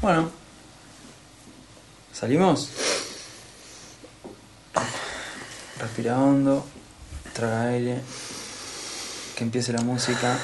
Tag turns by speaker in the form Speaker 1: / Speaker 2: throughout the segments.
Speaker 1: Bueno. ¿Salimos? Respira hondo. Traga aire. Que empiece la música.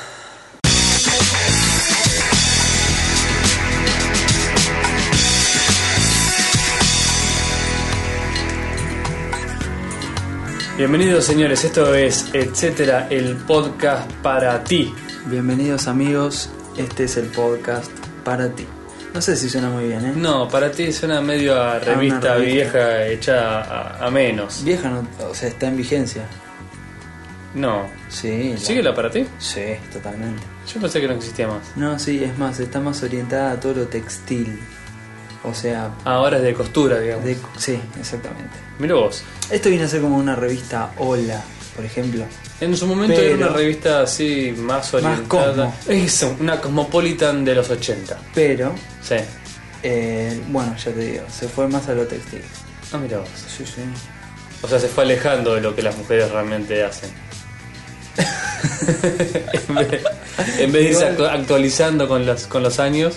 Speaker 2: Bienvenidos señores, esto es Etcétera, el podcast para ti.
Speaker 1: Bienvenidos amigos. Este es el podcast para ti. No sé si suena muy bien, ¿eh?
Speaker 2: No, para ti suena medio a revista,
Speaker 1: Ah, revista.
Speaker 2: vieja hecha a, a menos.
Speaker 1: Vieja no, o sea, está en vigencia.
Speaker 2: No.
Speaker 1: Sí. la-
Speaker 2: ¿Sigue la para ti?
Speaker 1: Sí, totalmente.
Speaker 2: Yo pensé que no existía más.
Speaker 1: No, sí, es más, está más orientada a todo lo textil. O sea,
Speaker 2: Ah, Ahora es de costura, digamos.
Speaker 1: de, sí, exactamente.
Speaker 2: Mirá vos.
Speaker 1: Esto viene a ser como una revista Hola, por ejemplo.
Speaker 2: En su momento
Speaker 1: Pero-
Speaker 2: era una revista así más orientada.
Speaker 1: cosmo.
Speaker 2: Eso, una cosmopolitan de los 80.
Speaker 1: Pero,
Speaker 2: Sí.
Speaker 1: eh, bueno, ya te digo, se fue más a lo textil.
Speaker 2: Ah, mirá vos.
Speaker 1: Sí, sí.
Speaker 2: O sea, se fue alejando de lo que las mujeres realmente hacen. en vez, en vez de irse actu- actualizando con los, con los años.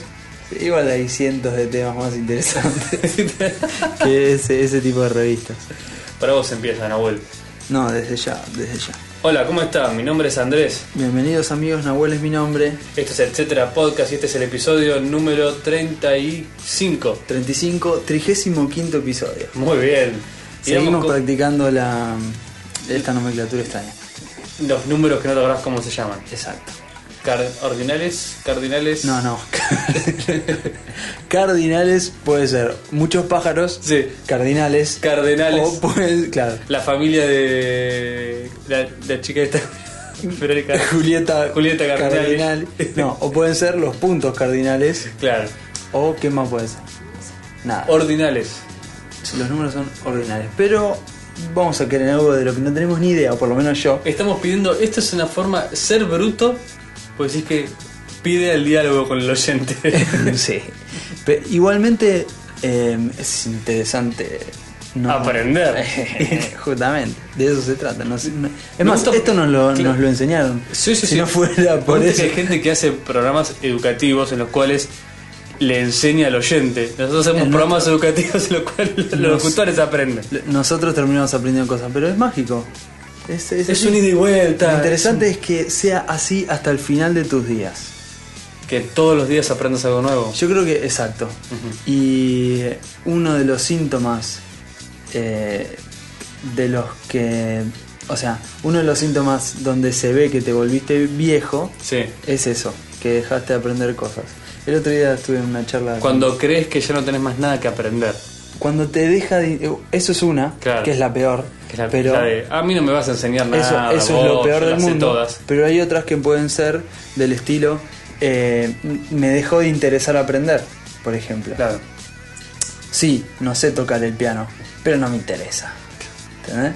Speaker 1: Igual hay cientos de temas más interesantes que ese, ese tipo de revistas.
Speaker 2: Para vos empieza, Nahuel.
Speaker 1: No, desde ya, desde ya.
Speaker 2: Hola, ¿cómo están? Mi nombre es Andrés.
Speaker 1: Bienvenidos amigos, Nahuel es mi nombre.
Speaker 2: Esto Este es Etcétera Podcast y este es el episodio número 35.
Speaker 1: 35, 35 episodio.
Speaker 2: Muy bien. Y
Speaker 1: Seguimos
Speaker 2: damos con-
Speaker 1: practicando la esta nomenclatura este extraña.
Speaker 2: los números que no sabrás cómo se llaman.
Speaker 1: Exacto.
Speaker 2: Car- ordinales, cardinales.
Speaker 1: No, no. Cardinales puede ser muchos pájaros.
Speaker 2: Sí.
Speaker 1: Cardinales.
Speaker 2: Cardenales.
Speaker 1: O puede, claro.
Speaker 2: La familia de la, la chica esta. Verónica.
Speaker 1: Julieta,
Speaker 2: Julieta Cardinal.
Speaker 1: No, o pueden ser los puntos cardinales.
Speaker 2: Claro.
Speaker 1: O qué más puede ser. Nada.
Speaker 2: Ordinales.
Speaker 1: los números son ordinales. Pero vamos a querer algo de lo que no tenemos ni idea, o por lo menos yo.
Speaker 2: Estamos pidiendo, esto es una forma, ser bruto, pues es que pide el diálogo con el oyente.
Speaker 1: sí. Pe- igualmente eh, es interesante. no-
Speaker 2: Ah, Aprender.
Speaker 1: Justamente, de eso se trata. no sé, no- es
Speaker 2: Me
Speaker 1: más,
Speaker 2: gusta-
Speaker 1: esto nos lo,
Speaker 2: Claro.
Speaker 1: nos lo enseñaron.
Speaker 2: Sí, sí,
Speaker 1: si
Speaker 2: sí.
Speaker 1: no fuera por eso.
Speaker 2: Viste que hay gente que hace programas educativos en los cuales le enseña al oyente. Nosotros hacemos
Speaker 1: En
Speaker 2: programas educativos en los cuales los
Speaker 1: Nos-
Speaker 2: locutores aprenden.
Speaker 1: Nosotros terminamos aprendiendo cosas, pero es mágico. Es, es
Speaker 2: Es
Speaker 1: así.
Speaker 2: un ida y vuelta.
Speaker 1: Lo interesante es que sea así hasta el final de tus días.
Speaker 2: Que todos los días aprendas algo nuevo.
Speaker 1: Yo creo que, exacto. Y uno de los síntomas eh, de los que. O sea, uno de los síntomas donde se ve que te volviste viejo
Speaker 2: Sí.
Speaker 1: es eso, que dejaste de aprender cosas. El otro día estuve en una charla. con-
Speaker 2: Cuando crees que ya no tenés más nada que aprender.
Speaker 1: Cuando te deja. de- eh, eso es una,
Speaker 2: Claro.
Speaker 1: que es la peor.
Speaker 2: Que es la-
Speaker 1: pero
Speaker 2: la de, a mí no me vas a enseñar nada.
Speaker 1: eso, eso
Speaker 2: vos,
Speaker 1: es lo peor
Speaker 2: yo
Speaker 1: del
Speaker 2: las sé
Speaker 1: mundo.
Speaker 2: todas.
Speaker 1: Pero hay otras que pueden ser del estilo. eh, me dejó de interesar aprender, por ejemplo.
Speaker 2: Claro.
Speaker 1: Sí, no sé tocar el piano, pero no me interesa. ¿Entendés?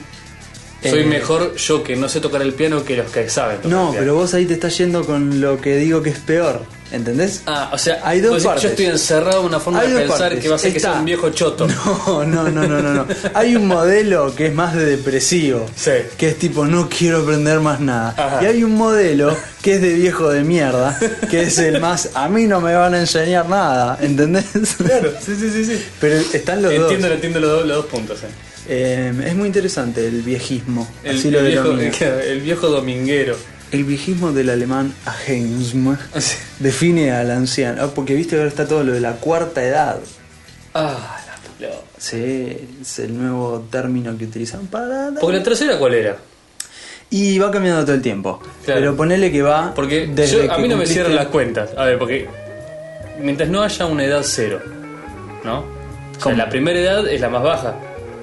Speaker 2: Soy
Speaker 1: Eh,
Speaker 2: mejor yo que no sé tocar el piano que los que saben tocar
Speaker 1: No,
Speaker 2: el
Speaker 1: pero
Speaker 2: piano.
Speaker 1: vos ahí te estás yendo con lo que digo que es peor, ¿entendés?
Speaker 2: Ah, o sea,
Speaker 1: Hay dos
Speaker 2: vos decís,
Speaker 1: partes.
Speaker 2: yo estoy encerrado en una forma
Speaker 1: Hay
Speaker 2: de
Speaker 1: dos
Speaker 2: pensar
Speaker 1: partes.
Speaker 2: que va a ser que
Speaker 1: Está-
Speaker 2: sea un viejo choto.
Speaker 1: No, no, no, no, no, no. Hay un modelo que es más de depresivo.
Speaker 2: Sí.
Speaker 1: Que es tipo, no quiero aprender más nada.
Speaker 2: Ajá.
Speaker 1: Y hay un modelo que es de viejo de mierda, que es el más, a mí no me van a enseñar nada, ¿entendés?
Speaker 2: Claro, sí, sí, sí. sí.
Speaker 1: Pero están los
Speaker 2: Entiendo,
Speaker 1: dos.
Speaker 2: entiendo los, dos- los dos puntos. eh.
Speaker 1: Eh, es muy interesante el viejismo.
Speaker 2: El,
Speaker 1: así lo
Speaker 2: el viejo,
Speaker 1: denomino.
Speaker 2: el, viejo dominguero.
Speaker 1: El viejismo del alemán Ageism
Speaker 2: Sí.
Speaker 1: define al anciano. Ah, porque viste que ahora está todo lo de la cuarta edad.
Speaker 2: Ah, la pelota.
Speaker 1: Sí, es el nuevo término que utilizan para.
Speaker 2: Porque la tercera, ¿cuál era?
Speaker 1: Y va cambiando todo el tiempo.
Speaker 2: Claro.
Speaker 1: Pero ponele que va.
Speaker 2: Porque
Speaker 1: desde
Speaker 2: yo- a
Speaker 1: que
Speaker 2: mí no me
Speaker 1: cumpliste-
Speaker 2: cierran las cuentas. A ver, porque mientras no haya una edad cero, ¿no? O sea,
Speaker 1: ¿Cómo?
Speaker 2: la primera edad es la más baja.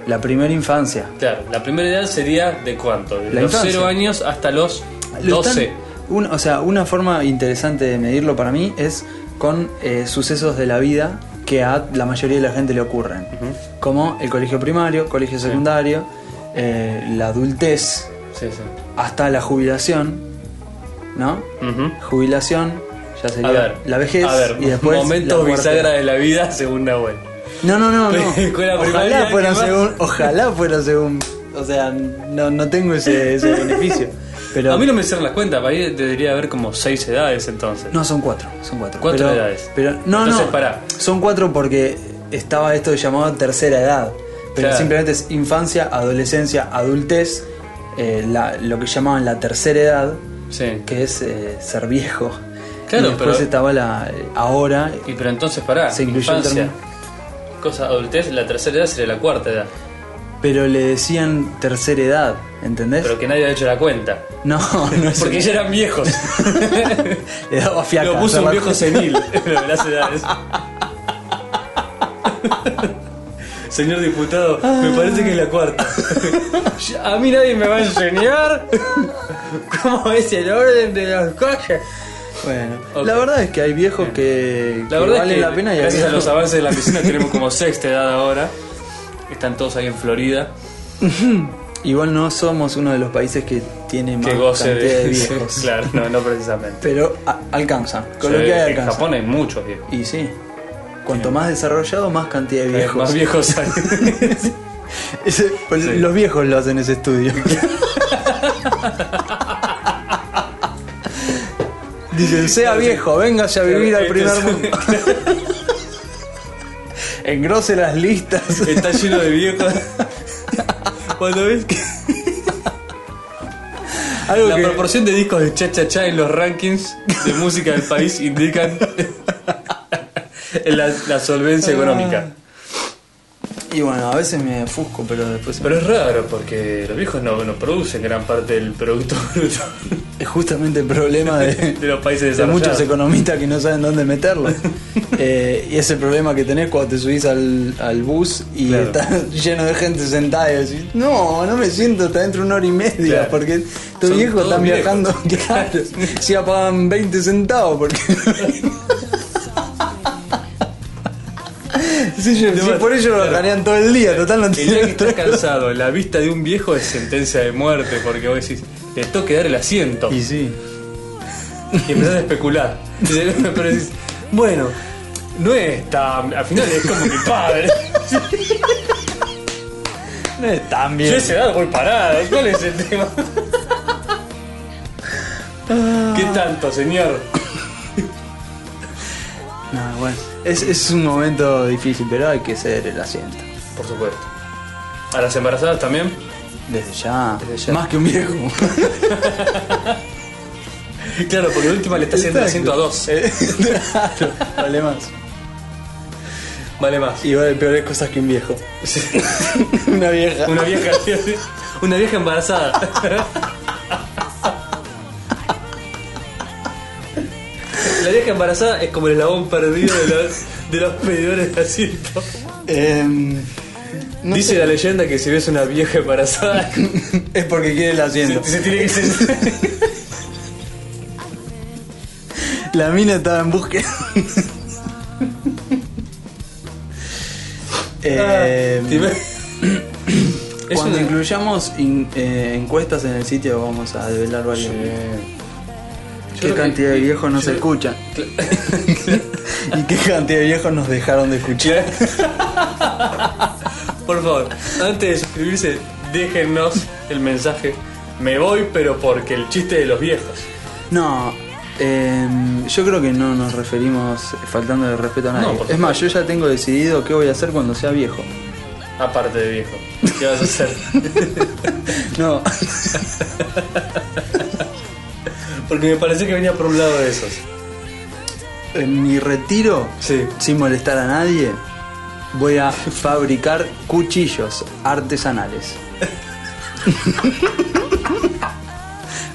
Speaker 1: La primera infancia.
Speaker 2: Claro, la primera edad sería de cuánto? De
Speaker 1: La
Speaker 2: los
Speaker 1: infancia.
Speaker 2: 0 años hasta los
Speaker 1: Lo
Speaker 2: 12.
Speaker 1: están- un- o sea, una forma interesante de medirlo para mí es con eh, sucesos de la vida que a la mayoría de la gente le ocurren. Como el colegio primario, colegio secundario, eh, la adultez.
Speaker 2: Sí, sí.
Speaker 1: hasta la jubilación, ¿no?
Speaker 2: Ujú.
Speaker 1: Jubilación, ya sería
Speaker 2: A ver,
Speaker 1: la vejez
Speaker 2: a ver,
Speaker 1: y después la
Speaker 2: momentos
Speaker 1: muerte.
Speaker 2: bisagra de la vida según Nahuel.
Speaker 1: No, no, no, no.
Speaker 2: Escuela
Speaker 1: ojalá
Speaker 2: primaria,
Speaker 1: fuera
Speaker 2: ¿qué más?
Speaker 1: según, ojalá fuera según, o sea, no, no tengo ese, ese beneficio. Pero-
Speaker 2: a mí no me hicieron las cuentas, para mí debería haber como seis edades entonces.
Speaker 1: No, son cuatro. Son cuatro.
Speaker 2: Cuatro
Speaker 1: pero,
Speaker 2: edades.
Speaker 1: Pero, no,
Speaker 2: Entonces,
Speaker 1: no.
Speaker 2: pará.
Speaker 1: Son cuatro porque estaba esto llamado tercera edad. Pero
Speaker 2: Claro.
Speaker 1: simplemente es infancia, adolescencia, adultez, eh, la- lo que llamaban la tercera edad,
Speaker 2: Sí.
Speaker 1: que es eh, ser viejo.
Speaker 2: Claro,
Speaker 1: y después
Speaker 2: pero-
Speaker 1: estaba la eh, ahora.
Speaker 2: Y pero entonces pará,
Speaker 1: Se incluyó el
Speaker 2: infancia. Cosa adultez, la tercera edad sería la cuarta edad.
Speaker 1: Pero le decían tercera edad, ¿entendés?
Speaker 2: Pero que nadie ha hecho la cuenta.
Speaker 1: No, no es
Speaker 2: Porque ya eran viejos.
Speaker 1: Le daba fiaca.
Speaker 2: Lo puso un
Speaker 1: hacerla-
Speaker 2: viejo senil. Lo de las edades. Señor diputado, me parece que es la cuarta. A mí nadie me va a enseñar cómo es el orden de las cosas.
Speaker 1: Bueno,
Speaker 2: Ok.
Speaker 1: la verdad es que hay viejos que,
Speaker 2: La
Speaker 1: que
Speaker 2: verdad
Speaker 1: valen
Speaker 2: es que
Speaker 1: la pena y hay
Speaker 2: gracias a
Speaker 1: viejos-
Speaker 2: los avances de la piscina tenemos como sexta edad ahora. Están todos ahí en Florida.
Speaker 1: Igual no somos uno de los países que tiene más
Speaker 2: Que goce
Speaker 1: cantidad de,
Speaker 2: de
Speaker 1: viejos.
Speaker 2: claro, no, no precisamente.
Speaker 1: Pero a- alcanza, con lo
Speaker 2: Sí,
Speaker 1: que hay
Speaker 2: en
Speaker 1: alcanza.
Speaker 2: Japón hay muchos viejos.
Speaker 1: Y sí, cuanto más desarrollado, más cantidad de viejos.
Speaker 2: Más viejos hay.
Speaker 1: Ese- pues, Los viejos lo hacen ese estudio. Dicen, sea viejo, véngase a vivir
Speaker 2: Este
Speaker 1: al primer mundo. Engrose las listas.
Speaker 2: Está lleno de viejos. Cuando ves que
Speaker 1: Algo
Speaker 2: la
Speaker 1: que-
Speaker 2: proporción de discos de cha cha cha en los rankings de música del país indican la, la solvencia económica.
Speaker 1: Ah. Y bueno, a veces me ofusco, pero después...
Speaker 2: Pero es raro porque los viejos no, no producen gran parte del producto bruto
Speaker 1: Es justamente el problema de,
Speaker 2: de los países
Speaker 1: de
Speaker 2: desarrollados.
Speaker 1: muchos economistas que no saben dónde meterlo. Eh, y ese problema que tenés cuando te subís al, al bus y
Speaker 2: Claro.
Speaker 1: está lleno de gente sentada y decís, no, no me siento hasta dentro de una hora y media
Speaker 2: Claro.
Speaker 1: porque estos
Speaker 2: Son
Speaker 1: viejos
Speaker 2: todos
Speaker 1: están
Speaker 2: viejos.
Speaker 1: viajando. Claro, si apagan 20 centavos porque... Sí, yo- si por ello lo
Speaker 2: Claro.
Speaker 1: tarean todo el día, total no
Speaker 2: El día que
Speaker 1: tienen
Speaker 2: estás cansado, la vista de un viejo es sentencia de muerte porque vos decís, le tengo que dar el asiento.
Speaker 1: Y sí.
Speaker 2: Y empezás a especular. Pero decís, bueno, no es tan. Al final es como mi padre.
Speaker 1: No es tan
Speaker 2: Yo
Speaker 1: bien.
Speaker 2: a esa edad voy parado. ¿Cuál es el tema?
Speaker 1: Ah.
Speaker 2: ¿Qué tanto, señor?
Speaker 1: No, bueno, es, es un momento difícil, pero hay que ceder el asiento.
Speaker 2: Por supuesto. ¿A las embarazadas también?
Speaker 1: Desde ya.
Speaker 2: Desde ya.
Speaker 1: Más que un viejo.
Speaker 2: Claro, porque la última le está haciendo el asiento a dos.
Speaker 1: Eh, claro, vale más.
Speaker 2: Vale más.
Speaker 1: Y vale peores cosas que un viejo. Una vieja.
Speaker 2: Una vieja. Una vieja embarazada. La vieja embarazada es como el eslabón perdido de los, de los pedidores de asiento.
Speaker 1: Em, no
Speaker 2: Dice la leyenda que si ves una vieja embarazada,
Speaker 1: sé, es porque quiere el asiento.
Speaker 2: se, se tiene que se-
Speaker 1: La mina estaba en búsqueda. Em,
Speaker 2: Ah, te ve- Es
Speaker 1: Eh, cuando
Speaker 2: una-
Speaker 1: incluyamos in- eh, encuestas en el sitio vamos a develar varios. ¿Qué
Speaker 2: creo
Speaker 1: cantidad
Speaker 2: que-
Speaker 1: de viejos no
Speaker 2: yo-
Speaker 1: se escuchan? ¿Y qué cantidad de viejos nos dejaron de escuchar?
Speaker 2: Por favor, antes de suscribirse, déjennos el mensaje. Me voy, pero porque el chiste de los viejos.
Speaker 1: No, em, yo creo que no nos referimos faltando de respeto a
Speaker 2: No,
Speaker 1: nadie.
Speaker 2: por
Speaker 1: es más, yo ya tengo decidido qué voy a hacer cuando sea viejo.
Speaker 2: Aparte de viejo, ¿qué vas a hacer?
Speaker 1: No,
Speaker 2: Porque me pareció que venía por un lado de esos.
Speaker 1: en mi retiro,
Speaker 2: Sí.
Speaker 1: sin molestar a nadie, voy a fabricar cuchillos artesanales.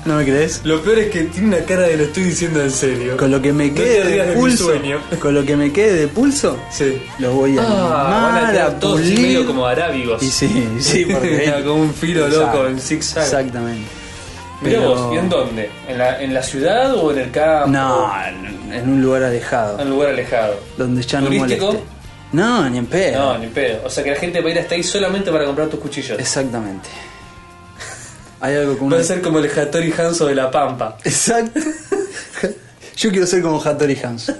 Speaker 1: ¿No me crees?
Speaker 2: Lo peor es que tiene una cara de lo estoy diciendo en serio.
Speaker 1: Con lo que me
Speaker 2: No te
Speaker 1: quede
Speaker 2: rías
Speaker 1: de
Speaker 2: de mi
Speaker 1: pulso,
Speaker 2: sueño.
Speaker 1: con lo que me quede de pulso,
Speaker 2: Sí.
Speaker 1: los voy a
Speaker 2: Ah, van a
Speaker 1: animar,
Speaker 2: quedar
Speaker 1: a
Speaker 2: todos así
Speaker 1: pulir.
Speaker 2: medio como arábigos.
Speaker 1: Y sí, sí, porque
Speaker 2: Como un filo
Speaker 1: Exacto.
Speaker 2: loco en zigzag.
Speaker 1: Exactamente.
Speaker 2: Mirá
Speaker 1: Pero-
Speaker 2: vos, ¿y en dónde? ¿En la, ¿En la ciudad o en el campo?
Speaker 1: No, en en un lugar
Speaker 2: En
Speaker 1: alejado,
Speaker 2: un lugar alejado.
Speaker 1: donde ya no
Speaker 2: ¿Turístico?
Speaker 1: moleste. No, ni en pedo.
Speaker 2: No, ni pedo. O sea que la gente va a ir hasta ahí solamente para comprar tus cuchillos.
Speaker 1: Exactamente. Hay algo como
Speaker 2: Va
Speaker 1: una...
Speaker 2: a ser como el Hattori Hanzo de la Pampa.
Speaker 1: Exacto. Yo quiero ser como Hattori Hans.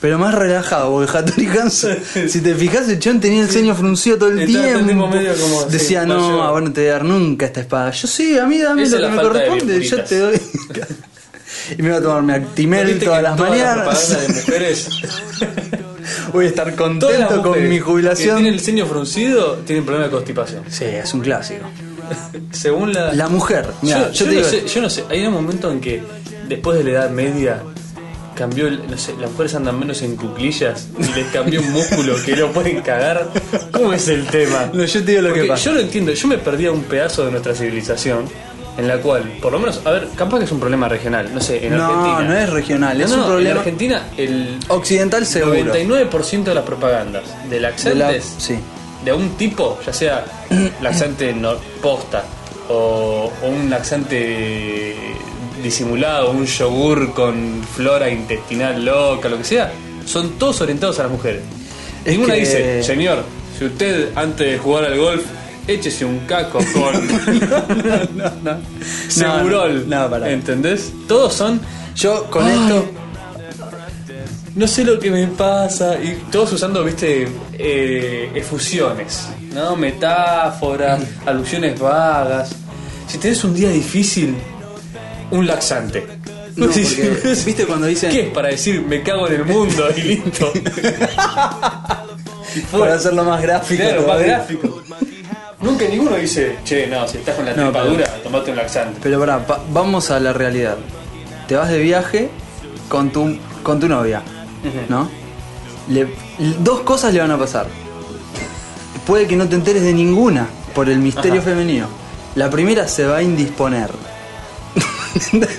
Speaker 1: pero más relajado, porque Hattori Hanzo, si te fijas, el chon tenía el ceño fruncido todo el
Speaker 2: Estaba todo el
Speaker 1: tiempo.
Speaker 2: tiempo medio como, sí,
Speaker 1: Decía, no,
Speaker 2: vacío".
Speaker 1: a vos no te voy a dar nunca esta espada. Yo sí, a mí dame
Speaker 2: Esa
Speaker 1: lo
Speaker 2: es
Speaker 1: que
Speaker 2: la
Speaker 1: me
Speaker 2: falta de
Speaker 1: corresponde, yo
Speaker 2: virtulitas.
Speaker 1: te doy. y me iba a tomar mi Actimel
Speaker 2: ¿Viste
Speaker 1: todas
Speaker 2: que
Speaker 1: las
Speaker 2: todas
Speaker 1: mañanas.
Speaker 2: propagandas de mujeres,
Speaker 1: Voy a estar
Speaker 2: todas las
Speaker 1: contento con
Speaker 2: mujeres
Speaker 1: mi
Speaker 2: Que tienen
Speaker 1: jubilación.
Speaker 2: el ceño fruncido tienen problema de constipación.
Speaker 1: Sí, es un clásico.
Speaker 2: Según la.
Speaker 1: La mujer, mirá,
Speaker 2: yo, yo
Speaker 1: yo, te
Speaker 2: no
Speaker 1: digo.
Speaker 2: sé, yo no sé, hay un momento en que después de la edad media cambió, el- no sé, las mujeres andan menos en cuclillas y les cambió un músculo que no pueden cagar. ¿Cómo es el tema?
Speaker 1: No, yo te digo lo
Speaker 2: Porque
Speaker 1: que pasa.
Speaker 2: Yo no entiendo, yo me perdía un pedazo de nuestra civilización en la cual, por lo menos, a ver, capaz que es un problema regional, no sé, en
Speaker 1: No,
Speaker 2: Argentina.
Speaker 1: no es regional,
Speaker 2: No,
Speaker 1: es
Speaker 2: no,
Speaker 1: un
Speaker 2: no, En
Speaker 1: problema
Speaker 2: Argentina, el
Speaker 1: occidental seguro.
Speaker 2: 99% de las propagandas de
Speaker 1: De la-
Speaker 2: laxantes
Speaker 1: sí.
Speaker 2: de un tipo, ya sea laxante no, posta o, o un laxante disimulado, un yogur con flora intestinal loca, lo que sea, son todos orientados a las mujeres.
Speaker 1: Es
Speaker 2: Ninguna
Speaker 1: que-
Speaker 2: dice, señor, si usted antes de jugar al golf, échese un caco con segurol.
Speaker 1: no, no, pará.
Speaker 2: ¿Entendés? Todos son.
Speaker 1: Yo con
Speaker 2: Ay.
Speaker 1: esto
Speaker 2: No sé lo que me pasa. Y todos usando, viste, eh, efusiones, ¿no? Metáforas, alusiones vagas. Si tenés un día difícil, un laxante.
Speaker 1: No, porque, ¿viste cuando dicen-
Speaker 2: ¿Qué es para decir me cago en el mundo y listo? Y fuera.
Speaker 1: para hacerlo más gráfico.
Speaker 2: Claro, más
Speaker 1: todavía.
Speaker 2: gráfico. Nunca ninguno dice, che, no, si estás con la
Speaker 1: No,
Speaker 2: tripa
Speaker 1: pero-
Speaker 2: dura, tomate un laxante.
Speaker 1: Pero pará, pa- vamos a la realidad. Te vas de viaje con tu, con tu novia, ¿no? Le- l- dos cosas le van a pasar. Puede que no te enteres de ninguna por el misterio
Speaker 2: Ajá.
Speaker 1: femenino. La primera se va a indisponer.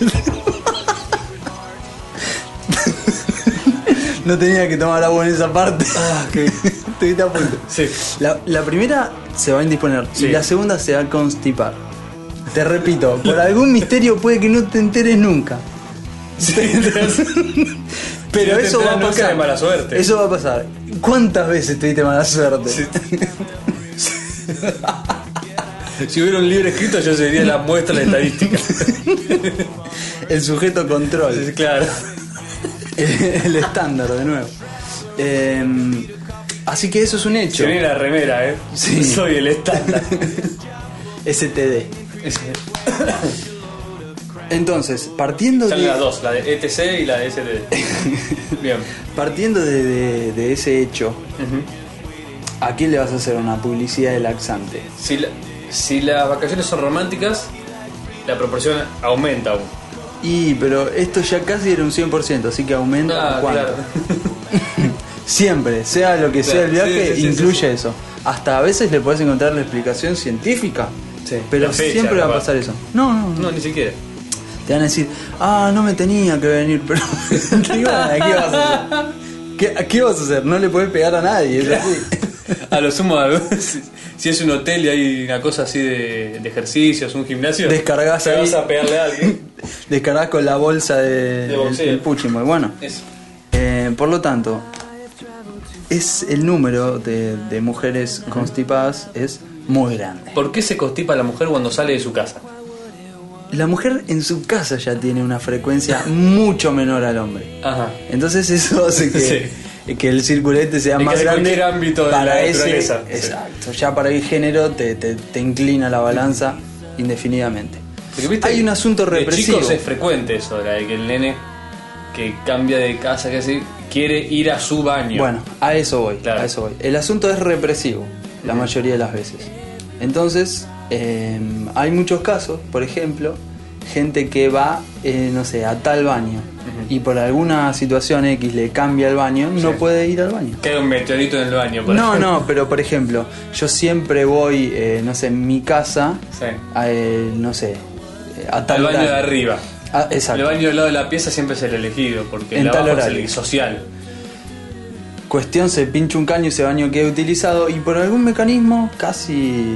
Speaker 1: no tenía que tomar agua en esa parte. Ah, que estuviste a punto.
Speaker 2: Sí.
Speaker 1: La, la primera se va a indisponer
Speaker 2: Sí.
Speaker 1: y la segunda se va a constipar. Te repito, por algún misterio puede que no te enteres nunca. Pero
Speaker 2: Si no te
Speaker 1: eso va a
Speaker 2: enteras nunca
Speaker 1: pasar.
Speaker 2: de mala suerte.
Speaker 1: Eso va a pasar. ¿Cuántas veces tuviste mala suerte?
Speaker 2: Sí. Si hubiera un libro escrito, yo sería la muestra de estadística.
Speaker 1: El sujeto control.
Speaker 2: claro.
Speaker 1: El estándar, de nuevo. Eh, así que eso es un hecho.
Speaker 2: Tenía la remera, ¿eh?
Speaker 1: Sí.
Speaker 2: Soy el estándar.
Speaker 1: STD. Entonces, partiendo
Speaker 2: Salen
Speaker 1: de,
Speaker 2: las dos, la de ETC y la de STD. Bien.
Speaker 1: partiendo de- de- de ese hecho, ¿a quién le vas a hacer una publicidad de laxante?
Speaker 2: Si, la- si las vacaciones son románticas, la proporción aumenta aún.
Speaker 1: Y, pero esto ya casi era un 100%, así que aumenta
Speaker 2: Ah,
Speaker 1: un cuanto.
Speaker 2: claro.
Speaker 1: Siempre, sea lo que sea el
Speaker 2: Claro, sí,
Speaker 1: viaje,
Speaker 2: sí, sí,
Speaker 1: incluye
Speaker 2: sí, sí.
Speaker 1: eso. Hasta a veces le puedes encontrar la explicación científica,
Speaker 2: Sí.
Speaker 1: pero
Speaker 2: La fecha,
Speaker 1: siempre va a
Speaker 2: capaz.
Speaker 1: pasar eso. No, no, no.
Speaker 2: No, ni siquiera.
Speaker 1: Te van a decir, ah, no me tenía que venir, pero. ¿Qué, iba- qué vas a hacer? ¿Qué, qué vas a hacer? No le podés pegar a nadie, es así.
Speaker 2: A lo sumo, a- si, si es un hotel y hay una cosa así de, de ejercicios, un gimnasio,
Speaker 1: Descargás
Speaker 2: te
Speaker 1: ahí.
Speaker 2: vas a pegarle a alguien.
Speaker 1: Descargás con la bolsa de,
Speaker 2: De boxeo.
Speaker 1: del Puchimo, y bueno.
Speaker 2: Eso.
Speaker 1: Eh, por lo tanto, es el número de, de mujeres constipadas es muy grande.
Speaker 2: ¿Por qué se constipa la mujer cuando sale de su casa?
Speaker 1: La mujer en su casa ya tiene una frecuencia mucho menor al hombre.
Speaker 2: Ajá.
Speaker 1: Entonces eso hace que, que el circulete sea
Speaker 2: Y que
Speaker 1: más
Speaker 2: de
Speaker 1: grande.
Speaker 2: cualquier ámbito de
Speaker 1: para
Speaker 2: la
Speaker 1: ese,
Speaker 2: naturaleza.
Speaker 1: Exacto. Ya para el género te, te- te inclina la balanza indefinidamente.
Speaker 2: Porque, ¿viste?
Speaker 1: Hay un asunto
Speaker 2: de
Speaker 1: represivo.
Speaker 2: chicos es frecuente eso, la de que el nene que cambia de casa, que así, quiere ir a su baño.
Speaker 1: Bueno, a eso voy,
Speaker 2: Claro.
Speaker 1: a eso voy. El asunto es represivo, la mayoría de las veces. Entonces, eh, hay muchos casos, por ejemplo, gente que va, eh, no sé, a tal baño y por alguna situación X le cambia el baño, no puede ir al baño.
Speaker 2: Queda un meteorito en el baño. por
Speaker 1: No,
Speaker 2: ejemplo.
Speaker 1: no, pero por ejemplo, yo siempre voy, eh, no sé, en mi casa,
Speaker 2: Sí.
Speaker 1: a, eh, no sé, a tal
Speaker 2: Al baño de
Speaker 1: hora.
Speaker 2: arriba.
Speaker 1: Ah, exacto.
Speaker 2: El baño del lado de la pieza siempre es el elegido, porque
Speaker 1: En
Speaker 2: el de
Speaker 1: tal
Speaker 2: abajo es
Speaker 1: horario.
Speaker 2: el social.
Speaker 1: Cuestión se pincha un caño y ese baño queda utilizado y por algún mecanismo casi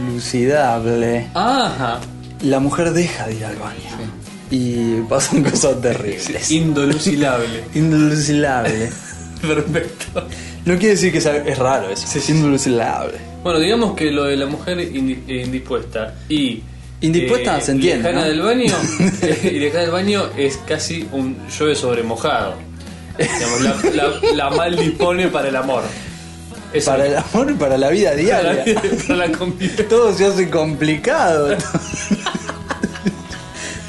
Speaker 1: indulucidable,
Speaker 2: Ajá.
Speaker 1: la mujer deja de ir al baño. Y pasan cosas terribles.
Speaker 2: Indolucilable.
Speaker 1: Indulucidable.
Speaker 2: Perfecto.
Speaker 1: No quiere decir que sea, es raro eso. Es indulucidable.
Speaker 2: Bueno, digamos que lo de la mujer indi- eh, indispuesta y. eh,
Speaker 1: Indispuesta se entiende,
Speaker 2: Lejana
Speaker 1: ¿no?
Speaker 2: del baño. eh, y lejana del baño es casi un llueve sobre mojado. Digamos, la, la- la mal dispone para el amor. Eso
Speaker 1: Para
Speaker 2: es.
Speaker 1: el amor y para la vida
Speaker 2: Para
Speaker 1: diaria.
Speaker 2: la- para la convivencia.
Speaker 1: Todo se hace complicado.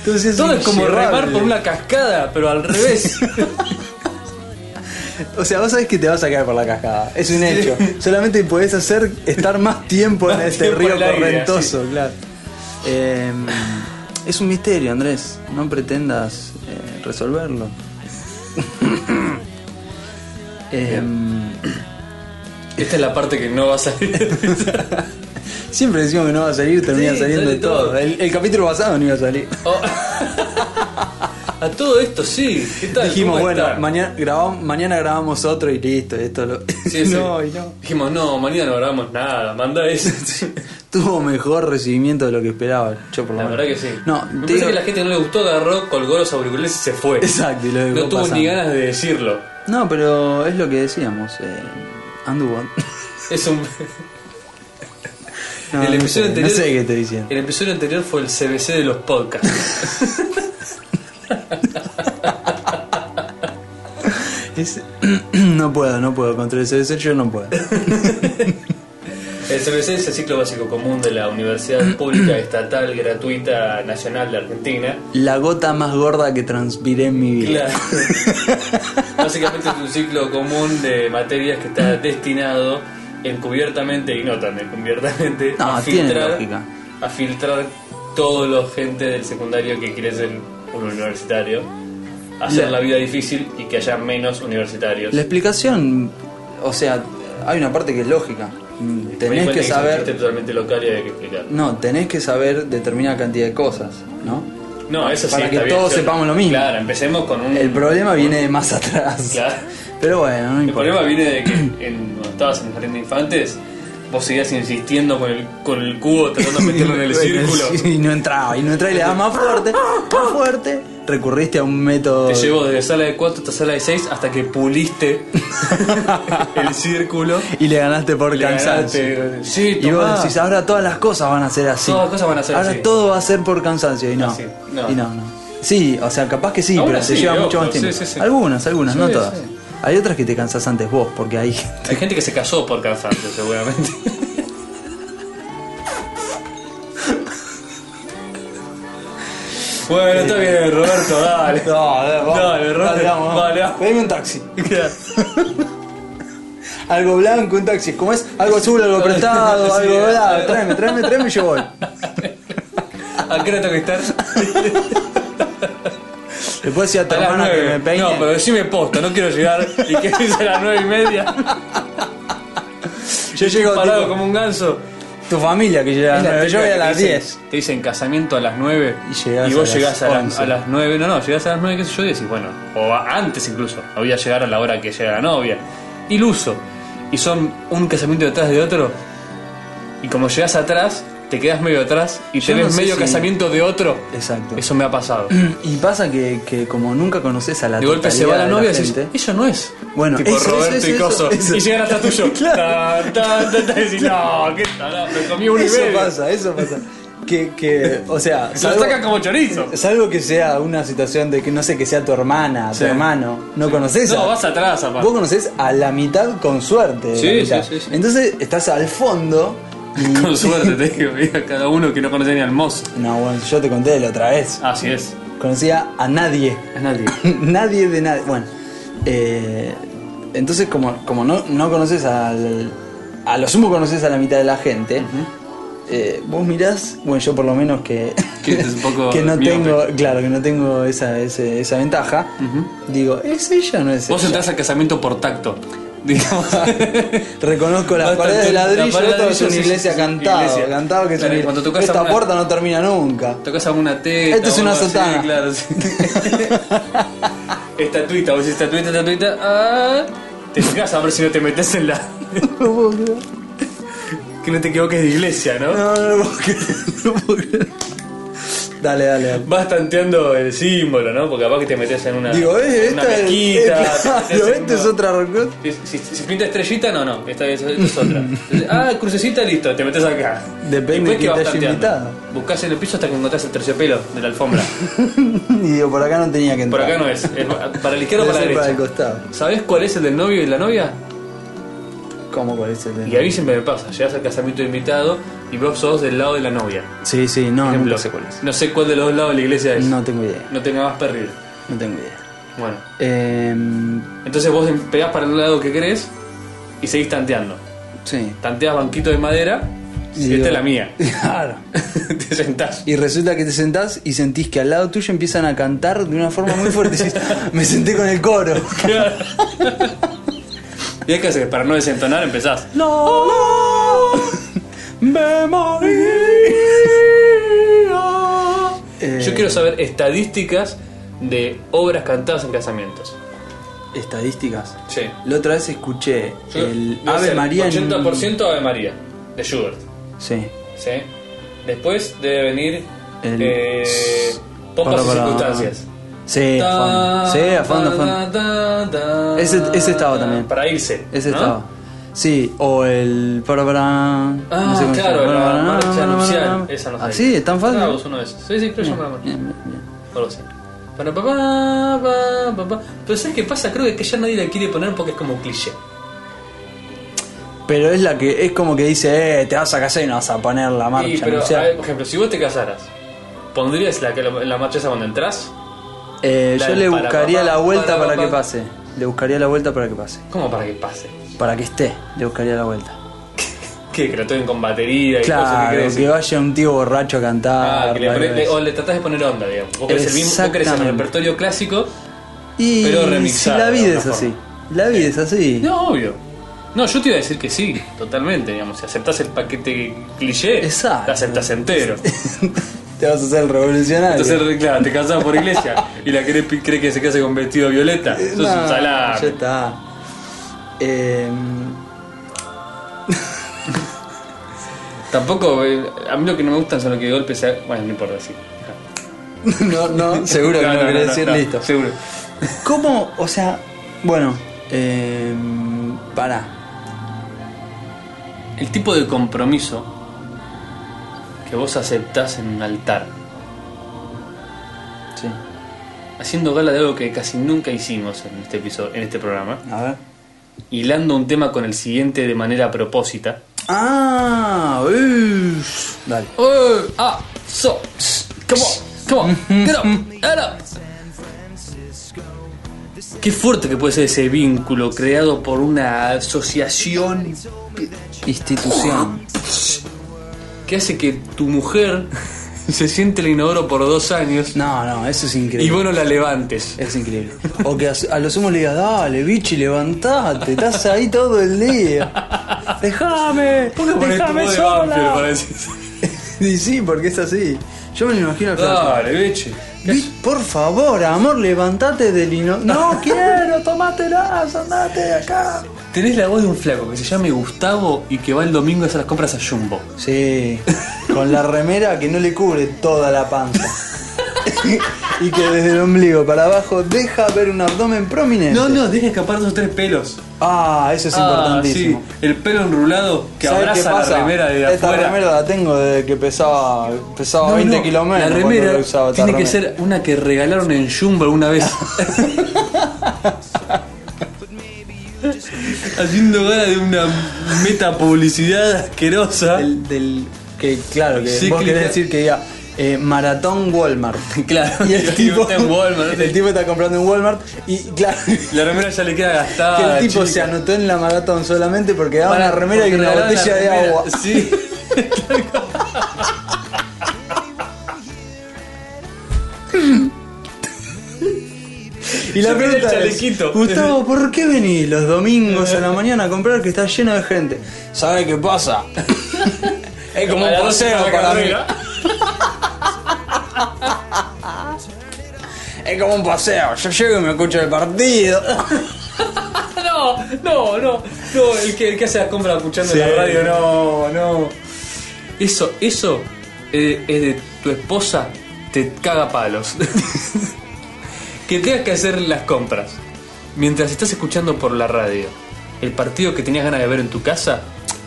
Speaker 1: Entonces
Speaker 2: Todo es como
Speaker 1: inllevable.
Speaker 2: remar por una cascada, pero al revés.
Speaker 1: O sea, vos sabés que te vas a caer por la cascada. Es un hecho. Solamente podés hacer estar más tiempo en
Speaker 2: Más
Speaker 1: este
Speaker 2: tiempo
Speaker 1: río
Speaker 2: al aire,
Speaker 1: correntoso, claro. Eh, es un misterio, Andrés. No pretendas eh, resolverlo. Eh,
Speaker 2: Esta es la parte que no va a salir.
Speaker 1: siempre decimos que no va a salir, termina
Speaker 2: Sí,
Speaker 1: saliendo
Speaker 2: sale
Speaker 1: todo.
Speaker 2: todo.
Speaker 1: El, el capítulo pasado no iba a salir.
Speaker 2: Oh. A todo esto sí. ¿Qué tal?
Speaker 1: Dijimos,
Speaker 2: ¿Cómo
Speaker 1: bueno,
Speaker 2: están?
Speaker 1: mañana grabamos, mañana grabamos otro y listo. Esto lo...
Speaker 2: Sí, sí.
Speaker 1: No, y no.
Speaker 2: Dijimos, no, mañana no grabamos nada, manda eso.
Speaker 1: Tuvo mejor recibimiento de lo que esperaba, yo por lo
Speaker 2: La
Speaker 1: menos.
Speaker 2: verdad que sí.
Speaker 1: No,
Speaker 2: Me
Speaker 1: te
Speaker 2: parece
Speaker 1: digo-
Speaker 2: que la gente no le gustó, agarró, colgó los auriculares y se fue.
Speaker 1: Exacto, y lo dejó
Speaker 2: No tuvo
Speaker 1: pasando.
Speaker 2: ni ganas de decirlo.
Speaker 1: No, pero es lo que decíamos. Eh, anduvo.
Speaker 2: Es un.
Speaker 1: No,
Speaker 2: el
Speaker 1: no
Speaker 2: episodio
Speaker 1: sé,
Speaker 2: anterior.
Speaker 1: No sé qué te diciendo.
Speaker 2: El episodio anterior fue el CBC de los podcasts.
Speaker 1: Es- no puedo, no puedo. Contra el CBC yo no puedo.
Speaker 2: El CBC es el ciclo básico común de la Universidad Pública Estatal Gratuita Nacional de Argentina.
Speaker 1: La gota más gorda que transpiré en mi vida.
Speaker 2: Claro. Básicamente es un ciclo común de materias que está destinado encubiertamente y no tan encubiertamente
Speaker 1: No,
Speaker 2: a
Speaker 1: tiene
Speaker 2: filtrar
Speaker 1: lógica.
Speaker 2: a filtrar todo lo gente del secundario que quiere ser un universitario, hacer
Speaker 1: Le-
Speaker 2: la vida difícil y que haya menos universitarios.
Speaker 1: La explicación, o sea, hay una parte que es lógica. Mm,
Speaker 2: Me di
Speaker 1: Tenés
Speaker 2: cuenta
Speaker 1: que
Speaker 2: es un chiste
Speaker 1: saber.
Speaker 2: totalmente local y hay que explicar.
Speaker 1: No, tenés que saber determinada cantidad de cosas, ¿no?
Speaker 2: No, eso sí
Speaker 1: Para que
Speaker 2: está bien,
Speaker 1: todos
Speaker 2: yo-
Speaker 1: sepamos lo mismo.
Speaker 2: Claro, empecemos con un
Speaker 1: El problema viene de más atrás.
Speaker 2: Claro.
Speaker 1: Pero bueno, no
Speaker 2: El
Speaker 1: importa.
Speaker 2: problema viene de que en- cuando estabas en el jardín de infantes, vos seguías insistiendo con el, con el cubo, tratando de meterlo en el círculo.
Speaker 1: Y no entraba, y no entraba y le daba más fuerte, más fuerte. Recurriste a un método.
Speaker 2: Te llevo desde sala de 4 hasta sala de 6 hasta que puliste el círculo.
Speaker 1: Y le ganaste por
Speaker 2: Le
Speaker 1: cansancio.
Speaker 2: ganaste. Sí,
Speaker 1: Y
Speaker 2: tomá.
Speaker 1: vos decís, ahora todas las cosas van a ser así.
Speaker 2: Todas las cosas van a ser
Speaker 1: ahora
Speaker 2: así.
Speaker 1: todo va a ser por cansancio. Y no.
Speaker 2: Así, no.
Speaker 1: Y no, no. Sí, o sea, capaz que sí,
Speaker 2: Aún
Speaker 1: pero te
Speaker 2: así,
Speaker 1: lleva
Speaker 2: ojo,
Speaker 1: mucho más
Speaker 2: sí,
Speaker 1: tiempo.
Speaker 2: sí, sí.
Speaker 1: Algunas, algunas,
Speaker 2: Sí,
Speaker 1: no todas.
Speaker 2: sí.
Speaker 1: Hay otras que te cansás antes vos, porque ahí.
Speaker 2: Hay gente que se casó por cansancio, seguramente. bueno, está bien, Roberto, dale.
Speaker 1: a ver, vamos.
Speaker 2: Dale, Roberto,
Speaker 1: Dale, vamos, vamos.
Speaker 2: vale, vamos.
Speaker 1: Pedime un taxi. Algo blanco, un taxi. ¿Cómo es? Algo azul, algo prestado,
Speaker 2: Sí,
Speaker 1: algo
Speaker 2: dale.
Speaker 1: blanco. Tráeme, tráeme, tráeme y yo voy.
Speaker 2: ¿A qué hora tengo que estar?
Speaker 1: Después decía a tu
Speaker 2: A las
Speaker 1: hermana que
Speaker 2: nueve.
Speaker 1: me peine.
Speaker 2: No, pero decime posta, no quiero llegar y que es a las nueve y media.
Speaker 1: Yo llego
Speaker 2: parado
Speaker 1: tipo,
Speaker 2: como un ganso.
Speaker 1: tu familia que llega a las nueve, Yo voy a las
Speaker 2: Te dicen-
Speaker 1: 10.
Speaker 2: Te dicen casamiento a las 9
Speaker 1: Y llegás a
Speaker 2: vos
Speaker 1: las
Speaker 2: llegás a, la-
Speaker 1: 11.
Speaker 2: a las 9. No, no, llegás a las 9, qué sé yo, y decís, bueno, o a- antes incluso, voy a llegar a la hora que llega la novia. Iluso. Y son un casamiento detrás de otro. Y como llegás atrás, te quedás medio atrás y
Speaker 1: Yo
Speaker 2: tenés
Speaker 1: no sé
Speaker 2: medio
Speaker 1: si-
Speaker 2: casamiento de otro.
Speaker 1: Exacto.
Speaker 2: Eso me ha pasado.
Speaker 1: Y pasa que, que como nunca conoces a la
Speaker 2: De golpe se va
Speaker 1: totalidad
Speaker 2: la
Speaker 1: de
Speaker 2: novia y decís,
Speaker 1: gente,
Speaker 2: eso no es.
Speaker 1: Bueno,
Speaker 2: tipo
Speaker 1: eso,
Speaker 2: Roberto
Speaker 1: eso,
Speaker 2: y
Speaker 1: eso,
Speaker 2: Coso.
Speaker 1: eso.
Speaker 2: Y llegan hasta tuyo. Tan, tan, tan, tan, y decís, no, qué tarado, me comí un y
Speaker 1: Eso
Speaker 2: medio.
Speaker 1: pasa, eso pasa. Que, que o sea,
Speaker 2: Se lo
Speaker 1: salvo,
Speaker 2: sacan como chorizo.
Speaker 1: salvo que sea una situación de que no sé, que sea tu hermana,
Speaker 2: Sí.
Speaker 1: tu hermano, no conoces
Speaker 2: No, vas atrás, aparte.
Speaker 1: Vos conoces a la mitad con suerte. de la
Speaker 2: Sí, sí,
Speaker 1: mitad.
Speaker 2: sí, sí.
Speaker 1: Entonces estás al fondo y.
Speaker 2: Con suerte, te digo, mira, cada uno que no conoce ni al mozo.
Speaker 1: No, bueno, yo te conté la otra vez.
Speaker 2: Así es.
Speaker 1: Conocía a nadie.
Speaker 2: A nadie.
Speaker 1: nadie de nadie. Bueno, eh, entonces como, como no, no conoces al... A lo sumo conoces a la mitad de la gente. eh, vos mirás, bueno, yo por lo menos que...
Speaker 2: Que es un poco
Speaker 1: que no
Speaker 2: miope.
Speaker 1: tengo, claro, que no tengo esa, ese- esa ventaja. Digo, ¿es ella o no es
Speaker 2: Vos
Speaker 1: ella?
Speaker 2: entrás al casamiento por tacto. Digamos.
Speaker 1: Reconozco las
Speaker 2: Vas
Speaker 1: paredes de
Speaker 2: tanto- la
Speaker 1: ladrillo,
Speaker 2: pared de
Speaker 1: esto es
Speaker 2: ladrillo,
Speaker 1: una
Speaker 2: sí,
Speaker 1: iglesia
Speaker 2: sí, sí,
Speaker 1: cantado,
Speaker 2: iglesia.
Speaker 1: cantado que es
Speaker 2: Claro,
Speaker 1: una-
Speaker 2: y cuando tocas
Speaker 1: Esta
Speaker 2: alguna-
Speaker 1: puerta no termina nunca.
Speaker 2: Tocás alguna teta.
Speaker 1: Esto es
Speaker 2: o
Speaker 1: una
Speaker 2: algo así,
Speaker 1: sotana.
Speaker 2: claro, sí. Estatuita, vos decís estatuita, estatuita. Ah, te fijas a ver si no te metes en la.
Speaker 1: No puedo creer.
Speaker 2: Que no te equivoques de iglesia, ¿no?
Speaker 1: No, no, no puedo creer, no puedo creer. Dale, dale, dale.
Speaker 2: Vas tanteando el símbolo, ¿no? Porque capaz que te metes en una,
Speaker 1: Digo, eh,
Speaker 2: en una
Speaker 1: esta es- eh,
Speaker 2: mezquita.
Speaker 1: claro,
Speaker 2: te metés en
Speaker 1: esta es
Speaker 2: una-
Speaker 1: otra record.
Speaker 2: Si, si- si pinta estrellita, no, no, esta, es- esta es otra. Entonces, ah, crucecita, listo, te metes acá.
Speaker 1: Depende
Speaker 2: Después
Speaker 1: de quién te
Speaker 2: vas
Speaker 1: haya
Speaker 2: tanteando.
Speaker 1: invitado.
Speaker 2: Buscás en el piso hasta que encontrás el terciopelo de la alfombra.
Speaker 1: Y digo, por acá no tenía que
Speaker 2: Por
Speaker 1: entrar.
Speaker 2: acá no es, es pa- para la izquierda o
Speaker 1: Debe
Speaker 2: para la
Speaker 1: ser
Speaker 2: derecha.
Speaker 1: para el costado.
Speaker 2: ¿Sabés cuál es el del novio y la novia?
Speaker 1: ¿Cómo parece el
Speaker 2: Y a mí siempre me pasa, llegás al casamiento de invitado y vos sos del lado de la novia.
Speaker 1: Sí, sí, Ah, no,
Speaker 2: Ejemplo,
Speaker 1: no sé cuál es.
Speaker 2: No sé cuál de los dos lados de la iglesia es.
Speaker 1: No tengo idea,
Speaker 2: No tenga más perril.
Speaker 1: no tengo idea.
Speaker 2: Bueno,
Speaker 1: Em,
Speaker 2: entonces vos em- pegás para el lado que querés y seguís tanteando.
Speaker 1: sí.
Speaker 2: Tanteás banquito de madera y,
Speaker 1: digo-
Speaker 2: esta es la mía.
Speaker 1: Claro.
Speaker 2: te sentás.
Speaker 1: Y resulta que te sentás y sentís que al lado tuyo empiezan a cantar de una forma muy fuerte. Y decís, me senté con el coro.
Speaker 2: y es que hacer? para no desentonar empezás.
Speaker 1: No, me moría.
Speaker 2: Yo
Speaker 1: Eh,
Speaker 2: quiero saber estadísticas de obras cantadas en casamientos.
Speaker 1: Estadísticas.
Speaker 2: Sí.
Speaker 1: La otra vez escuché
Speaker 2: Yo-
Speaker 1: el
Speaker 2: debe
Speaker 1: Ave
Speaker 2: ser
Speaker 1: María. en-
Speaker 2: 80% Ave María, de Schubert.
Speaker 1: Sí.
Speaker 2: ¿sí? Después debe venir
Speaker 1: El-
Speaker 2: eh,
Speaker 1: Pará,
Speaker 2: Pompas y
Speaker 1: pará.
Speaker 2: Circunstancias.
Speaker 1: Sí, a fondo. Sí, a fondo, a fondo. Ese- ese estaba también.
Speaker 2: Para irse.
Speaker 1: Ese
Speaker 2: ¿no?
Speaker 1: estaba. Sí, o el. Para, para.
Speaker 2: Ah,
Speaker 1: no sé cómo se
Speaker 2: claro,
Speaker 1: llama.
Speaker 2: la
Speaker 1: Para, para,
Speaker 2: marcha
Speaker 1: para,
Speaker 2: nupcial.
Speaker 1: para.
Speaker 2: Esa no sé.
Speaker 1: Ah, sí, es tan fácil.
Speaker 2: Claro, vos uno de esos. Sí, sí, creo que yo me la marcha.
Speaker 1: Bien, bien, bien.
Speaker 2: No lo sé. Para papá, papá, papá. Pero ¿sabes qué pasa? Creo que ya nadie la quiere poner porque es como cliché.
Speaker 1: Pero es la que es como que dice, eh, te vas a casar y no vas a poner la marcha.
Speaker 2: Y, pero,
Speaker 1: nupcial.
Speaker 2: a ver, por ejemplo, si vos te casaras, ¿pondrías la, que- la, la marcha esa cuando entras?
Speaker 1: Eh,
Speaker 2: la
Speaker 1: yo
Speaker 2: del
Speaker 1: le
Speaker 2: para,
Speaker 1: buscaría
Speaker 2: papá,
Speaker 1: la vuelta
Speaker 2: para,
Speaker 1: para,
Speaker 2: papá.
Speaker 1: que pase. Le buscaría la vuelta para que pase.
Speaker 2: ¿Cómo para que pase?
Speaker 1: Para que esté, le buscaría la vuelta.
Speaker 2: ¿Qué? Que lo toquen con batería y cosas que
Speaker 1: Claro,
Speaker 2: querés
Speaker 1: que vaya un tío borracho a cantar.
Speaker 2: Ah, que le
Speaker 1: tal
Speaker 2: ponés-
Speaker 1: vez.
Speaker 2: o le tratás de poner onda, digamos. Vos querés el mismo, vos querés el
Speaker 1: Exactamente.
Speaker 2: repertorio clásico.
Speaker 1: y
Speaker 2: pero
Speaker 1: si
Speaker 2: remixado,
Speaker 1: la
Speaker 2: de
Speaker 1: vida es
Speaker 2: alguna
Speaker 1: así. La vida es así.
Speaker 2: No, obvio. No, yo te iba a decir que sí, totalmente, digamos. Si aceptás el paquete cliché,
Speaker 1: Exacto.
Speaker 2: lo aceptás entero.
Speaker 1: Te vas a hacer el revolucionario.
Speaker 2: Entonces, claro, te casás por iglesia y la querés, cree que se case con vestido violeta. Sos
Speaker 1: Eh, No,
Speaker 2: un
Speaker 1: Ya
Speaker 2: salame.
Speaker 1: está. Em,
Speaker 2: Tampoco, eh, a mí lo que no me gustan son los que de golpe se... Bueno, no importa, sí.
Speaker 1: no, no, seguro que no,
Speaker 2: querés
Speaker 1: querés decir listo.
Speaker 2: Seguro.
Speaker 1: ¿Cómo? O sea, bueno, em, pará.
Speaker 2: El tipo de compromiso que vos aceptás en un altar,
Speaker 1: Sí,
Speaker 2: haciendo gala de algo que casi nunca hicimos en este episodio, en este programa,
Speaker 1: a ver.
Speaker 2: hilando un tema con el siguiente de manera propósita.
Speaker 1: Ah, uff. Dale.
Speaker 2: Uh, ah, so, s- come on, come on, get up, get up. Qué fuerte que puede ser ese vínculo creado por una asociación
Speaker 1: Institución.
Speaker 2: que hace que tu mujer se siente en el inodoro por dos años
Speaker 1: No, no, eso es increíble.
Speaker 2: y vos no la levantes.
Speaker 1: Es increíble. O que a, a los humos le digas, dale, bichi, levantate, estás ahí todo el día. Déjame,
Speaker 2: Vos le ponés tu
Speaker 1: déjame
Speaker 2: voz de vampiro para
Speaker 1: sola.
Speaker 2: decir,
Speaker 1: Y sí, porque es así. Yo me lo imagino claro.
Speaker 2: Dale, leche.
Speaker 1: Vi- Por favor, amor, levantate del lino. No quiero, tomátelas, andate de acá.
Speaker 2: Tenés la voz de un flaco que se llame Gustavo y que va el domingo a hacer las compras a Jumbo.
Speaker 1: Sí, con la remera que no le cubre toda la panza. y que desde el ombligo para abajo deja ver un abdomen prominente.
Speaker 2: No, no, deja escapar dos o tres pelos.
Speaker 1: Ah, eso es
Speaker 2: Ah,
Speaker 1: importantísimo.
Speaker 2: sí, el pelo enrulado que
Speaker 1: ¿Sabes qué
Speaker 2: abraza
Speaker 1: pasa?
Speaker 2: la remera de
Speaker 1: Esta
Speaker 2: afuera.
Speaker 1: remera la tengo desde que pesaba, pesaba
Speaker 2: No,
Speaker 1: 20
Speaker 2: no,
Speaker 1: kilómetros.
Speaker 2: La
Speaker 1: cuando
Speaker 2: remera
Speaker 1: la usaba esta
Speaker 2: tiene que
Speaker 1: remera.
Speaker 2: ser una que regalaron en Jumbo alguna vez. Haciendo gala de una meta publicidad asquerosa.
Speaker 1: Del, del- que claro, que
Speaker 2: Sí,
Speaker 1: vos
Speaker 2: clica.
Speaker 1: querés decir que diga eh, maratón Walmart.
Speaker 2: Claro,
Speaker 1: Y el tipo,
Speaker 2: está en Walmart, ¿no?
Speaker 1: el tipo está comprando en Walmart y claro, que
Speaker 2: La remera ya le queda gastada.
Speaker 1: el tipo
Speaker 2: Ah, chica.
Speaker 1: se anotó en la maratón solamente porque daba
Speaker 2: Para-
Speaker 1: una remera y
Speaker 2: porque
Speaker 1: una
Speaker 2: regalaron la
Speaker 1: botella de
Speaker 2: remera.
Speaker 1: agua.
Speaker 2: Sí.
Speaker 1: Y la
Speaker 2: Se pide el
Speaker 1: pregunta es,
Speaker 2: chalequito.
Speaker 1: Gustavo, ¿por qué venís los domingos a la mañana a comprar que está lleno de gente? ¿Sabe qué pasa? es como
Speaker 2: A
Speaker 1: un
Speaker 2: las doce
Speaker 1: paseo
Speaker 2: la
Speaker 1: para mí.
Speaker 2: carrera.
Speaker 1: Es como un paseo. Yo llego y me escucho el partido.
Speaker 2: No, no, no, no, el que, el que hace las compras escuchando
Speaker 1: Sí.
Speaker 2: la radio, no, no. Eso, eso eh, es de tu esposa te caga palos. que tengas que hacer las compras mientras estás escuchando por la radio el partido que tenías ganas de ver en tu casa.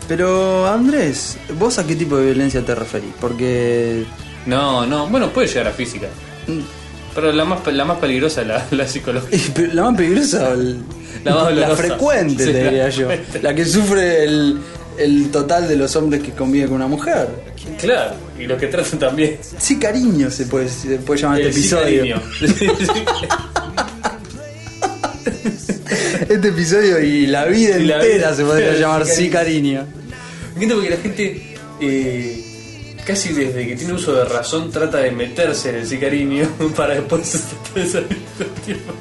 Speaker 1: Pero Andrés, ¿vos a qué tipo de violencia te referís? Porque
Speaker 2: No, no, bueno, puede llegar a física. Mm, Pero la más, la más peligrosa es la, la psicológica.
Speaker 1: Y pe- La más peligrosa, el-
Speaker 2: La más dolorosa.
Speaker 1: frecuente,
Speaker 2: Sí,
Speaker 1: te
Speaker 2: la
Speaker 1: diría yo.
Speaker 2: frecuente.
Speaker 1: La que sufre el, el total de los hombres que conviven con una mujer.
Speaker 2: Claro, y los que tratan también. Eh,
Speaker 1: Sí, cariño se puede, se puede llamar
Speaker 2: El
Speaker 1: este episodio. Este episodio y la vida
Speaker 2: Y la
Speaker 1: entera
Speaker 2: vida.
Speaker 1: se podría llamar
Speaker 2: Sí,
Speaker 1: sí, cariño.
Speaker 2: Me encanta porque la gente eh, casi desde que tiene uso de razón trata de meterse en el sicariño para después tratar de salir todo el tiempo.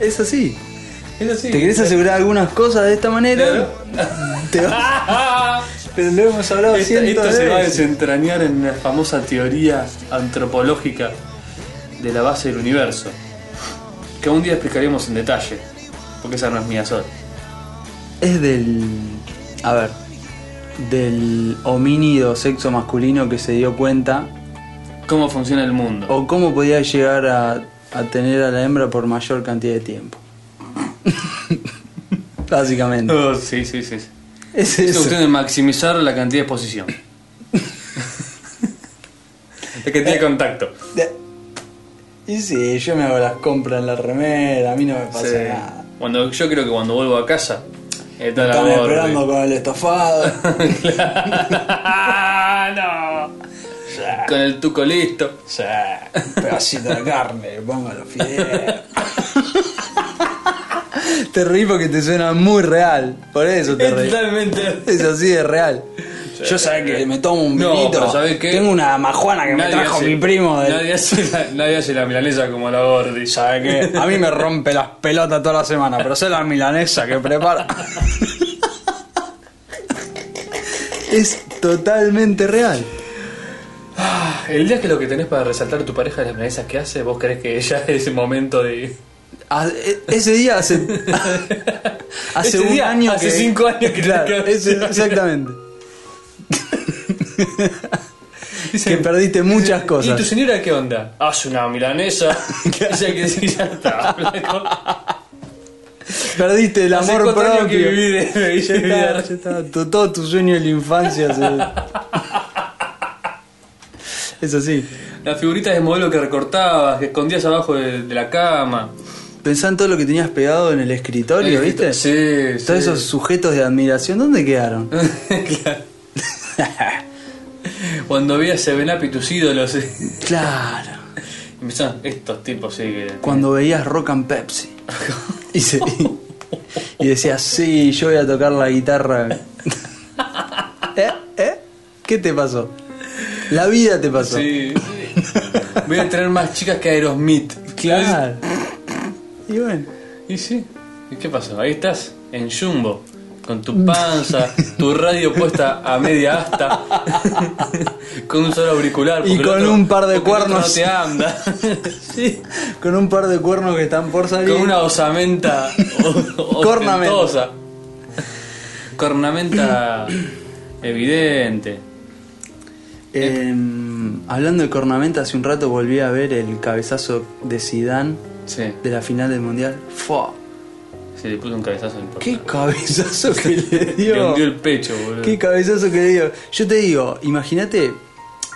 Speaker 1: Es así.
Speaker 2: Es así.
Speaker 1: ¿Te querés asegurar algunas cosas de esta manera? Te va- Pero lo hemos hablado
Speaker 2: Esta-
Speaker 1: cientos
Speaker 2: esto
Speaker 1: de
Speaker 2: se va a
Speaker 1: veces.
Speaker 2: desentrañar en la famosa teoría antropológica de la base del universo, que un día explicaremos en detalle, porque esa no es mía sola.
Speaker 1: Es del. A ver. Del homínido sexo masculino que se dio cuenta
Speaker 2: ¿Cómo funciona el mundo?
Speaker 1: o cómo podía llegar a, a tener a la hembra por mayor cantidad de tiempo. Básicamente.
Speaker 2: Oh, sí, sí, sí. sí.
Speaker 1: Es
Speaker 2: Es una
Speaker 1: eso.
Speaker 2: cuestión de maximizar la cantidad de exposición. la cantidad de contacto.
Speaker 1: Y sí, yo me hago las compras en la remera, a mí no me pasa
Speaker 2: Sí.
Speaker 1: nada.
Speaker 2: Cuando, yo creo que cuando vuelvo a casa, eh, está la
Speaker 1: Están
Speaker 2: gorda.
Speaker 1: esperando con el estofado.
Speaker 2: Claro. Con el tuco listo.
Speaker 1: Sí, un pedacito de carne, pongo los fideos. te reí porque te suena muy real. Por eso te
Speaker 2: Es
Speaker 1: reí.
Speaker 2: totalmente.
Speaker 1: Es así de real. Yo sabés que me tomo un
Speaker 2: No,
Speaker 1: vinito.
Speaker 2: pero ¿sabés qué?
Speaker 1: Tengo una majuana Ah, que me trajo mi primo. del-
Speaker 2: nadie, hace la, nadie hace la milanesa como la gordi.
Speaker 1: ¿Sabés qué? A mí me rompe las pelotas toda la semana, pero sé la milanesa que prepara. es totalmente real.
Speaker 2: Ah, El día que lo que tenés para resaltar a tu pareja es las milanesas que hace, vos crees que ya es el momento de.
Speaker 1: Ah, e- Ese día hace. Hace
Speaker 2: Ese
Speaker 1: un
Speaker 2: día,
Speaker 1: año
Speaker 2: hace
Speaker 1: que-
Speaker 2: cinco años que
Speaker 1: Claro,
Speaker 2: tenés que-
Speaker 1: ese- exactamente. que
Speaker 2: Dicen-
Speaker 1: perdiste muchas
Speaker 2: ¿Y tu
Speaker 1: cosas.
Speaker 2: señora qué onda? Hace una milanesa. Esa que sí, ya está. flaco.
Speaker 1: Perdiste el
Speaker 2: Hace
Speaker 1: amor
Speaker 2: cuatro años
Speaker 1: propio.
Speaker 2: que viví de- de
Speaker 1: Ya está,
Speaker 2: de- de-
Speaker 1: ya está. Tu- todo tu sueño de la infancia se- Es así.
Speaker 2: Las figuritas de modelo que recortabas, que escondías abajo de, de la cama. Eh,
Speaker 1: Pensá en todo lo que tenías pegado en el escritorio, ¿viste?
Speaker 2: Sí, sí.
Speaker 1: Todos esos sujetos de admiración, ¿dónde quedaron?
Speaker 2: Claro. Cuando veías Seven Up y tus ídolos. eh,
Speaker 1: claro.
Speaker 2: empezaban, estos tipos, sí. que-
Speaker 1: Cuando veías Rock and Pepsi. Y, se- y decías, sí, yo voy a tocar la guitarra. ¿Eh? ¿Eh? ¿Qué te pasó? La vida te pasó.
Speaker 2: Sí, sí. Voy a tener más chicas que Aerosmith.
Speaker 1: Claro. Y bueno.
Speaker 2: Y sí. ¿Y qué pasó? Ahí estás, en Jumbo, con tu panza, tu radio puesta a media asta, con un solo auricular.
Speaker 1: Y
Speaker 2: porque el
Speaker 1: con
Speaker 2: otro-
Speaker 1: un par de
Speaker 2: porque el otro
Speaker 1: cuernos.
Speaker 2: No te anda.
Speaker 1: Sí. Con un par de cuernos que están por salir.
Speaker 2: Con una osamenta o-
Speaker 1: Cornamenta.
Speaker 2: ostentosa. Cornamenta evidente.
Speaker 1: Eh, hablando de cornamenta, hace un rato volví a ver el cabezazo de Sidán
Speaker 2: Sí,
Speaker 1: de la final del mundial. Fua,
Speaker 2: se le puso un cabezazo en el
Speaker 1: ¡Qué cabezazo que le
Speaker 2: Le
Speaker 1: dio!
Speaker 2: hundió el pecho, boludo.
Speaker 1: Qué cabezazo que le dio. Yo te digo, imagínate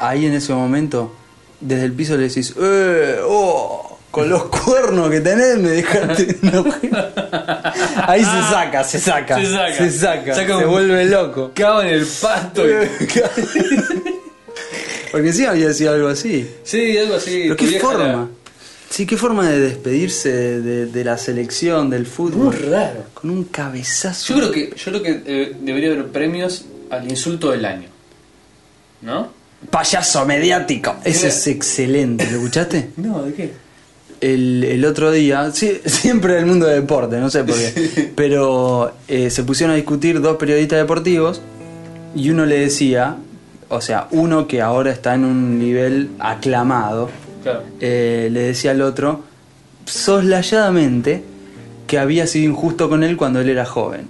Speaker 1: ahí en ese momento, desde el piso le decís, ¡eh! ¡Oh! Con los cuernos que tenés me dejaste. en la ojera". Ahí se saca, se saca.
Speaker 2: Ah, Se saca.
Speaker 1: Se saca.
Speaker 2: Saca
Speaker 1: se
Speaker 2: un-
Speaker 1: vuelve loco.
Speaker 2: Cava en el pasto. y-
Speaker 1: Porque sí había sido algo así.
Speaker 2: Sí, algo así.
Speaker 1: Pero
Speaker 2: tu
Speaker 1: qué
Speaker 2: vieja
Speaker 1: forma.
Speaker 2: era-
Speaker 1: Sí, qué forma de despedirse de, de- de la selección, del fútbol.
Speaker 2: Muy raro.
Speaker 1: Con un cabezazo.
Speaker 2: Yo creo que, yo creo que eh, debería haber premios al insulto del año. ¿No?
Speaker 1: Payaso mediático. Eso
Speaker 2: Mira.
Speaker 1: es excelente. ¿Lo escuchaste?
Speaker 2: No, ¿de qué?
Speaker 1: El, el otro día, sí, siempre el mundo del deporte, no sé por qué, pero eh, se pusieron a discutir dos periodistas deportivos y uno le decía, o sea, uno que ahora está en un nivel aclamado,
Speaker 2: Claro.
Speaker 1: eh, le decía al otro, soslayadamente, que había sido injusto con él cuando él era joven.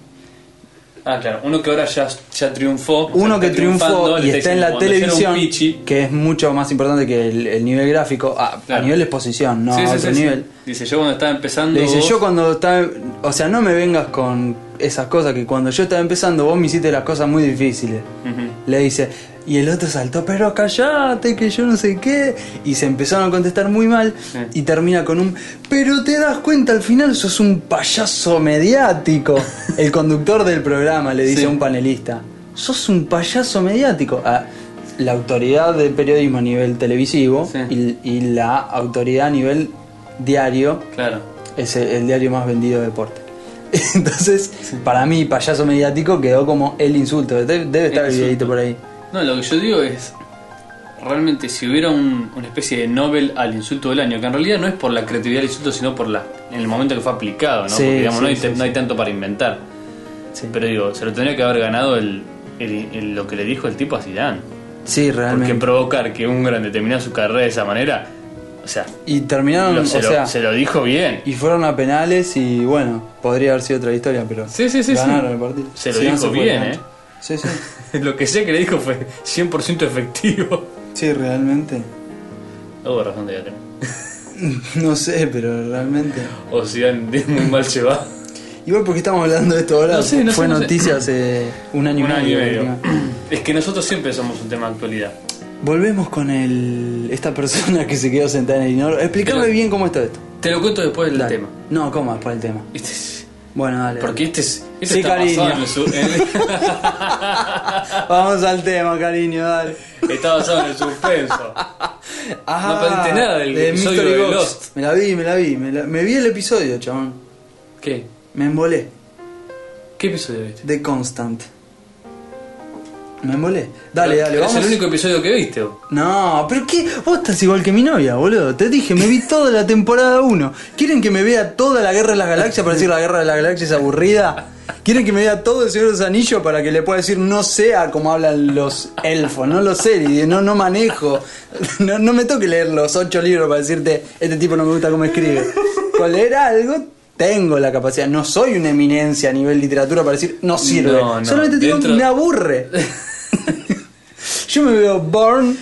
Speaker 2: Ah, claro, uno que ahora ya, ya triunfó.
Speaker 1: Uno
Speaker 2: o sea,
Speaker 1: que
Speaker 2: está triunfando,
Speaker 1: triunfó
Speaker 2: le
Speaker 1: y está en
Speaker 2: diciendo,
Speaker 1: la
Speaker 2: "Cuando yo era un
Speaker 1: televisión,
Speaker 2: pichi",
Speaker 1: que es mucho más importante que el, el nivel gráfico, a,
Speaker 2: Claro.
Speaker 1: a nivel de exposición, no
Speaker 2: Sí,
Speaker 1: a
Speaker 2: sí,
Speaker 1: otro
Speaker 2: sí, sí.
Speaker 1: nivel.
Speaker 2: Dice, yo cuando estaba empezando.
Speaker 1: Le dice,
Speaker 2: vos-
Speaker 1: yo cuando estaba... O sea, no me vengas con esas cosas que cuando yo estaba empezando vos me hiciste las cosas muy difíciles.
Speaker 2: Ujú.
Speaker 1: Le dice, y el otro saltó, pero callate, que yo no sé qué. Y se empezaron a contestar muy mal y termina con un, pero te das cuenta, al final sos un payaso mediático. el conductor del programa le dice
Speaker 2: Sí.
Speaker 1: a un panelista, sos un payaso mediático. A la autoridad de periodismo a nivel televisivo
Speaker 2: Sí.
Speaker 1: y, y la autoridad a nivel diario
Speaker 2: Claro.
Speaker 1: es el, el diario más vendido de deporte. Entonces, para mí, payaso mediático quedó como el insulto. De- Debe, estar el,
Speaker 2: insulto.
Speaker 1: videito por ahí.
Speaker 2: No, lo que yo digo es. Realmente, si hubiera un- una especie de Nobel al insulto del año, que en realidad no es por la creatividad del insulto, sino por la en el momento que fue aplicado, ¿no?
Speaker 1: Sí,
Speaker 2: Porque digamos,
Speaker 1: sí,
Speaker 2: no, hay,
Speaker 1: sí,
Speaker 2: te-
Speaker 1: sí.
Speaker 2: no hay tanto para inventar.
Speaker 1: Sí,
Speaker 2: Pero digo, se lo tendría que haber ganado el, el- el- lo que le dijo el tipo a Zidane.
Speaker 1: Sí,
Speaker 2: Porque
Speaker 1: realmente.
Speaker 2: provocar que un grande terminara su carrera de esa manera, o sea,
Speaker 1: y terminaron,
Speaker 2: lo-
Speaker 1: o
Speaker 2: se, lo,
Speaker 1: sea,
Speaker 2: se lo dijo bien.
Speaker 1: y fueron a penales y bueno, podría haber sido otra historia, pero
Speaker 2: Sí, sí, sí, sí.
Speaker 1: ganaron el partido.
Speaker 2: Se lo
Speaker 1: Sí, no
Speaker 2: dijo
Speaker 1: fue
Speaker 2: bien,
Speaker 1: la
Speaker 2: ¿eh?
Speaker 1: cancha. Sí, sí.
Speaker 2: Lo que sea que le dijo fue 100% efectivo.
Speaker 1: Sí, realmente.
Speaker 2: Hubo razón de acá.
Speaker 1: No sé, pero realmente.
Speaker 2: O Zidane es muy mal llevado.
Speaker 1: Igual porque estamos hablando de esto ahora.
Speaker 2: No sé, no sé,
Speaker 1: fue
Speaker 2: no sé.
Speaker 1: noticia hace un año
Speaker 2: Un año y medio.
Speaker 1: prácticamente.
Speaker 2: Es que nosotros siempre somos un tema de actualidad.
Speaker 1: Volvemos con el esta persona que se quedó sentada en el inodoro. Explícame
Speaker 2: Pero-
Speaker 1: bien cómo está esto.
Speaker 2: Te lo cuento después del
Speaker 1: Dale.
Speaker 2: tema.
Speaker 1: No, coma después el tema.
Speaker 2: Este es-
Speaker 1: Bueno, dale.
Speaker 2: Porque este es. Este
Speaker 1: Sí,
Speaker 2: está basado
Speaker 1: cariño.
Speaker 2: en el su- en-
Speaker 1: dale. Vamos al tema, cariño, dale.
Speaker 2: está basado en el suspenso.
Speaker 1: Ajá,
Speaker 2: aprendiste nada del
Speaker 1: de
Speaker 2: episodio
Speaker 1: Mystery
Speaker 2: de
Speaker 1: Box.
Speaker 2: Lost.
Speaker 1: Me la vi, me la vi. Me, la- me vi el episodio, chabón.
Speaker 2: ¿Qué?
Speaker 1: Me embolé.
Speaker 2: ¿Qué episodio viste?
Speaker 1: De Constant. Me embolé. Dale,
Speaker 2: Pero-
Speaker 1: dale,
Speaker 2: pero
Speaker 1: vamos.
Speaker 2: Es el único episodio que viste. vos.
Speaker 1: No, pero ¿qué? Vos estás igual que mi novia, boludo. Te dije, me vi toda la temporada 1. ¿Quieren que me vea toda la Guerra de las Galaxias para decir la Guerra de las Galaxias es aburrida? ¿Quieren que me vea todo el Señor de los Anillos para que le pueda decir no sea como hablan los elfos? No lo sé, Lidia, no, no manejo. No, no me toque leer los ocho libros para decirte, este tipo no me gusta cómo escribe. Con leer algo tengo la capacidad. No soy una eminencia a nivel literatura para decir no sirve.
Speaker 2: No, no,
Speaker 1: Solamente tengo,
Speaker 2: dentro-
Speaker 1: me aburre. Yo me veo Born.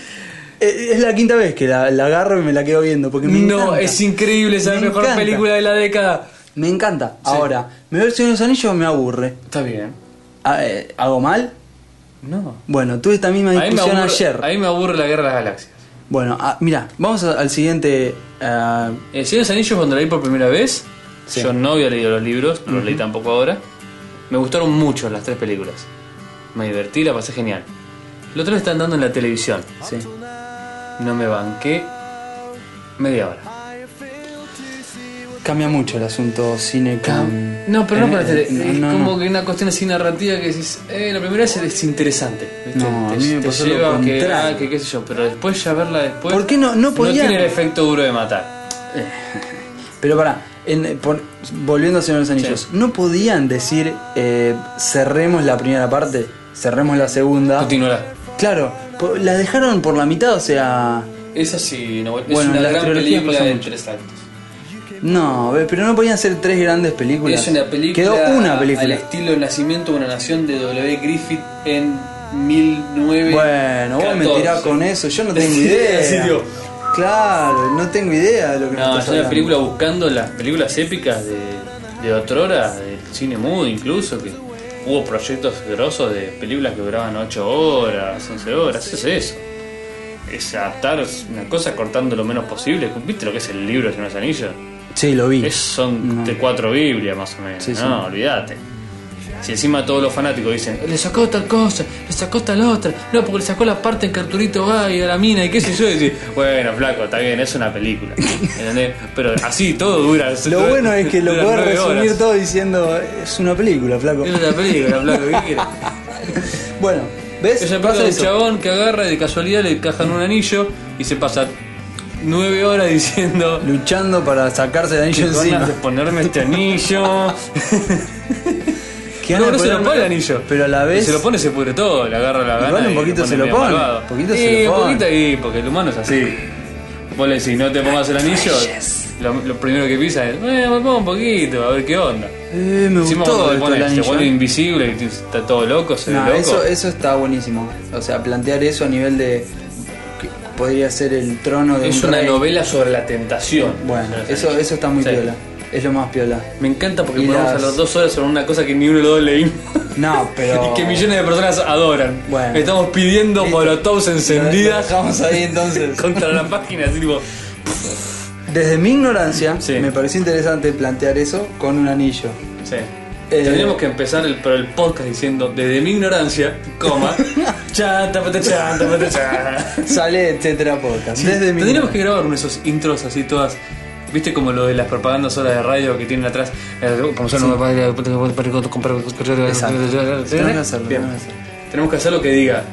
Speaker 1: eh, Es la quinta vez que la, la agarro y me la quedo viendo. Porque me
Speaker 2: No,
Speaker 1: encanta.
Speaker 2: es increíble, es la
Speaker 1: Me
Speaker 2: mejor
Speaker 1: encanta.
Speaker 2: película de la década.
Speaker 1: Me encanta. Ahora, me veo el Señor de los Anillos me aburre.
Speaker 2: Está bien.
Speaker 1: Ah, eh, ¿Hago mal?
Speaker 2: No.
Speaker 1: Bueno, tuve esta misma
Speaker 2: A mí, me
Speaker 1: discusión
Speaker 2: aburre,
Speaker 1: ayer.
Speaker 2: a mí me aburre la guerra de las galaxias.
Speaker 1: Bueno, ah, mira, vamos a- al siguiente. ah,
Speaker 2: El Eh, Señor de los Anillos, cuando la vi por primera vez,
Speaker 1: Sí.
Speaker 2: yo no había leído los libros, no los leí tampoco ahora. Me gustaron mucho las tres películas. Me divertí, la pasé genial. Lo otro lo están dando en la televisión.
Speaker 1: sí.
Speaker 2: No me banqué media hora.
Speaker 1: Cambia mucho el asunto cine con.
Speaker 2: No, pero no
Speaker 1: en-
Speaker 2: para la tele.
Speaker 1: en-
Speaker 2: es
Speaker 1: no, no.
Speaker 2: como que una cuestión así narrativa que dices, eh, la primera vez es interesante. ¿viste?
Speaker 1: No, a mí me pasó lo
Speaker 2: a que,
Speaker 1: contrario.
Speaker 2: ah, que qué sé yo, pero después ya verla después.
Speaker 1: ¿Por qué no- no pues podía-
Speaker 2: No tiene el efecto duro de matar.
Speaker 1: Pero pará, en- por- volviendo a Señor de los Anillos,
Speaker 2: Sí.
Speaker 1: ¿no podían decir eh, cerremos la primera parte, cerremos la segunda?
Speaker 2: Continuará.
Speaker 1: Claro, po- la dejaron por la mitad, o sea.
Speaker 2: Esa sí, no, es
Speaker 1: Bueno,
Speaker 2: una
Speaker 1: las
Speaker 2: gran
Speaker 1: trilogías
Speaker 2: película
Speaker 1: pasan
Speaker 2: de
Speaker 1: mucho.
Speaker 2: tres actos.
Speaker 1: No, ve, pero no podían ser tres grandes películas.
Speaker 2: Es una película.
Speaker 1: Quedó una
Speaker 2: Al
Speaker 1: película.
Speaker 2: estilo Nacimiento de una Nación de W. Griffith en 1914.
Speaker 1: Bueno, vos me tirás con eso, yo no tengo idea.
Speaker 2: Así digo.
Speaker 1: Claro, no tengo idea de lo que me
Speaker 2: No,
Speaker 1: estás
Speaker 2: es una
Speaker 1: hablando.
Speaker 2: película buscando las películas épicas de, de otrora, del cine mudo incluso, que hubo proyectos grosos de películas que duraban 8 horas, 11 horas, eso es eso. Es adaptar una cosa cortando lo menos posible. ¿Viste lo que es el libro de Señor de los Anillos?
Speaker 1: Sí, lo vi.
Speaker 2: Es- son
Speaker 1: No.
Speaker 2: de cuatro Biblias más o menos.
Speaker 1: Sí,
Speaker 2: no,
Speaker 1: sí.
Speaker 2: olvídate. Si encima todos los fanáticos dicen, le sacó tal cosa, le sacó tal otra, no, porque le sacó la parte en que Arturito va y a la mina y qué sé yo, y decís, bueno, flaco, está bien, es una película. ¿entendés? Pero así todo dura.
Speaker 1: Lo bueno es que lo
Speaker 2: dura
Speaker 1: podés
Speaker 2: nueve
Speaker 1: resumir
Speaker 2: horas.
Speaker 1: todo diciendo es una película, flaco.
Speaker 2: Es una película, flaco, ¿qué quieres?
Speaker 1: Bueno, ¿ves?
Speaker 2: Es el
Speaker 1: Pasa
Speaker 2: del
Speaker 1: eso.
Speaker 2: chabón que agarra y de casualidad le encajan un anillo y se pasa nueve horas diciendo,
Speaker 1: luchando para sacarse el anillo
Speaker 2: "Qué ganas
Speaker 1: encima.
Speaker 2: de ponerme este anillo.
Speaker 1: Que
Speaker 2: no,
Speaker 1: han de
Speaker 2: no se lo
Speaker 1: ponerme-
Speaker 2: pone el anillo.
Speaker 1: Pero a la
Speaker 2: Y
Speaker 1: vez.
Speaker 2: se lo pone, se pudre todo. Le agarra la
Speaker 1: Igual
Speaker 2: gana.
Speaker 1: un
Speaker 2: y
Speaker 1: poquito se lo
Speaker 2: medio
Speaker 1: pone,
Speaker 2: malvado.
Speaker 1: poquito se
Speaker 2: Sí,
Speaker 1: lo
Speaker 2: un
Speaker 1: pone.
Speaker 2: poquito ahí, porque el humano es así. Vos le decís, no te pongas el anillo.
Speaker 1: Yes.
Speaker 2: lo, lo primero que pisa es, eh, me pongo un poquito, a ver qué onda.
Speaker 1: Eh, me
Speaker 2: Encima
Speaker 1: gustó
Speaker 2: cuando te
Speaker 1: esto
Speaker 2: pones,
Speaker 1: del
Speaker 2: te
Speaker 1: anillo,
Speaker 2: vuelve
Speaker 1: ¿eh?
Speaker 2: invisible y está todo loco, se ve
Speaker 1: No,
Speaker 2: loco.
Speaker 1: eso, eso está buenísimo. O sea, plantear eso a nivel de. que podría ser el trono de
Speaker 2: es
Speaker 1: un
Speaker 2: una
Speaker 1: rey.
Speaker 2: novela sobre la tentación.
Speaker 1: Bueno, eso, eso está muy
Speaker 2: Sí.
Speaker 1: piola. Es lo más piola.
Speaker 2: Me encanta porque
Speaker 1: Y
Speaker 2: ponemos
Speaker 1: las-
Speaker 2: a las dos horas sobre una cosa que ni uno de los dos leímos.
Speaker 1: No, pero.
Speaker 2: Y que millones de personas adoran.
Speaker 1: Bueno.
Speaker 2: Estamos pidiendo
Speaker 1: Listo.
Speaker 2: molotovs encendidas
Speaker 1: Vamos ahí entonces.
Speaker 2: contra la página, así tipo.
Speaker 1: Desde mi ignorancia,
Speaker 2: Sí.
Speaker 1: me pareció interesante plantear eso con un anillo.
Speaker 2: Sí.
Speaker 1: Eh,
Speaker 2: Tendríamos que empezar el, pero el podcast diciendo desde mi ignorancia, coma, chan, tapate, chan, tapate, chan.
Speaker 1: Sale etcétera podcast.
Speaker 2: Sí,
Speaker 1: Desde mi
Speaker 2: Tendríamos que grabar uno de esos intros así todas. ¿Viste como lo de las propagandas horas de radio que tienen atrás? Eh, Como son los-
Speaker 1: Exacto. Tenemos que hacerlo, tenemos que
Speaker 2: Bien.
Speaker 1: hacerlo.
Speaker 2: Tenemos que hacer lo que diga.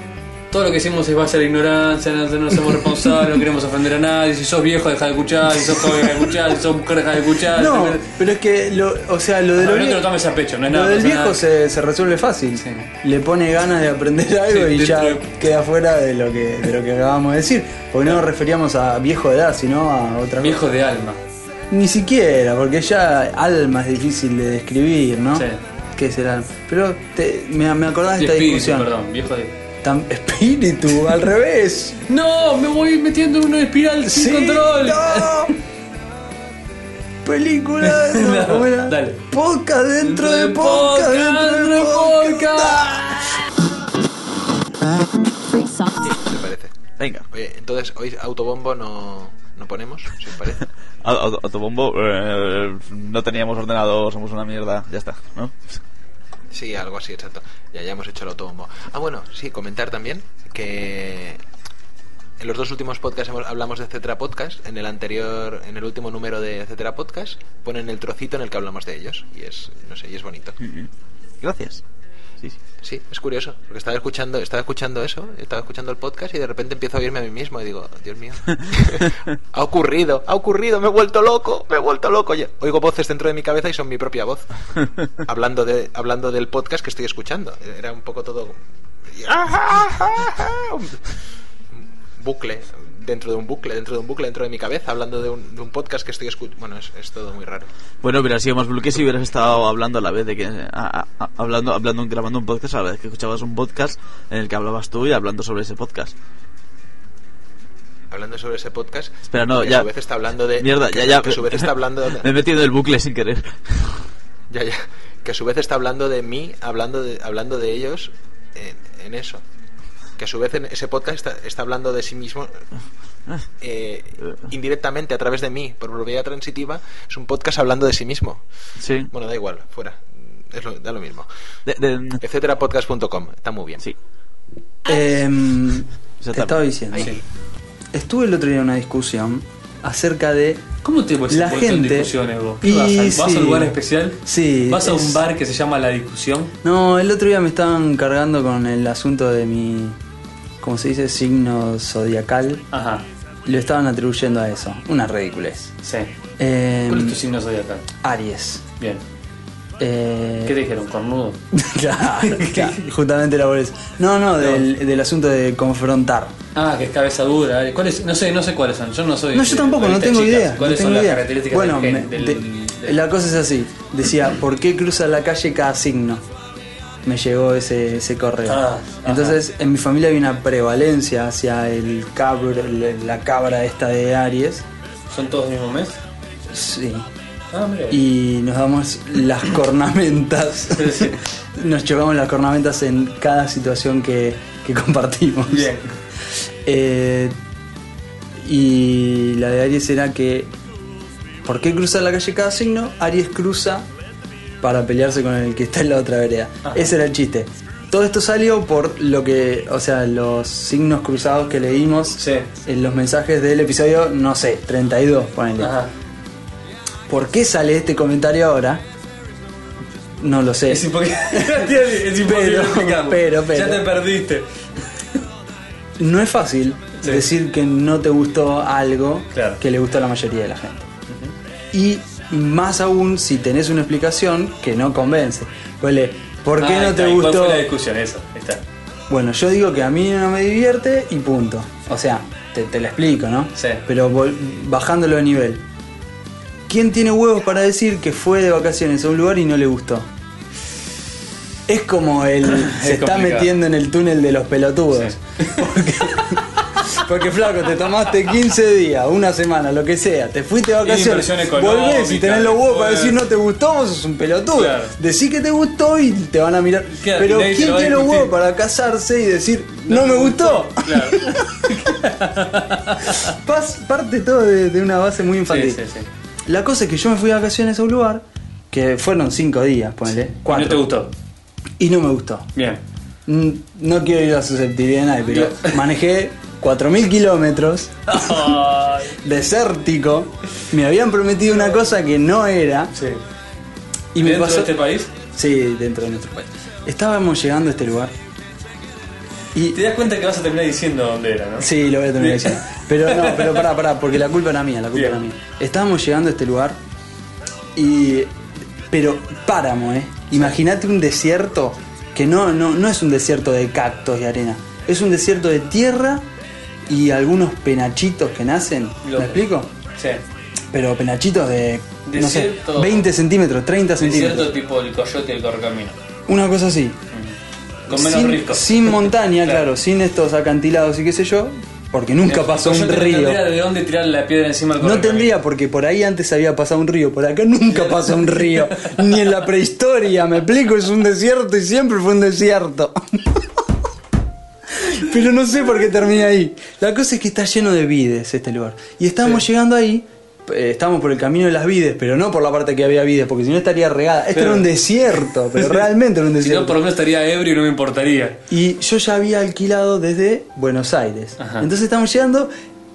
Speaker 2: Todo lo que hicimos es base a la ignorancia, no, no somos responsables, no queremos ofender a nadie. Si sos viejo, deja de escuchar. Si sos joven, deja de escuchar. Si sos mujer, deja de escuchar.
Speaker 1: No,
Speaker 2: Si-
Speaker 1: pero es que, lo, o sea, lo de lo
Speaker 2: A ver, Ah, no te lo
Speaker 1: vie-
Speaker 2: tomes a pecho, no es
Speaker 1: lo
Speaker 2: nada.
Speaker 1: del
Speaker 2: personal.
Speaker 1: viejo se, se resuelve fácil.
Speaker 2: Sí.
Speaker 1: Le pone ganas de aprender algo
Speaker 2: Sí,
Speaker 1: y ya
Speaker 2: dentro
Speaker 1: queda fuera de lo que de lo que acabamos de decir. Porque no nos referíamos a viejo de edad, sino a otra cosa.
Speaker 2: Viejo de alma.
Speaker 1: Ni siquiera, porque ya alma es difícil de describir, ¿no?
Speaker 2: Sí.
Speaker 1: ¿Qué es el alma? Pero te- me, me acordás de esta
Speaker 2: De
Speaker 1: Ah,
Speaker 2: espíritu,
Speaker 1: discusión.
Speaker 2: perdón. Viejo de.
Speaker 1: Tam- espíritu, al revés.
Speaker 2: No, me voy metiendo en una espiral sin
Speaker 1: Sí,
Speaker 2: control.
Speaker 1: no. Película no,
Speaker 2: No,
Speaker 1: ¿cómo era?
Speaker 2: dale.
Speaker 1: Podcast dentro de podcast, dentro de podcast. Ah.
Speaker 3: ¿Te parece?
Speaker 4: Venga. pues.
Speaker 3: Oye, entonces hoy autobombo no, no ponemos, si os parece.
Speaker 4: Au- au- Autobombo, eh, no teníamos ordenado, somos una mierda, ya está, ¿no?
Speaker 3: Sí, algo así, exacto. Ya, ya hemos hecho el autobombo. Ah, bueno, sí, comentar también que en los dos últimos podcasts hemos- hablamos de Etcétera Podcast. En el anterior, en el último número de Etcétera Podcast, ponen el trocito en el que hablamos de ellos. Y es, no sé, y es bonito.
Speaker 4: Gracias. Sí, sí.
Speaker 3: Sí, es curioso, porque estaba escuchando, estaba escuchando eso, estaba escuchando el podcast y de repente empiezo a oírme a mí mismo y digo, Dios mío, ha ocurrido, ha ocurrido, me he vuelto loco, me he vuelto loco. Ya. Oigo voces dentro de mi cabeza y son mi propia voz, hablando de, hablando del podcast que estoy escuchando. Era un poco todo un bucle dentro de un bucle, dentro de un bucle, dentro de mi cabeza, hablando de un, de un podcast que estoy escuchando. Bueno, es, es todo muy raro.
Speaker 4: Bueno, hubiera sido más bloque si hubieras estado hablando a la vez de que. a- a- a- hablando, hablando, grabando un podcast a la vez que escuchabas un podcast en el que hablabas tú y hablando sobre ese podcast.
Speaker 3: Hablando sobre ese podcast,
Speaker 4: Espera, no,
Speaker 3: que
Speaker 4: ya.
Speaker 3: a su vez está hablando de...
Speaker 4: Mierda,
Speaker 3: que-
Speaker 4: ya, ya.
Speaker 3: que a su vez está hablando de...
Speaker 4: Me he metido en el bucle sin querer.
Speaker 3: Ya, ya. Que a su vez está hablando de mí, hablando de, hablando de ellos en, en eso. Que a su vez en ese podcast está, está hablando de sí mismo eh, indirectamente a través de mí, por propiedad transitiva. Es un podcast hablando de sí mismo.
Speaker 4: Sí.
Speaker 3: Bueno, da igual, fuera. Es lo- da lo mismo.
Speaker 4: De- de-
Speaker 3: Etcétera podcast.com, está muy bien.
Speaker 4: sí.
Speaker 1: Em,
Speaker 4: Ya
Speaker 1: te
Speaker 4: está.
Speaker 1: estaba diciendo.
Speaker 3: Ahí.
Speaker 1: Estuve el otro día en una discusión acerca de.
Speaker 2: ¿Cómo te puedes
Speaker 1: La
Speaker 2: poner en
Speaker 1: gente-
Speaker 2: discusiones vos?
Speaker 1: Y
Speaker 2: ¿Vas, al- vas a
Speaker 1: sí.
Speaker 2: un lugar especial?
Speaker 1: Sí,
Speaker 2: ¿Vas a un
Speaker 1: es-
Speaker 2: bar que se llama La Discusión?
Speaker 1: No, el otro día me estaban cargando con el asunto de mi. ¿Cómo se dice? Signo zodiacal.
Speaker 2: Ajá,
Speaker 1: Lo estaban atribuyendo a eso. Una ridiculez.
Speaker 2: sí.
Speaker 1: Em,
Speaker 2: ¿Cuál es tu signo zodiacal?
Speaker 1: Aries.
Speaker 2: Bien.
Speaker 1: Eh,
Speaker 2: ¿Qué te dijeron? ¿Cornudo?
Speaker 1: claro, claro, justamente era por eso. No, no, del, del asunto de confrontar.
Speaker 2: Ah, que es cabeza dura. ¿Cuál es? No sé, no sé cuáles son. Yo no soy.
Speaker 1: No, yo
Speaker 2: de-
Speaker 1: tampoco,
Speaker 2: de
Speaker 1: no
Speaker 2: estas
Speaker 1: tengo
Speaker 2: chicas.
Speaker 1: idea.
Speaker 2: ¿Cuáles
Speaker 1: no tengo
Speaker 2: son las
Speaker 1: idea.
Speaker 2: características
Speaker 1: Bueno,
Speaker 2: del,
Speaker 1: me-
Speaker 2: gen- del-
Speaker 1: de-
Speaker 2: del-
Speaker 1: la cosa es así. Decía, ¿por qué cruza la calle cada signo? Me llegó ese, ese correo.
Speaker 2: Ah,
Speaker 1: Entonces, en mi familia hay una prevalencia hacia el cabro, el- la cabra esta de Aries.
Speaker 2: ¿Son todos del mismo mes?
Speaker 1: Sí.
Speaker 2: Ah, mira.
Speaker 1: Y nos damos las cornamentas.
Speaker 2: Sí, sí.
Speaker 1: Nos chocamos las cornamentas en cada situación que, que compartimos.
Speaker 2: Bien.
Speaker 1: Eh, y la de Aries era que. ¿Por qué cruza la calle cada signo? Aries cruza para pelearse con el que está en la otra vereda.
Speaker 2: Ajá.
Speaker 1: Ese era el chiste. Todo esto salió por lo que. O sea, los signos cruzados que leímos
Speaker 2: Sí.
Speaker 1: en los mensajes del episodio, no sé, 32, ponele.
Speaker 2: Ajá.
Speaker 1: ¿Por qué sale este comentario ahora? No lo sé.
Speaker 2: Es imposible. es imposible
Speaker 1: Pero,
Speaker 2: explicarlo.
Speaker 1: pero, pero.
Speaker 2: Ya te perdiste.
Speaker 1: No es fácil
Speaker 2: Sí.
Speaker 1: decir que no te gustó algo
Speaker 2: Claro.
Speaker 1: que le gusta a la mayoría de la gente. Y más aún si tenés una explicación que no convence. Ponele, ¿por qué
Speaker 2: Ah, ahí
Speaker 1: no
Speaker 2: está,
Speaker 1: te
Speaker 2: ¿y ¿Cuál
Speaker 1: gustó?
Speaker 2: fue la discusión esa? Ahí está.
Speaker 1: Bueno, yo digo que a mí no me divierte y punto. O sea, te, te lo explico, ¿no?
Speaker 2: Sí.
Speaker 1: Pero vol- bajándolo de nivel. ¿Quién tiene huevos para decir que fue de vacaciones a un lugar y no le gustó? Es como el. se está
Speaker 2: complicado.
Speaker 1: metiendo en el túnel de los pelotudos. Porque, porque, flaco, te tomaste 15 días, una semana, lo que sea, te fuiste de vacaciones.
Speaker 2: inversión económica,
Speaker 1: Volvés y tenés los huevos para
Speaker 2: joder.
Speaker 1: decir no te gustó, vos sos un pelotudo.
Speaker 2: Claro.
Speaker 1: Decí que te gustó y te van a mirar.
Speaker 2: Claro, y
Speaker 1: Pero
Speaker 2: nadie te lo
Speaker 1: ¿quién
Speaker 2: va a
Speaker 1: tiene los
Speaker 2: discutir.
Speaker 1: huevos para casarse y decir no, me gustó?
Speaker 2: Claro.
Speaker 1: Pas- parte todo de, de una base muy infantil.
Speaker 2: Sí, sí, sí.
Speaker 1: La cosa es que yo me fui de vacaciones a un lugar que fueron cinco días, ponele. cuatro.
Speaker 2: No te gustó.
Speaker 1: Y no me gustó.
Speaker 2: Bien.
Speaker 1: Mm, No quiero ir a susceptibilidad de nadie, pero manejé 4.000 kilómetros,
Speaker 2: Ay,
Speaker 1: desértico, me habían prometido una cosa que no era
Speaker 2: sí.
Speaker 1: y me
Speaker 2: ¿Dentro
Speaker 1: pasó...
Speaker 2: de este país?
Speaker 1: Sí, dentro de nuestro país. Estábamos llegando a este lugar y...
Speaker 2: Te das cuenta que vas a terminar diciendo dónde era, ¿no?
Speaker 1: Sí, lo voy a tener que
Speaker 2: Bien.
Speaker 1: decir. Pero no, pero pará, pará, porque la culpa era mía, la culpa
Speaker 2: Bien.
Speaker 1: era mía. Estábamos llegando a este lugar y. Pero páramo, ¿eh? Imagínate un desierto que no, no, no es un desierto de cactos y arena, es un desierto de tierra y algunos penachitos que nacen.
Speaker 2: Loco.
Speaker 1: ¿Me explico?
Speaker 2: Sí.
Speaker 1: Pero penachitos de. No sé,
Speaker 2: Desierto-
Speaker 1: 20 centímetros, 30 centímetros.
Speaker 2: Desierto tipo el coyote y el correcamino.
Speaker 1: Una cosa así.
Speaker 2: Con menos
Speaker 1: sin,
Speaker 2: risco.
Speaker 1: sin montaña,
Speaker 2: Claro.
Speaker 1: claro, sin estos acantilados y qué sé yo, porque nunca
Speaker 2: El
Speaker 1: pasó un
Speaker 2: coyote no
Speaker 1: río.
Speaker 2: tendría de dónde tirar la piedra encima al
Speaker 1: No
Speaker 2: correcamino.
Speaker 1: tendría, porque por ahí antes había pasado un río, por acá nunca pasa un río, ni en la prehistoria, me explico, es un desierto y siempre fue un desierto. Pero no sé por qué termina ahí. La cosa es que está lleno de vides este lugar. Y estábamos llegando ahí, eh, estábamos por el camino de las vides, pero no por la parte que había vides, porque si no estaría regada. Este
Speaker 2: Claro.
Speaker 1: era un desierto, pero realmente era un
Speaker 2: Si no,
Speaker 1: desierto.
Speaker 2: por lo menos estaría ebrio y no me importaría.
Speaker 1: Y yo ya había alquilado desde Buenos Aires.
Speaker 2: Ajá.
Speaker 1: Entonces estamos llegando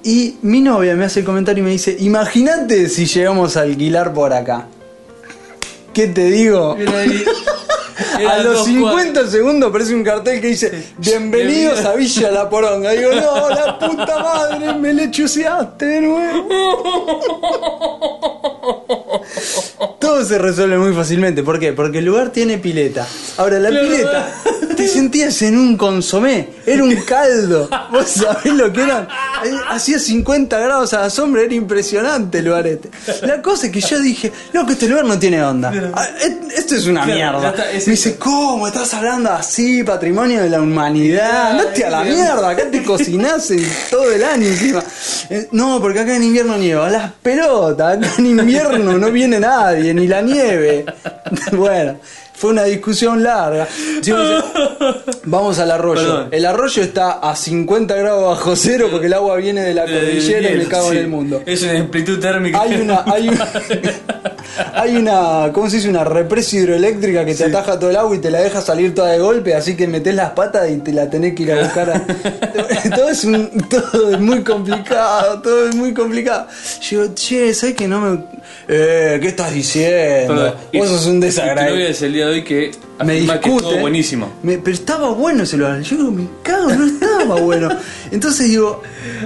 Speaker 1: y mi novia me hace el comentario y me dice, imagínate si llegamos a alquilar por acá. ¿Qué te digo? A
Speaker 2: Eran
Speaker 1: los
Speaker 2: dos
Speaker 1: 50 segundos aparece un cartel que dice Bienvenidos a Villa La Poronga. Digo, no, la puta madre, me le chuseaste de nuevo. Todo se resuelve muy fácilmente. ¿Por qué? Porque el lugar tiene pileta. Ahora, la
Speaker 2: Claro.
Speaker 1: pileta, te sentías en un consomé. Era un caldo. ¿Vos sabés lo que era? Eh, Hacía 50 grados a la sombra. Era impresionante el lugar este. La cosa es que yo dije, loco, este lugar no tiene onda. Ah, et- Esto es una
Speaker 2: Claro, ya
Speaker 1: mierda.
Speaker 2: está, es
Speaker 1: Me
Speaker 2: eso.
Speaker 1: dice, ¿cómo estás hablando así, patrimonio de la humanidad?
Speaker 2: Ya,
Speaker 1: Andate a la
Speaker 2: ya.
Speaker 1: mierda, acá te cocinás en todo el año encima. Eh, No, porque acá en invierno nieva. Las pelotas, acá en invierno no viene nadie, ni la nieve. Bueno, fue una discusión larga. Sí, me dice, Vamos al arroyo.
Speaker 2: Perdón.
Speaker 1: El arroyo está a 50 grados bajo cero porque el agua viene de la
Speaker 2: cuadras. Eh,
Speaker 1: cordillera y me
Speaker 2: hielo,
Speaker 1: cago en
Speaker 2: sí.
Speaker 1: el mundo.
Speaker 2: Es una amplitud térmica.
Speaker 1: Hay una, hay una, hay una, ¿cómo se dice? Una represa hidroeléctrica que te ataja todo el agua y te la deja salir toda de golpe, así que metes las patas y te la tenés que ir a buscar. a- todo, es un- todo es muy complicado, todo es muy complicado. Yo, digo, che, ¿sabes que no me... Eh, ¿qué estás diciendo?
Speaker 2: Perdón. Y-
Speaker 1: Vos sos un
Speaker 2: y Tu novia
Speaker 1: desagradable.
Speaker 2: es el día de hoy que
Speaker 1: Me
Speaker 2: afirma que
Speaker 1: discute.
Speaker 2: estuvo buenísimo.
Speaker 1: Me- pero estaba bueno ese lugar. Yo digo, me cago, no estaba bueno. Entonces digo,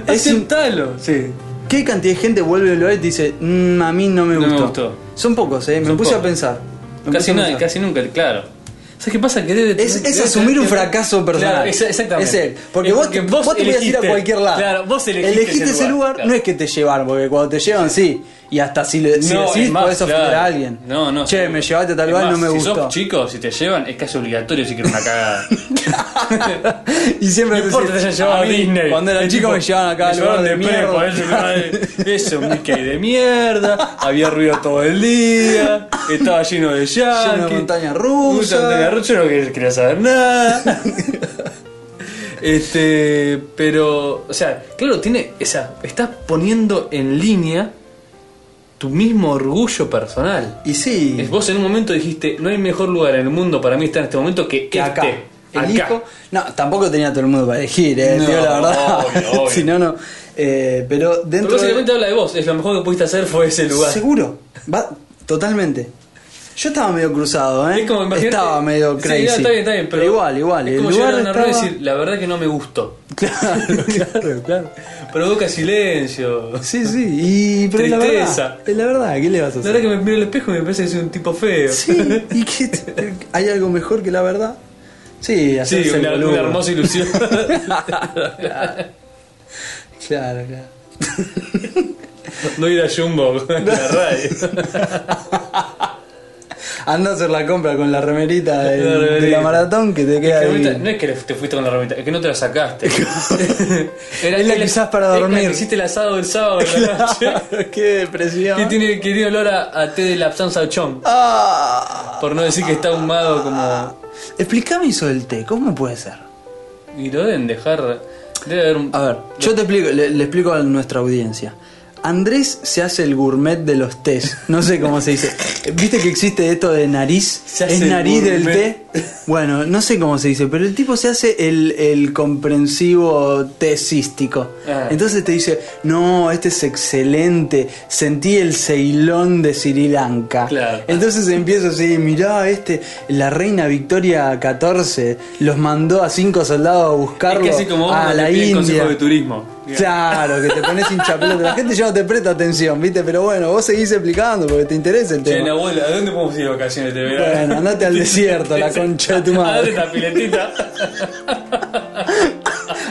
Speaker 1: es un-
Speaker 2: Aceptalo. Sí.
Speaker 1: ¿Qué cantidad de gente vuelve del lugar y te dice, "Mm, a mí no me
Speaker 2: No me
Speaker 1: gustó?
Speaker 2: gustó.
Speaker 1: Son pocos, ¿eh? Me
Speaker 2: Son
Speaker 1: puse a
Speaker 2: pocos.
Speaker 1: pensar. Me puse
Speaker 2: Casi,
Speaker 1: a
Speaker 2: nada,
Speaker 1: pensar.
Speaker 2: casi nunca, claro. ¿Sabes qué pasa? Que debe-
Speaker 1: Es- es
Speaker 2: debe-
Speaker 1: asumir un
Speaker 2: debe-
Speaker 1: fracaso personal.
Speaker 2: Claro, esa- exactamente.
Speaker 1: Es él. Porque, vos, te- vos, te podías ir a
Speaker 2: elegiste.
Speaker 1: cualquier lado.
Speaker 2: Claro, vos elegiste.
Speaker 1: ese lugar.
Speaker 2: claro.
Speaker 1: No es que te llevaron, porque cuando te llevan, sí. Y hasta si le si
Speaker 2: No,
Speaker 1: decís,
Speaker 2: es más,
Speaker 1: podés ofender
Speaker 2: claro.
Speaker 1: a alguien.
Speaker 2: No, no.
Speaker 1: Che,
Speaker 2: seguro.
Speaker 1: me llevaste a tal
Speaker 2: Es
Speaker 1: lugar y no
Speaker 2: más,
Speaker 1: me
Speaker 2: si
Speaker 1: gustó.
Speaker 2: sos chico, si te llevan, es casi obligatorio si quieres una cagada.
Speaker 1: y siempre
Speaker 2: No importa,
Speaker 1: decís,
Speaker 2: te hayan llevado
Speaker 1: "A
Speaker 2: a
Speaker 1: mí,
Speaker 2: Disney.
Speaker 1: Cuando era
Speaker 2: Es
Speaker 1: chico
Speaker 2: tipo,
Speaker 1: me llevaban acá
Speaker 2: me
Speaker 1: al lugar
Speaker 2: llevaron
Speaker 1: de
Speaker 2: de prepo,
Speaker 1: mierda.
Speaker 2: ese lugar de- Eso, un Mickey de mierda. Había ruido todo el día. Estaba lleno de yankees.
Speaker 1: montaña rusa.
Speaker 2: Mucha montaña rusa, yo no quer- quería saber nada. este, pero, o sea, claro, tiene, o sea, estás poniendo en línea tu mismo orgullo personal.
Speaker 1: Y sí.
Speaker 2: Es- Vos en un momento dijiste, no hay mejor lugar en el mundo para mí estar en este momento que,
Speaker 1: que
Speaker 2: este.
Speaker 1: acá.
Speaker 2: Acá.
Speaker 1: Elijo. No, tampoco tenía todo el mundo para elegir, eh,
Speaker 2: No,
Speaker 1: digo la verdad.
Speaker 2: obvio, obvio.
Speaker 1: si no, no. Eh, pero
Speaker 2: Pero
Speaker 1: dentro. de-
Speaker 2: básicamente habla de vos, es lo mejor que pudiste hacer fue ese lugar.
Speaker 1: Seguro. Va, totalmente. Yo estaba medio cruzado, ¿eh?
Speaker 2: Es como imagínate-
Speaker 1: estaba medio
Speaker 2: Sí,
Speaker 1: crazy.
Speaker 2: no, está bien, está bien, pero,
Speaker 1: igual, igual.
Speaker 2: Es
Speaker 1: el
Speaker 2: como
Speaker 1: lugar
Speaker 2: llegar a una
Speaker 1: estaba...
Speaker 2: rueda y decir, la verdad que no me gustó.
Speaker 1: Claro, claro, claro.
Speaker 2: Provoca silencio.
Speaker 1: Sí, sí. Y, pero es la
Speaker 2: Tristeza.
Speaker 1: verdad. Es la verdad, ¿qué le vas a
Speaker 2: La
Speaker 1: hacer?
Speaker 2: verdad que me miro al espejo y me parece que soy un tipo feo.
Speaker 1: Sí, ¿y qué? ¿Hay algo mejor que la verdad? Sí,
Speaker 2: Sí,
Speaker 1: hacerse el
Speaker 2: una, una
Speaker 1: boludo.
Speaker 2: hermosa ilusión.
Speaker 1: Claro, claro.
Speaker 2: No ir a Jumbo en la radio.
Speaker 1: Anda a hacer la compra con la remerita del-
Speaker 2: La
Speaker 1: de
Speaker 2: remerita.
Speaker 1: la maratón que te
Speaker 2: Es
Speaker 1: queda
Speaker 2: que ahorita-
Speaker 1: ahí.
Speaker 2: no es que te fuiste con la remita, es que no te la sacaste. Era
Speaker 1: Es la
Speaker 2: es
Speaker 1: que usás para
Speaker 2: es la
Speaker 1: dormir.
Speaker 2: que hiciste el asado del sábado en la noche.
Speaker 1: Claro, qué depresión.
Speaker 2: Que tiene, que tiene olor a, a té de la sauchón.
Speaker 1: Ah.
Speaker 2: Por no decir que está ahumado como.
Speaker 1: Explícame eso del té, ¿cómo puede ser?
Speaker 2: Y lo deben dejar. Debe haber un.
Speaker 1: A ver, yo te explico, le, le explico a nuestra audiencia. Andrés se hace el gourmet de los tés. No sé cómo se dice. ¿Viste que existe esto de nariz?
Speaker 2: Se hace
Speaker 1: ¿Es
Speaker 2: el
Speaker 1: nariz del té?
Speaker 2: gourmet.
Speaker 1: Bueno, no sé cómo se dice, pero el tipo se hace el, el comprensivo tesístico.
Speaker 2: Ah.
Speaker 1: Entonces te dice, no, este es excelente. Sentí el ceilón de Sri Lanka.
Speaker 2: Claro.
Speaker 1: Entonces empiezo así, mirá, este, la reina Victoria XIV los mandó a cinco soldados a buscar
Speaker 2: Es que así como vos
Speaker 1: a
Speaker 2: cuando
Speaker 1: la
Speaker 2: te piden
Speaker 1: India.
Speaker 2: consejos de turismo.
Speaker 1: Claro, que te pones hincha pelota. La gente ya no te presta atención, ¿viste? Pero bueno, vos seguís explicando porque te interesa el
Speaker 2: Che,
Speaker 1: tema.
Speaker 2: abuela, ¿a dónde podemos ir de vacaciones de verano?
Speaker 1: Bueno, andate al desierto, la concha de tu
Speaker 2: Abre
Speaker 1: madre.
Speaker 2: esta piletita.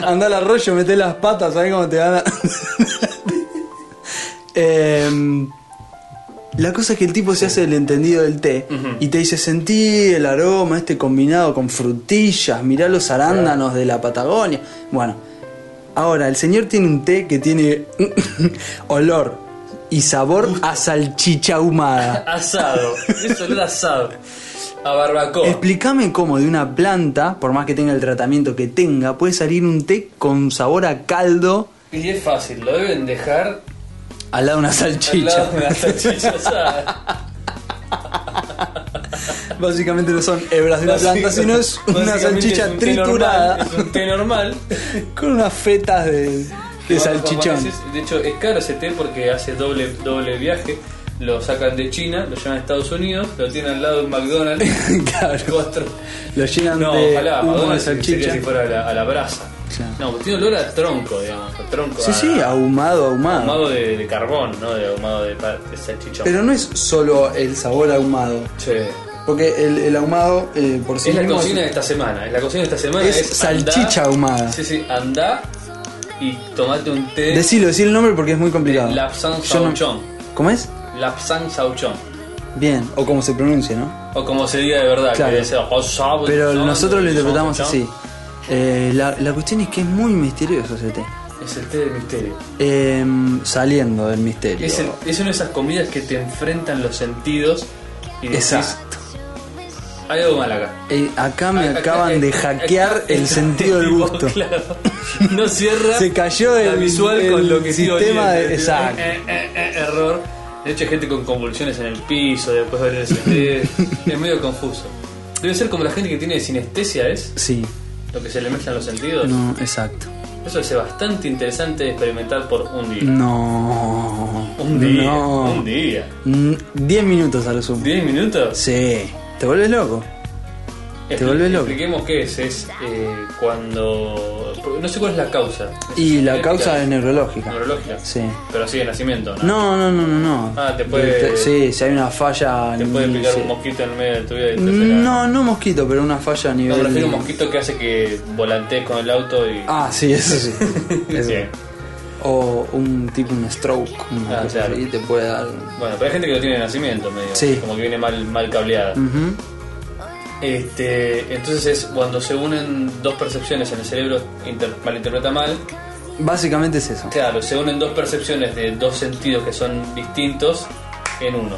Speaker 1: Andá al arroyo, meté las patas, ¿sabés cómo te van a... Em, la cosa es que el tipo se hace el entendido del té y te dice, sentí el aroma, este combinado con frutillas, mirá los arándanos de la Patagonia. Bueno, ahora, el señor tiene un té que tiene olor y sabor a salchicha ahumada.
Speaker 2: Asado. Eso olor a asado. A barbacoa.
Speaker 1: Explícame cómo de una planta, por más que tenga el tratamiento que tenga, puede salir un té con sabor a caldo
Speaker 2: y es fácil, lo deben dejar
Speaker 1: al lado de una
Speaker 2: al
Speaker 1: salchicha.
Speaker 2: lado de una salchicha asada.
Speaker 1: Básicamente no son hebras de una planta, sino es una
Speaker 2: Básicamente
Speaker 1: salchicha
Speaker 2: es un té
Speaker 1: triturada
Speaker 2: normal, es un té normal.
Speaker 1: con unas fetas de, de
Speaker 2: Bueno,
Speaker 1: salchichón.
Speaker 2: amaneces- De hecho, es caro ese té porque hace doble, doble viaje. Lo sacan de China, lo llevan a Estados Unidos, lo tienen al lado de un McDonald's.
Speaker 1: claro.
Speaker 2: Cuatro.
Speaker 1: Lo llenan
Speaker 2: No,
Speaker 1: de
Speaker 2: ojalá,
Speaker 1: humo
Speaker 2: Madonna
Speaker 1: de
Speaker 2: se- sería
Speaker 1: salchicha.
Speaker 2: si fuera a la, a la brasa.
Speaker 1: Claro.
Speaker 2: No, pues tiene olor a tronco, digamos, a tronco.
Speaker 1: Sí,
Speaker 2: a-
Speaker 1: sí, ahumado, ahumado.
Speaker 2: Ahumado de, de carbón, ¿no? De ahumado de, pa- de salchichón.
Speaker 1: Pero no es solo el sabor ahumado.
Speaker 2: Che.
Speaker 1: Porque el, el ahumado eh, por sí
Speaker 2: es la
Speaker 1: mismo
Speaker 2: cocina de esta semana. Es la cocina de esta semana.
Speaker 1: Es salchicha
Speaker 2: andá-
Speaker 1: ahumada.
Speaker 2: Sí, sí, andá y tomate un té.
Speaker 1: Decilo, decí el nombre porque es muy complicado.
Speaker 2: de Lapsang
Speaker 1: Yo no-
Speaker 2: Sauchon.
Speaker 1: ¿Cómo es?
Speaker 2: Lapsang Sauchon.
Speaker 1: Bien, o como se pronuncia, ¿no?
Speaker 2: O como se diga de verdad.
Speaker 1: Claro.
Speaker 2: Que "Oh, desea,
Speaker 1: Pero nosotros lo interpretamos así. Eh, la, la cuestión es que es muy misterioso ese té.
Speaker 2: Es el té del misterio.
Speaker 1: Em, saliendo del misterio.
Speaker 2: Es, el- es una de esas comidas que te enfrentan los sentidos y decís,
Speaker 1: Exacto.
Speaker 2: hay algo mal acá.
Speaker 1: Eh, acá me
Speaker 2: Acá-
Speaker 1: acaban de
Speaker 2: acá-
Speaker 1: hackear
Speaker 2: acá-
Speaker 1: el sentido del gusto.
Speaker 2: Claro. No cierra.
Speaker 1: Se cayó
Speaker 2: la
Speaker 1: el-
Speaker 2: visual
Speaker 1: el
Speaker 2: con lo que estoy
Speaker 1: sistema de-
Speaker 2: oyendo.
Speaker 1: exacto.
Speaker 2: Eh, eh, eh, error. De hecho, hay gente con convulsiones en el piso, después ver el CD. es medio confuso. Debe ser como la gente que tiene sinestesia, ¿es?
Speaker 1: Sí,
Speaker 2: Lo que se le mezclan los sentidos.
Speaker 1: no, exacto.
Speaker 2: Eso es bastante interesante de experimentar por un día.
Speaker 1: No.
Speaker 2: Un día.
Speaker 1: Mm. No.
Speaker 2: Un día.
Speaker 1: Mm, Diez minutos a lo sumo.
Speaker 2: ¿Diez minutos?
Speaker 1: Sí. ¿Te vuelves loco?
Speaker 2: Expli-
Speaker 1: Te vuelves loco.
Speaker 2: Expliquemos qué es. Es eh, cuando. No sé cuál es la causa.
Speaker 1: Y la
Speaker 2: Genética,
Speaker 1: causa es neurológica.
Speaker 2: Neurológica.
Speaker 1: Sí. Mm,
Speaker 2: Pero así de nacimiento, ¿no?
Speaker 1: No, no, no, no, no.
Speaker 2: Ah, te puede-
Speaker 1: Te- Sí, si hay una falla.
Speaker 2: Te puede
Speaker 1: ni-
Speaker 2: picar
Speaker 1: sí.
Speaker 2: un mosquito en medio de tu vida y te será-
Speaker 1: No, no mosquito, pero una falla a
Speaker 2: No,
Speaker 1: nivel.
Speaker 2: me refiero a un mosquito que hace que volantees con el auto y.
Speaker 1: Ah, sí, eso sí. Eso.
Speaker 2: Bien.
Speaker 1: O un tipo, un stroke. Una
Speaker 2: Ah,
Speaker 1: cosa
Speaker 2: claro.
Speaker 1: así, te puede dar.
Speaker 2: Bueno, pero hay gente que lo tiene de nacimiento, medio.
Speaker 1: Sí. Mm.
Speaker 2: Como que viene mal, mal cableada.
Speaker 1: Ujú.
Speaker 2: Este, entonces es cuando se unen dos percepciones en el cerebro, inter- malinterpreta mal.
Speaker 1: Básicamente es eso.
Speaker 2: Claro, se unen dos percepciones de dos sentidos que son distintos en uno.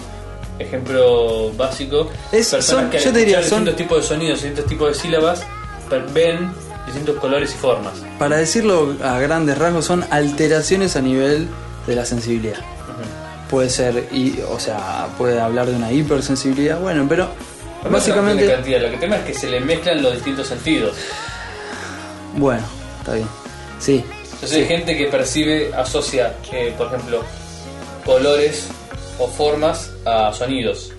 Speaker 2: Ejemplo básico.
Speaker 1: Es-
Speaker 2: personas
Speaker 1: son-
Speaker 2: que al
Speaker 1: yo te diría,
Speaker 2: escuchar
Speaker 1: son-
Speaker 2: distintos tipos de sonidos, distintos tipos de sílabas, per- ven distintos colores y formas.
Speaker 1: Para decirlo a grandes rasgos, son alteraciones a nivel de la sensibilidad. Puede ser, y, o sea, puede hablar de una hipersensibilidad, bueno, pero
Speaker 2: Pero no es una cuestión de
Speaker 1: básicamente.
Speaker 2: cantidad, lo que tema es que se le mezclan los distintos sentidos.
Speaker 1: Bueno, está bien. Sí,
Speaker 2: Entonces hay gente que percibe, asocia, eh, por ejemplo, colores o formas a sonidos.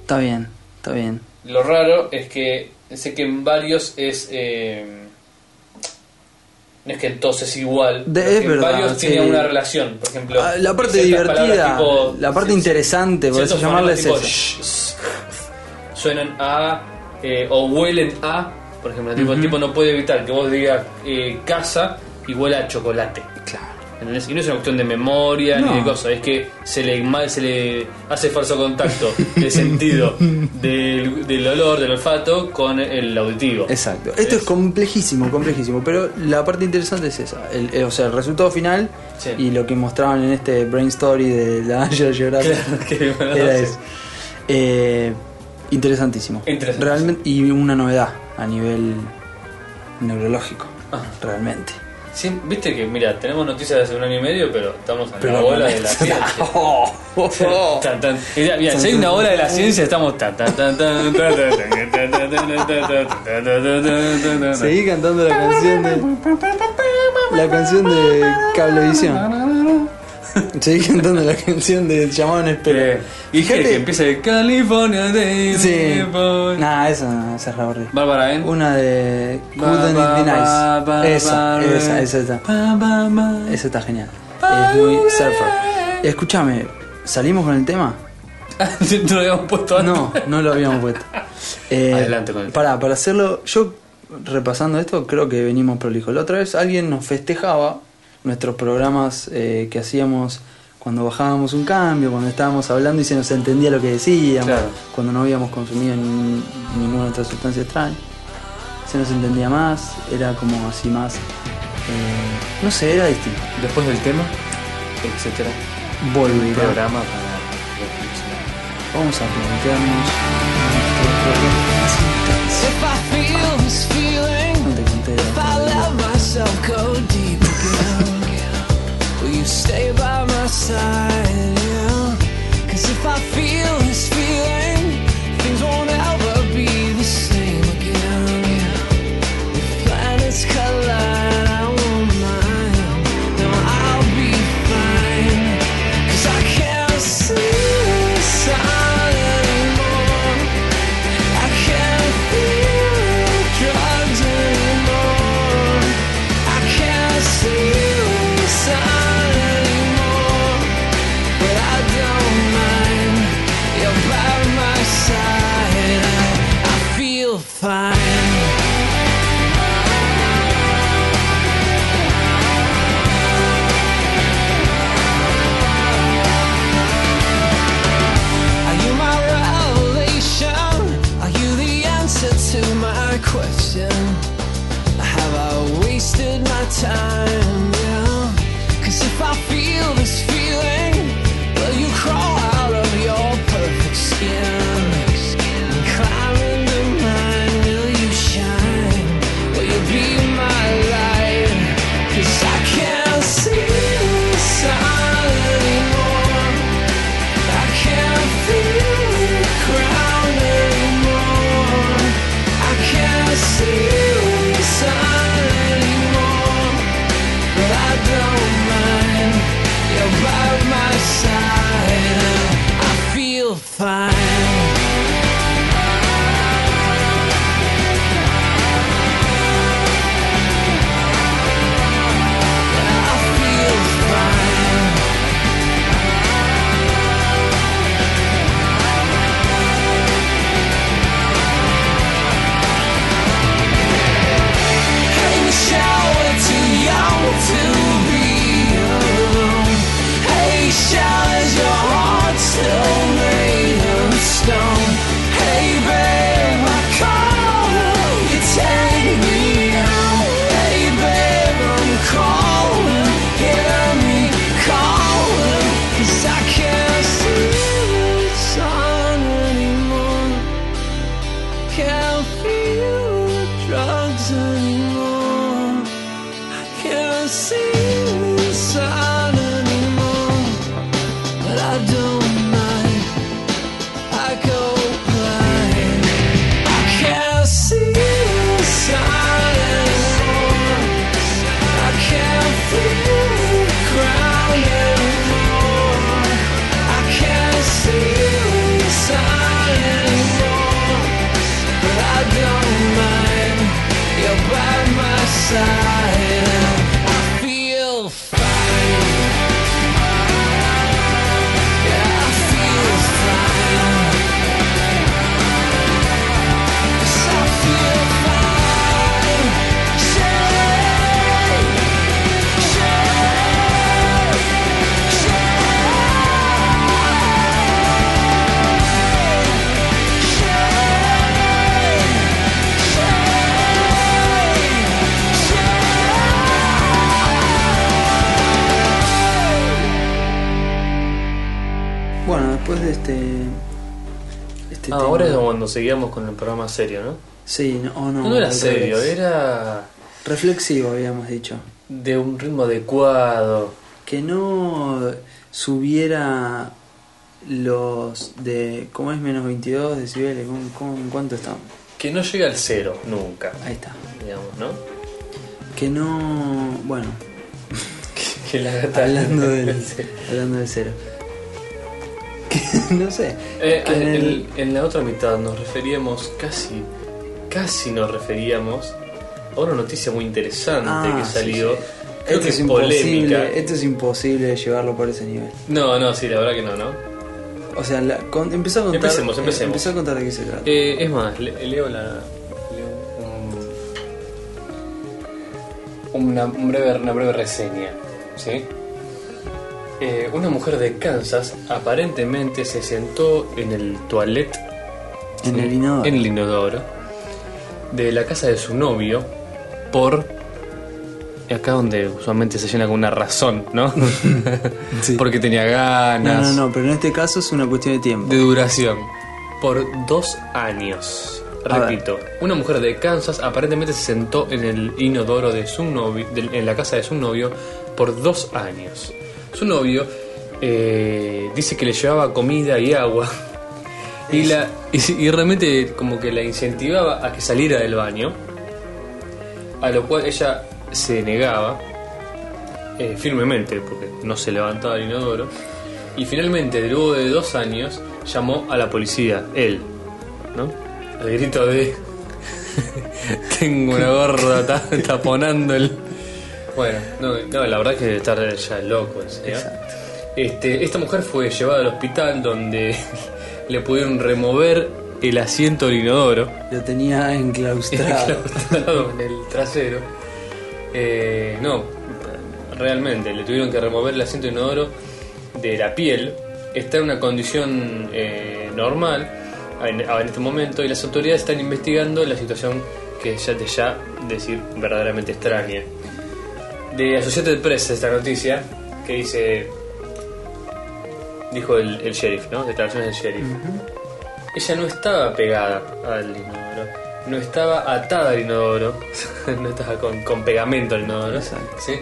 Speaker 1: está bien, está bien.
Speaker 2: Lo raro es que sé que en varios es. eh, no es que en todos es igual.
Speaker 1: De-
Speaker 2: pero
Speaker 1: es
Speaker 2: que en
Speaker 1: verdad,
Speaker 2: varios
Speaker 1: sí.
Speaker 2: tienen una relación. Por ejemplo,
Speaker 1: Ah, la parte
Speaker 2: ciertas
Speaker 1: divertida,
Speaker 2: palabras tipo-
Speaker 1: la parte
Speaker 2: sí,
Speaker 1: interesante, por
Speaker 2: ciertos
Speaker 1: eso llamarla es
Speaker 2: fonemas
Speaker 1: esa.
Speaker 2: tipo sh, s, suenan a. eh, o huelen a. Por ejemplo, tipo, el tipo no puede evitar que vos digas eh, casa y huela a chocolate.
Speaker 1: Claro.
Speaker 2: ¿Entendés? Y no es una cuestión de memoria ni
Speaker 1: No.
Speaker 2: de cosas, es que se le, mal, se le hace falso contacto de sentido del, del olor, del olfato con el auditivo.
Speaker 1: Exacto. Esto es complejísimo, complejísimo. Pero la parte interesante es esa. El, eh, o sea, el resultado final
Speaker 2: Sí.
Speaker 1: y lo que mostraban en este brain story de la National Geographic
Speaker 2: Claro, que bueno,
Speaker 1: era
Speaker 2: sí.
Speaker 1: eso. Eh, interesantísimo.
Speaker 2: Interesantísimo.
Speaker 1: Realmente, y una novedad a nivel neurológico.
Speaker 2: Ah.
Speaker 1: Realmente.
Speaker 2: Sí, viste que, mira, tenemos noticias de hace un año y medio, pero estamos en la
Speaker 1: Pero-
Speaker 2: ola de la ciencia.
Speaker 1: Oh, oh, oh.
Speaker 2: Tan, tan. Mira, mira,
Speaker 1: Tan,
Speaker 2: si hay
Speaker 1: tan,
Speaker 2: una
Speaker 1: tan,
Speaker 2: ola de la
Speaker 1: tan.
Speaker 2: ciencia, estamos tan, tan, tan, tan, tan, tan, tan, tan, tan, tan, tan, tan, tan, tan, tan, tan.
Speaker 1: Seguí cantando la canción de. La canción de Cablevisión. Seguí cantando la canción de Llamado en Espera.
Speaker 2: Eh, Y dije que empieza el California Day.
Speaker 1: Sí.
Speaker 2: Boy.
Speaker 1: Nah, esa no, esa es la horrible.
Speaker 2: Bárbara, ¿eh?
Speaker 1: Una de.
Speaker 2: Ba,
Speaker 1: Couldn't
Speaker 2: ba,
Speaker 1: It Be
Speaker 2: ba, ba,
Speaker 1: Nice. Esa,
Speaker 2: ba,
Speaker 1: esa,
Speaker 2: ba.
Speaker 1: esa está.
Speaker 2: Ba, ba, ba.
Speaker 1: Esa está genial. Es muy surfer. Escúchame, ¿salimos con el tema?
Speaker 2: no lo habíamos puesto antes.
Speaker 1: No, no lo habíamos puesto. Eh,
Speaker 2: Adelante con el tema.
Speaker 1: Para, para hacerlo, yo repasando esto, creo que venimos prolijo. La otra vez alguien nos festejaba nuestros programas eh, que hacíamos cuando bajábamos un cambio, cuando estábamos hablando y se nos entendía lo que decíamos,
Speaker 2: Claro.
Speaker 1: cuando no habíamos consumido ni- ninguna otra sustancia extraña. Se nos entendía más, era como así más. eh, no sé, era distinto.
Speaker 2: Después del tema, etcétera.
Speaker 1: Volverá.
Speaker 2: Programa
Speaker 1: Ah,
Speaker 2: para.
Speaker 1: Vamos a plantearnos. nuestro
Speaker 5: If I feel this
Speaker 1: propio- No
Speaker 5: feeling,
Speaker 1: te conté
Speaker 5: if
Speaker 1: la
Speaker 5: I
Speaker 1: otra vez.
Speaker 5: let myself go deep again, will you stay by my side? Yeah. Cause if I feel this feeling, things won't ever be the same again. Yeah. If planets collide, I won't mind. No, I'll be fine. Cause I can't see the sun anymore. I can't feel drugs anymore. I can't see the sun anymore. But I don't mind. You're by my side. I, I feel fine. Are you my revelation? Are you the answer to my question? Have I wasted my time? Yeah. Cause if I feel this feeling, will you crawl out of your perfect skin? And climb into mine, will you shine? Will you be my light? Cause I can't see the sun anymore. I can't feel the ground anymore. I can't see the sun anymore. But I don't mind. You're by my side. I feel fine. I feel fine. Hey Michelle, we're too young to be alone. Hey Michelle, is your heart still made of stone? Hey babe, I call you take me out. Hey babe, I'm calling, hear me calling, 'cause I can't see the sun anymore can't feel the drugs anymore. I can't see the sun anymore. But I don't mind. I go blind. I can't see the sun anymore. I can't feel the ground anymore. I can't see the sun anymore. But I don't mind. You're by my side. I feel
Speaker 1: este,
Speaker 2: Ah,
Speaker 1: tengo.
Speaker 2: ahora es cuando seguíamos con el programa serio, ¿no?
Speaker 1: este Sí, no, o no.
Speaker 2: No, era
Speaker 1: al
Speaker 2: serio,
Speaker 1: revés.
Speaker 2: era
Speaker 1: Reflexivo, habíamos dicho.
Speaker 2: de un ritmo adecuado.
Speaker 1: Que no subiera los de. ¿Cómo es menos 22 decibeles? ¿Cómo, cómo- en cuánto estamos?
Speaker 2: Que no llega al cero, nunca,
Speaker 1: Ahí está.
Speaker 2: digamos, ¿no?
Speaker 1: Que no. Bueno,
Speaker 2: Que- Que la gata...
Speaker 1: hablando del, hablando del cero. Que, no sé.
Speaker 2: Eh,
Speaker 1: que en
Speaker 2: en,
Speaker 1: el-
Speaker 2: en la otra mitad nos referíamos casi, casi nos referíamos a una noticia muy interesante
Speaker 1: Ah,
Speaker 2: que
Speaker 1: sí,
Speaker 2: salió.
Speaker 1: sí.
Speaker 2: Creo
Speaker 1: Esto
Speaker 2: que
Speaker 1: es
Speaker 2: es polémica.
Speaker 1: imposible, esto es imposible llevarlo por ese nivel.
Speaker 2: No, no, sí, la verdad que no, ¿no?
Speaker 1: O sea, la, con- empezá a contar. eh,
Speaker 2: Empecemos, empecemos.
Speaker 1: empezá a contar de qué se trata.
Speaker 2: Eh, es más, le- leo la. leo un- una, un breve, una breve reseña. ¿sí? Eh, una mujer de Kansas aparentemente se sentó en el toilet.
Speaker 1: en el inodoro.
Speaker 2: En el inodoro. De la casa de su novio. Por. Acá donde usualmente se llena con una razón, ¿no?
Speaker 1: Sí.
Speaker 2: Porque tenía
Speaker 1: No,
Speaker 2: ganas
Speaker 1: no, no, pero en este caso es una cuestión de tiempo.
Speaker 2: de duración por dos años.
Speaker 1: A ver.
Speaker 2: Repito, una mujer de Kansas aparentemente se sentó en el inodoro de su novio, del- en la casa de su novio por dos años. Su novio eh, dice que le llevaba comida y agua y, la, y, si- y realmente como que la incentivaba a que saliera del baño, a lo cual ella se negaba eh, firmemente porque no se levantaba del inodoro. Y finalmente, luego de dos años, llamó a la policía, él, ¿no? Al grito de. Tengo una gorda ta- taponando el. Bueno, no, no, la verdad es que estar ya loco, en serio. Este, esta mujer fue llevada al hospital donde le pudieron remover el asiento del inodoro
Speaker 1: Lo tenía enclaustrado.
Speaker 2: enclaustrado en el trasero. Eh, no, realmente, le tuvieron que remover el asiento inodoro de la piel. Está en una condición eh, normal en, en este momento y las autoridades están investigando la situación que ya te ya decir verdaderamente extraña. De Associated Press esta noticia que dice... Dijo el, el sheriff, ¿no? Declaraciones del sheriff. Ella no estaba pegada al inodoro, no estaba atada al inodoro, no estaba con, con pegamento al inodoro,
Speaker 1: Exacto.
Speaker 2: ¿sí?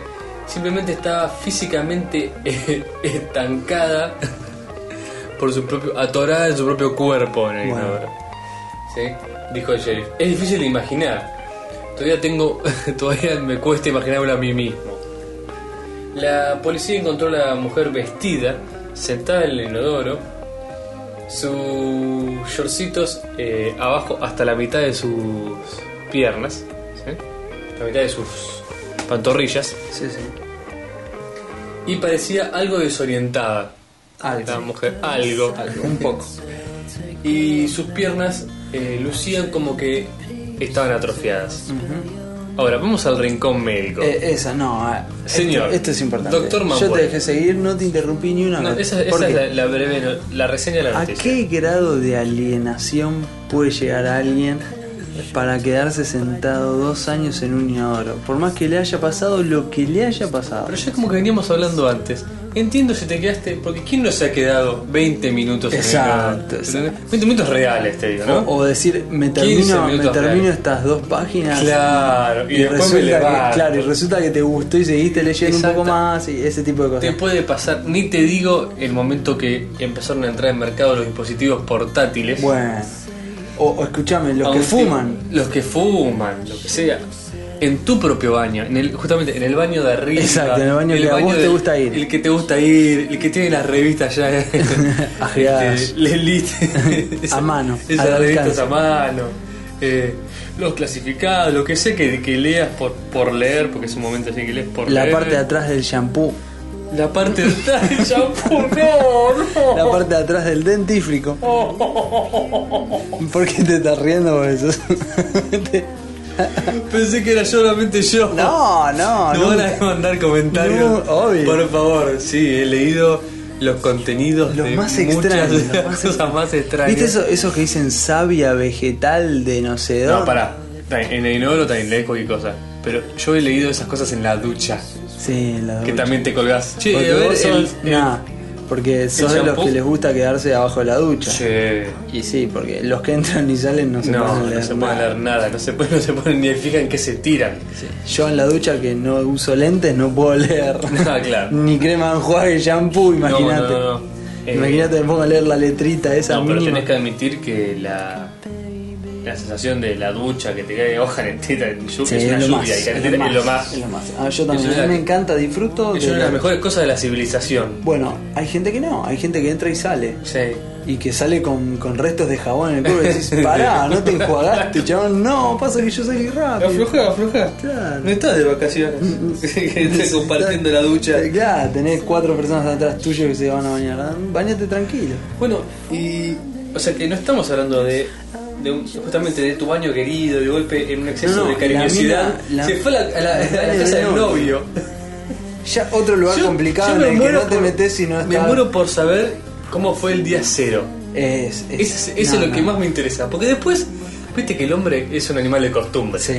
Speaker 2: simplemente estaba físicamente eh, estancada por su propio, atorada en su propio cuerpo en el
Speaker 1: Bueno.
Speaker 2: inodoro. ¿sí? Dijo el sheriff. Es difícil de imaginar. Todavía tengo, todavía me cuesta imaginarlo a mí mismo. La policía encontró a la mujer vestida, sentada en el inodoro, sus shortcitos eh, abajo hasta la mitad de sus piernas, ¿sí? la mitad de sus pantorrillas,
Speaker 1: Sí, sí.
Speaker 2: y parecía algo desorientada.
Speaker 1: Algo.
Speaker 2: La mujer, algo, un poco. Y sus piernas eh, lucían como que estaban atrofiadas. Ahora, vamos al rincón médico.
Speaker 1: Eh, esa, no. eh,
Speaker 2: Señor,
Speaker 1: Esto, esto es importante.
Speaker 2: doctor
Speaker 1: Yo
Speaker 2: Mampoy.
Speaker 1: te dejé seguir, no te interrumpí ni una
Speaker 2: No,
Speaker 1: vez.
Speaker 2: esa, esa
Speaker 1: ¿Por
Speaker 2: es
Speaker 1: qué?
Speaker 2: la, la breve, no- la reseña de la
Speaker 1: ¿A
Speaker 2: noticia.
Speaker 1: qué grado de alienación puede llegar alguien para quedarse sentado dos años en un inodoro? Por más que le haya pasado lo que le haya pasado.
Speaker 2: Pero ya como que veníamos hablando antes. Entiendo si te quedaste, porque ¿quién no se ha quedado 20 minutos en el
Speaker 1: Exacto,
Speaker 2: bar?
Speaker 1: exacto.
Speaker 2: 20 minutos reales, te digo, ¿no?
Speaker 1: O, o decir, me
Speaker 2: 15
Speaker 1: termino, me
Speaker 2: minutos
Speaker 1: termino
Speaker 2: reales.
Speaker 1: estas dos páginas.
Speaker 2: Claro, y,
Speaker 1: Y,
Speaker 2: después me
Speaker 1: resulta que,
Speaker 2: levanto.
Speaker 1: claro, y resulta que te gustó y seguiste leyendo
Speaker 2: Exacto.
Speaker 1: un poco más y ese tipo de cosas.
Speaker 2: Te puede pasar, ni te digo el momento que empezaron a entrar en mercado los dispositivos portátiles.
Speaker 1: Bueno. O, o escúchame, los que
Speaker 2: Aunque-
Speaker 1: fuman.
Speaker 2: Los que fuman, lo que sea. En tu propio baño, en el, justamente en el baño de arriba.
Speaker 1: Exacto, en el baño que a vos te
Speaker 2: del-
Speaker 1: gusta ir.
Speaker 2: El que te gusta ir, el que tiene las revistas ya.
Speaker 1: Ajeadas.
Speaker 2: este, le- li-
Speaker 1: A mano,
Speaker 2: Esas
Speaker 1: al
Speaker 2: revistas
Speaker 1: alcance.
Speaker 2: a mano. eh, los clasificados, lo que sé que, que leas por, por leer, porque es un momento así que lees por
Speaker 1: La
Speaker 2: leer.
Speaker 1: parte de atrás del shampoo.
Speaker 2: La parte de atrás del shampoo, no, no.
Speaker 1: La parte de atrás del dentífrico. ¿Por qué te estás riendo por eso?
Speaker 2: Pensé que era solamente yo.
Speaker 1: No, no,
Speaker 2: No,
Speaker 1: no.
Speaker 2: van a mandar comentarios.
Speaker 1: No, obvio.
Speaker 2: Por favor, sí, he leído los contenidos
Speaker 1: Los
Speaker 2: de
Speaker 1: más
Speaker 2: muchas
Speaker 1: extraños,
Speaker 2: de
Speaker 1: los
Speaker 2: las
Speaker 1: más
Speaker 2: cosas más extrañas.
Speaker 1: ¿Viste eso, esos que dicen savia vegetal de no sé dónde?
Speaker 2: No, pará. En el inodoro también lees cualquier cosa. Pero yo he leído esas cosas en la ducha.
Speaker 1: Sí, la
Speaker 2: Que
Speaker 1: ducha.
Speaker 2: también te colgás. Che,
Speaker 1: Porque
Speaker 2: a ver,
Speaker 1: vos
Speaker 2: el-
Speaker 1: sos-
Speaker 2: el-
Speaker 1: nah. Porque sos de los
Speaker 2: shampoo?
Speaker 1: que les gusta quedarse abajo de la ducha.
Speaker 2: Che.
Speaker 1: Y sí, porque los que entran y salen no se
Speaker 2: No,
Speaker 1: pueden
Speaker 2: no
Speaker 1: leer
Speaker 2: se
Speaker 1: nada.
Speaker 2: pueden leer nada, no se pueden, no se pueden ni fijan que se tiran.
Speaker 1: Yo en la ducha que no uso lentes no puedo leer.
Speaker 2: Ah, claro.
Speaker 1: Ni crema enjuague, shampoo, imagínate.
Speaker 2: No, no, no, no. Eh,
Speaker 1: Imagínate, me pongo a leer la letrita esa
Speaker 2: No, pero
Speaker 1: mínima.
Speaker 2: tenés que admitir que la, la sensación de la ducha que te cae hoja en el teta, en lluvia,
Speaker 1: Sí,
Speaker 2: es una
Speaker 1: es lo
Speaker 2: lluvia
Speaker 1: más,
Speaker 2: y cae en el
Speaker 1: es lo
Speaker 2: teta, es lo más.
Speaker 1: es lo más. Ah, yo también,
Speaker 2: Es
Speaker 1: a
Speaker 2: una-
Speaker 1: mí me encanta, disfruto.
Speaker 2: Es
Speaker 1: de
Speaker 2: una de
Speaker 1: la-
Speaker 2: las mejores cosas de la civilización.
Speaker 1: Bueno, hay gente que no, hay gente que entra y sale.
Speaker 2: Sí.
Speaker 1: Y que sale con, con restos de jabón en el cuerpo y decís, pará, no te enjuagaste, chabón. No, pasa que yo salí rápido.
Speaker 6: Aflojá, aflojá.
Speaker 1: Claro. Mm,
Speaker 6: No estás de vacaciones. que estés compartiendo la ducha.
Speaker 1: Eh, Claro, tenés cuatro personas atrás tuyo que se van a bañar. Ah, Bañate tranquilo.
Speaker 6: Bueno, y. O sea que no estamos hablando de. de un- justamente de tu baño querido, de golpe en un exceso
Speaker 1: No, no,
Speaker 6: de cariñosidad.
Speaker 1: la mina- la-
Speaker 6: Se fue a la, a la- a la
Speaker 1: Ay,
Speaker 6: casa del
Speaker 1: no.
Speaker 6: novio.
Speaker 1: Ya otro lugar complicado
Speaker 6: yo
Speaker 1: en el que no
Speaker 6: muero
Speaker 1: te
Speaker 6: por-
Speaker 1: metes si no
Speaker 6: Me
Speaker 1: estás.
Speaker 6: muero por saber cómo fue el día cero.
Speaker 1: Es,
Speaker 2: Eso
Speaker 1: es-
Speaker 2: es, eso
Speaker 1: no,
Speaker 2: es lo que
Speaker 1: no.
Speaker 2: más me interesa. Porque después, viste que el hombre es un animal de costumbre.
Speaker 1: Sí,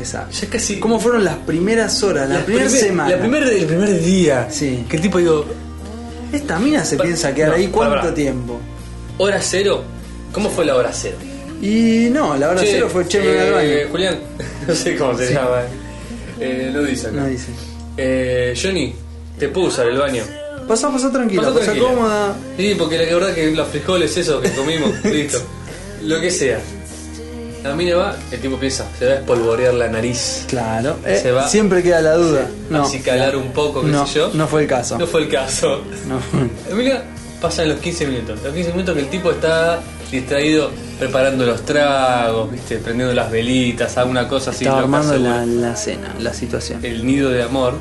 Speaker 1: exacto.
Speaker 2: Ya casi.
Speaker 1: ¿Cómo fueron las primeras horas, la
Speaker 2: las
Speaker 1: primera
Speaker 2: primer-
Speaker 1: semana?
Speaker 2: La primer, el primer día.
Speaker 1: Sí.
Speaker 2: Que el tipo digo,
Speaker 1: Esta mina se
Speaker 2: Pa-
Speaker 1: piensa quedar
Speaker 2: no,
Speaker 1: ahí cuánto
Speaker 2: pará.
Speaker 1: tiempo.
Speaker 2: hora cero. ¿Cómo fue la hora cero?
Speaker 1: Y no, la hora
Speaker 2: Che,
Speaker 1: cero fue che, me voy al
Speaker 2: eh,
Speaker 1: baño.
Speaker 2: Julián, no sé cómo se
Speaker 1: Sí.
Speaker 2: llama. Eh, no dice acá.
Speaker 1: No dice.
Speaker 2: Eh, Johnny, te puedo usar el baño.
Speaker 1: Pasá, pasá tranquilo,
Speaker 2: Pasá
Speaker 1: pasá,
Speaker 2: tranquila.
Speaker 1: cómoda.
Speaker 2: Sí, porque la que verdad que los frijoles, eso que comimos, listo. Lo que sea. La mina va, el tipo piensa, se va a espolvorear la nariz.
Speaker 1: Claro, eh,
Speaker 2: Se va.
Speaker 1: siempre queda la duda. No,
Speaker 2: acicalar un poco, qué
Speaker 1: no,
Speaker 2: sé yo.
Speaker 1: no fue el caso.
Speaker 2: No fue el caso.
Speaker 1: No.
Speaker 2: Mira, pasan los 15 minutos. Los 15 minutos que el tipo está distraído preparando los tragos, viste, prendiendo las velitas, alguna cosa así.
Speaker 1: Estaba
Speaker 2: lo que
Speaker 1: armando la,
Speaker 2: hace
Speaker 1: la cena, la situación.
Speaker 2: el nido de amor.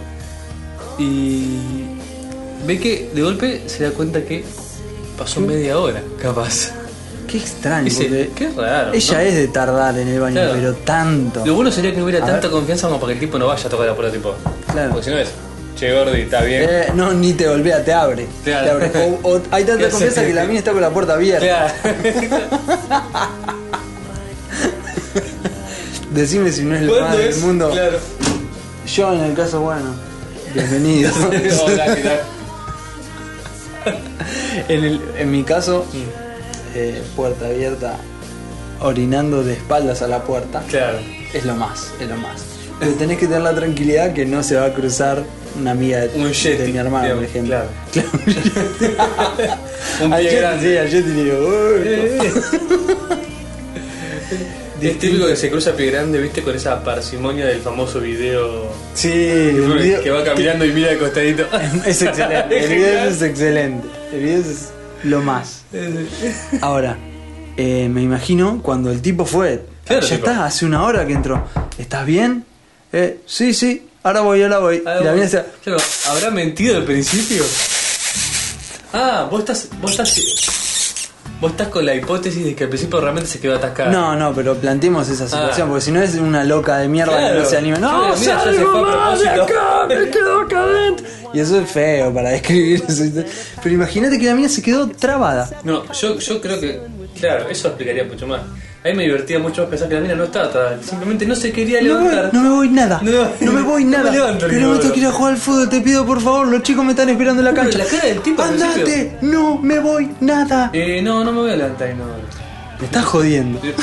Speaker 2: Y ve que de golpe se da cuenta que pasó media hora, capaz.
Speaker 1: Qué extraño,
Speaker 2: Dice,
Speaker 1: porque
Speaker 2: qué raro.
Speaker 1: ella
Speaker 2: ¿no?
Speaker 1: es de tardar en el baño,
Speaker 2: Claro.
Speaker 1: pero tanto.
Speaker 2: Lo bueno sería que no hubiera
Speaker 1: A
Speaker 2: tanta confianza como para que el tipo no vaya a tocar la puerta, tipo.
Speaker 1: Claro.
Speaker 2: Porque si no es, che, Gordi, está bien.
Speaker 1: Eh, no, ni te volvea, te abre.
Speaker 2: Claro.
Speaker 1: Te abre. O- o- hay
Speaker 2: ¿Qué
Speaker 1: tanta
Speaker 2: hace?
Speaker 1: confianza que la mina está con la puerta abierta.
Speaker 2: Claro.
Speaker 1: Decime si no es lo más
Speaker 2: ¿Cuándo
Speaker 1: del
Speaker 2: es?
Speaker 1: mundo.
Speaker 2: Claro.
Speaker 1: Yo en el caso, bueno, bienvenido.
Speaker 2: Hola, ¿qué tal?
Speaker 1: en, el- en mi caso,
Speaker 2: Mm.
Speaker 1: eh, puerta abierta, orinando de espaldas a la puerta,
Speaker 2: Claro.
Speaker 1: es lo más, es lo más. Pero tenés que tener la tranquilidad que no se va a cruzar una amiga de,
Speaker 2: Un yeti,
Speaker 1: de mi hermano, por
Speaker 2: digamos,
Speaker 1: ejemplo. Claro.
Speaker 2: Un
Speaker 1: al
Speaker 2: pie
Speaker 1: Yeti,
Speaker 2: grande.
Speaker 1: sí, al Yeti le digo, "Uy".
Speaker 2: Es típico que se cruza pie grande, viste, con esa parsimonia del famoso video
Speaker 1: Sí, el video-
Speaker 2: que va caminando y mira de costadito.
Speaker 1: Es excelente, el video
Speaker 2: genial.
Speaker 1: es excelente. El video es lo más. Ahora, eh, me imagino cuando el tipo fue.
Speaker 2: Claro,
Speaker 1: ya
Speaker 2: tipo.
Speaker 1: está, hace una hora que entró. ¿Estás bien? Eh, sí, sí, ahora voy, ahora voy.
Speaker 2: Ah,
Speaker 1: y la
Speaker 2: vos-
Speaker 1: mina decía,
Speaker 2: claro, ¿Habrá mentido al principio? Ah, vos estás. Vos estás. Vos estás con la hipótesis de que al principio realmente se quedó atascada.
Speaker 1: no, no, pero planteemos esa situación,
Speaker 2: Ah.
Speaker 1: porque si no es una loca de mierda que
Speaker 2: Claro.
Speaker 1: no se anima. No,
Speaker 2: Claro, mira, ya se
Speaker 1: salgo
Speaker 2: fue a
Speaker 1: más de
Speaker 2: propósito".
Speaker 1: acá, me quedo acá adentro. Y eso es feo para describir. eso. Pero imagínate que la mina se quedó trabada.
Speaker 2: No, yo, yo creo que. Claro, eso explicaría mucho más. A mí me divertía mucho más pensar que la mina no estaba atrás. Simplemente no se quería
Speaker 1: No me, voy,
Speaker 2: levantar.
Speaker 1: no me voy nada.
Speaker 2: No
Speaker 1: No,
Speaker 2: me voy-
Speaker 1: me voy
Speaker 2: no me
Speaker 1: nada.
Speaker 2: levanto el
Speaker 1: pero me
Speaker 2: inodoro.
Speaker 1: tengo que ir a jugar al fútbol, te pido por favor. Los chicos me están esperando en la
Speaker 2: Pero
Speaker 1: cancha.
Speaker 2: la cara del tipo al
Speaker 1: ¡Andate! ¡No me voy nada!
Speaker 2: Eh, no, no me voy a levantar y no.
Speaker 1: Me estás jodiendo.
Speaker 2: Eh,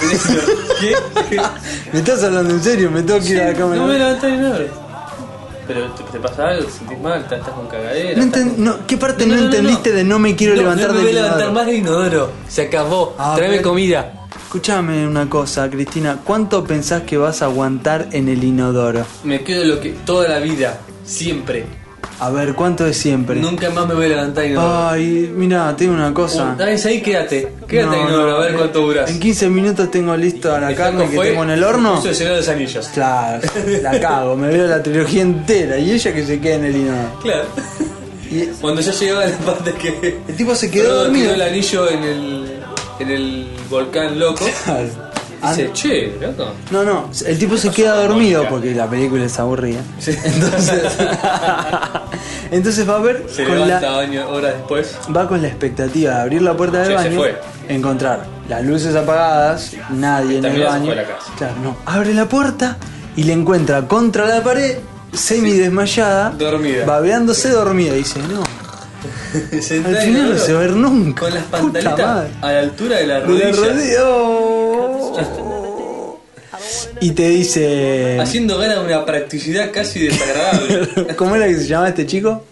Speaker 2: ¿Qué? ¿Qué?
Speaker 1: Me estás hablando en serio, me tengo que ir a la
Speaker 2: No me
Speaker 1: cámara.
Speaker 2: voy a
Speaker 1: No,
Speaker 2: levantar y no. Pero te, te pasa algo, te sentís mal, estás, estás con cagadera. estás
Speaker 1: enten-
Speaker 2: con-
Speaker 1: no, ¿Qué parte no,
Speaker 2: No, no, no,
Speaker 1: entendiste
Speaker 2: no.
Speaker 1: de no me quiero
Speaker 2: No,
Speaker 1: levantar
Speaker 2: no me
Speaker 1: del
Speaker 2: voy a levantar
Speaker 1: inodoro?
Speaker 2: más del inodoro. Se acabó.
Speaker 1: Ah,
Speaker 2: Tráeme
Speaker 1: pero-
Speaker 2: comida.
Speaker 1: Escuchame una cosa, Cristina. ¿Cuánto pensás que vas a aguantar en el inodoro?
Speaker 2: Me quedo lo que toda la vida, siempre.
Speaker 1: A ver, ¿cuánto es siempre?
Speaker 2: Nunca más me voy a levantar y no.
Speaker 1: Ay, mira, tengo una cosa.
Speaker 2: Dais ahí, quédate. Quédate
Speaker 1: Ah, No,
Speaker 2: ahí, no,
Speaker 1: no,
Speaker 2: a ver cuánto duras.
Speaker 1: En 15 minutos tengo listo a la carne que tengo en el horno.
Speaker 2: Eso de los anillos.
Speaker 1: Claro, la cago, me veo la trilogía entera y ella que se queda en el inodoro.
Speaker 2: Claro.
Speaker 1: Y
Speaker 2: Cuando yo llegaba a la parte que.
Speaker 1: el tipo se quedó
Speaker 2: Frodo tiró
Speaker 1: dormido.
Speaker 2: el anillo en el. en el volcán loco.
Speaker 1: Claro.
Speaker 2: Dice,
Speaker 1: Ande-
Speaker 2: che, loco.
Speaker 1: No, no, el tipo se queda dormido porque la película es aburrida. Entonces, entonces va a ver
Speaker 2: Se
Speaker 1: con
Speaker 2: levanta
Speaker 1: la,
Speaker 2: baño horas después.
Speaker 1: va con la expectativa de abrir la puerta del
Speaker 2: Sí, se
Speaker 1: baño,
Speaker 2: fue.
Speaker 1: encontrar las luces apagadas, nadie en el
Speaker 2: También se
Speaker 1: baño.
Speaker 2: fue a la casa.
Speaker 1: Claro, no, abre la puerta y la encuentra contra la pared, semi desmayada,
Speaker 2: Dormida.
Speaker 1: babeándose dormida. Dice, no, Al final no se va a ver nunca.
Speaker 2: Con las
Speaker 1: Puta
Speaker 2: pantaletas
Speaker 1: madre.
Speaker 2: a la altura de la
Speaker 1: De la
Speaker 2: rodilla.
Speaker 1: rodilla. Y te dice.
Speaker 2: Haciendo gana de una practicidad casi desagradable.
Speaker 1: ¿Cómo era que se llamaba este chico?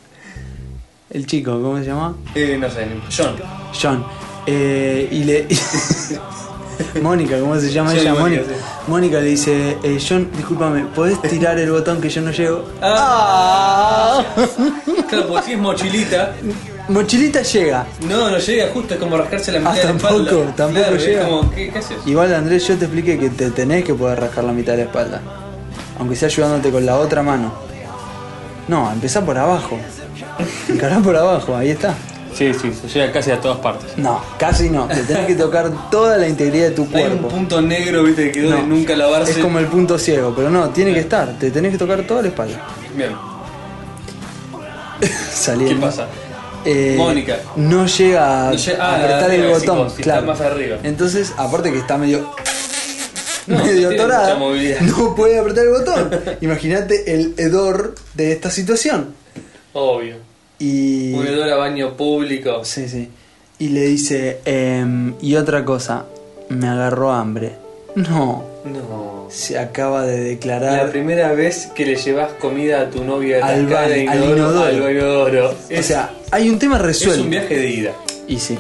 Speaker 1: El chico, ¿cómo se llamaba?
Speaker 2: eh, no sé, John.
Speaker 1: John. Eh, y le. Mónica, ¿cómo se llama
Speaker 2: Sí,
Speaker 1: ella?
Speaker 2: Mónica,
Speaker 1: Mónica. Mónica le dice, eh, John, discúlpame, ¿podés tirar el botón que yo no llego?
Speaker 2: Ah. Claro, porque si es mochilita,
Speaker 1: Mochilita llega.
Speaker 2: no, no llega justo, es como rascarse la mitad
Speaker 1: Ah,
Speaker 2: de la
Speaker 1: tampoco,
Speaker 2: espalda.
Speaker 1: tampoco
Speaker 2: Claro, es
Speaker 1: llega.
Speaker 2: como, ¿qué, qué haces?
Speaker 1: Igual Andrés, yo te expliqué que te tenés que poder rascar la mitad de la espalda. Aunque sea ayudándote con la otra mano. No, empezá por abajo. Encará por abajo, ahí está.
Speaker 7: Sí, sí, se llega casi a todas partes.
Speaker 1: No, casi no. Te tenés que tocar toda la integridad de tu
Speaker 2: Hay un
Speaker 1: cuerpo.
Speaker 2: punto negro, viste, que quedó de
Speaker 1: No.
Speaker 2: nunca lavarse.
Speaker 1: Es como el punto ciego, pero no, tiene que estar. Te tenés que tocar toda la espalda.
Speaker 2: Bien,
Speaker 1: Saliendo.
Speaker 2: ¿qué pasa?
Speaker 1: Eh,
Speaker 2: Mónica.
Speaker 1: No llega a
Speaker 2: No llega- ah,
Speaker 1: apretar
Speaker 2: arriba,
Speaker 1: el
Speaker 2: sí, como
Speaker 1: botón.
Speaker 2: si
Speaker 1: claro.
Speaker 2: está más arriba.
Speaker 1: Entonces, aparte que está medio.
Speaker 2: No, no
Speaker 1: medio
Speaker 2: tiene
Speaker 1: torada.
Speaker 2: mucha movilidad.
Speaker 1: No puede apretar el botón. Imagínate el hedor de esta situación.
Speaker 2: Obvio.
Speaker 1: Y.
Speaker 2: Un hedor a baño público.
Speaker 1: Sí, sí. Y le dice. em, y otra cosa. Me agarró hambre. No.
Speaker 2: No.
Speaker 1: Se acaba de
Speaker 2: La
Speaker 1: declarar.
Speaker 2: primera vez que le llevas comida a tu novia
Speaker 1: Al
Speaker 2: atascada
Speaker 1: baño,
Speaker 2: de
Speaker 1: al
Speaker 2: inodoro,
Speaker 1: inodoro.
Speaker 2: al inodoro.
Speaker 1: O
Speaker 2: Es-
Speaker 1: sea, hay un tema
Speaker 2: es
Speaker 1: resuelto.
Speaker 2: un viaje de ida.
Speaker 1: Y sí.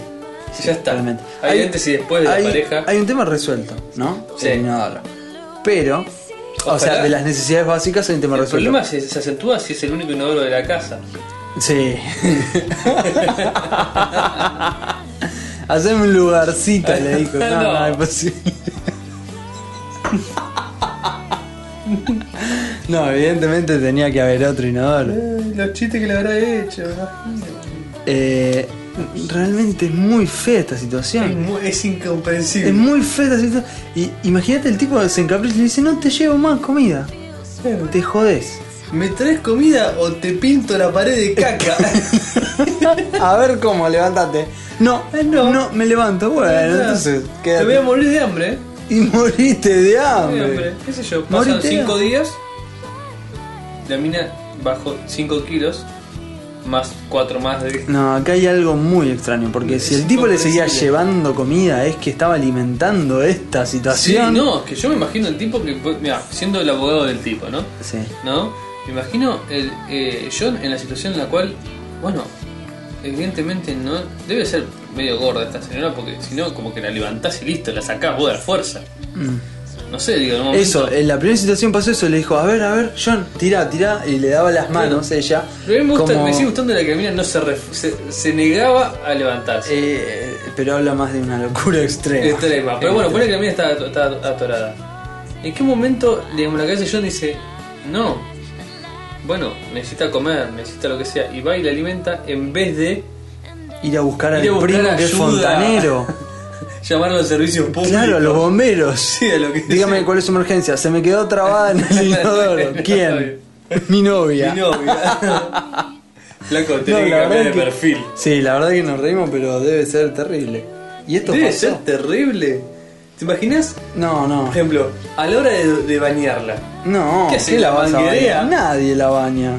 Speaker 2: Ya está.
Speaker 1: Realmente.
Speaker 2: Hay antes y después de la
Speaker 1: hay-
Speaker 2: pareja.
Speaker 1: Hay un tema resuelto, ¿no?
Speaker 2: Sí.
Speaker 1: El inodoro. Pero, o
Speaker 2: Ojalá.
Speaker 1: sea, de las necesidades básicas hay un tema
Speaker 2: El
Speaker 1: resuelto.
Speaker 2: problema se, se acentúa si es el único inodoro de la casa.
Speaker 1: Sí. Haceme un lugarcito, le dijo. No, no,
Speaker 2: No.
Speaker 1: es posible. no, evidentemente tenía que haber otro inodoro.
Speaker 2: Los chistes que le habrá hecho.
Speaker 1: Eh, realmente es muy fea esta situación.
Speaker 2: Es
Speaker 1: Es
Speaker 2: incomprensible.
Speaker 1: muy fea esta situación. Y imagínate el tipo se encapricha y le dice, no te llevo más comida. Te jodés.
Speaker 2: ¿Me traes comida o te pinto la pared de caca?
Speaker 1: A ver cómo, levántate. No,
Speaker 2: Eh,
Speaker 1: no, me levanto. Bueno, entonces
Speaker 2: Te voy a
Speaker 1: quédate.
Speaker 2: morir de hambre.
Speaker 1: Y moriste de
Speaker 2: De
Speaker 1: hambre.
Speaker 2: hambre. ¿Qué sé yo? Pasan
Speaker 1: Morite.
Speaker 2: 5 días. La mina bajó 5 kilos. Más 4 más de.
Speaker 1: No, acá hay algo muy extraño, porque si
Speaker 2: Es
Speaker 1: el tipo le seguía
Speaker 2: incomprensible.
Speaker 1: llevando comida, es que estaba alimentando esta
Speaker 2: Sí,
Speaker 1: situación.
Speaker 2: no, que yo me imagino el tipo que. Mira, siendo el abogado del tipo, ¿no?
Speaker 1: Sí.
Speaker 2: ¿no? Me imagino el eh, John en la situación en la cual, bueno, evidentemente no debe ser medio gorda esta señora porque si no como que la levantás y listo, la sacás vos de la fuerza. No sé, digo, en un momento-
Speaker 1: Mm. Eso, eh, en la primera situación pasó eso, le dijo, a ver, a ver, John, tirá, tirá, y le daba las manos ella.
Speaker 2: Pero a mí me, gusta-
Speaker 1: como-
Speaker 2: me sigue gustando la que mira no se, ref- se, se negaba a levantarse.
Speaker 1: Eh, pero habla más de una locura extrema.
Speaker 2: Extrema.
Speaker 1: eh,
Speaker 2: Pero bueno, pone que la mina está, está atorada. ¿En qué momento le la cabeza John dice, no, bueno, necesita comer, necesita lo que sea, y va y la alimenta en vez de
Speaker 1: Ir a buscar al
Speaker 2: Ir a buscar
Speaker 1: primo que es
Speaker 2: ayuda.
Speaker 1: fontanero.
Speaker 2: llamar a los servicios públicos.
Speaker 1: claro, a los bomberos.
Speaker 2: Sí, a lo que
Speaker 1: Dígame
Speaker 2: sea.
Speaker 1: cuál es su emergencia. Se me quedó trabada en el inodoro. ¿Quién? Mi novia.
Speaker 2: Mi novia. Flaco, tenés
Speaker 1: No,
Speaker 2: que
Speaker 1: la verdad
Speaker 2: cambiar de
Speaker 1: es que-
Speaker 2: perfil.
Speaker 1: Sí, la verdad que nos reímos, pero debe ser terrible. ¿Y esto
Speaker 2: Debe
Speaker 1: pasó?
Speaker 2: ser terrible. ¿Te imaginas?
Speaker 1: No, no.
Speaker 2: Por ejemplo, a la hora de, de bañarla.
Speaker 1: No,
Speaker 2: ¿Qué haces,
Speaker 1: ¿quién
Speaker 2: la
Speaker 1: vas a
Speaker 2: manguerea?
Speaker 1: bañar? Nadie la baña.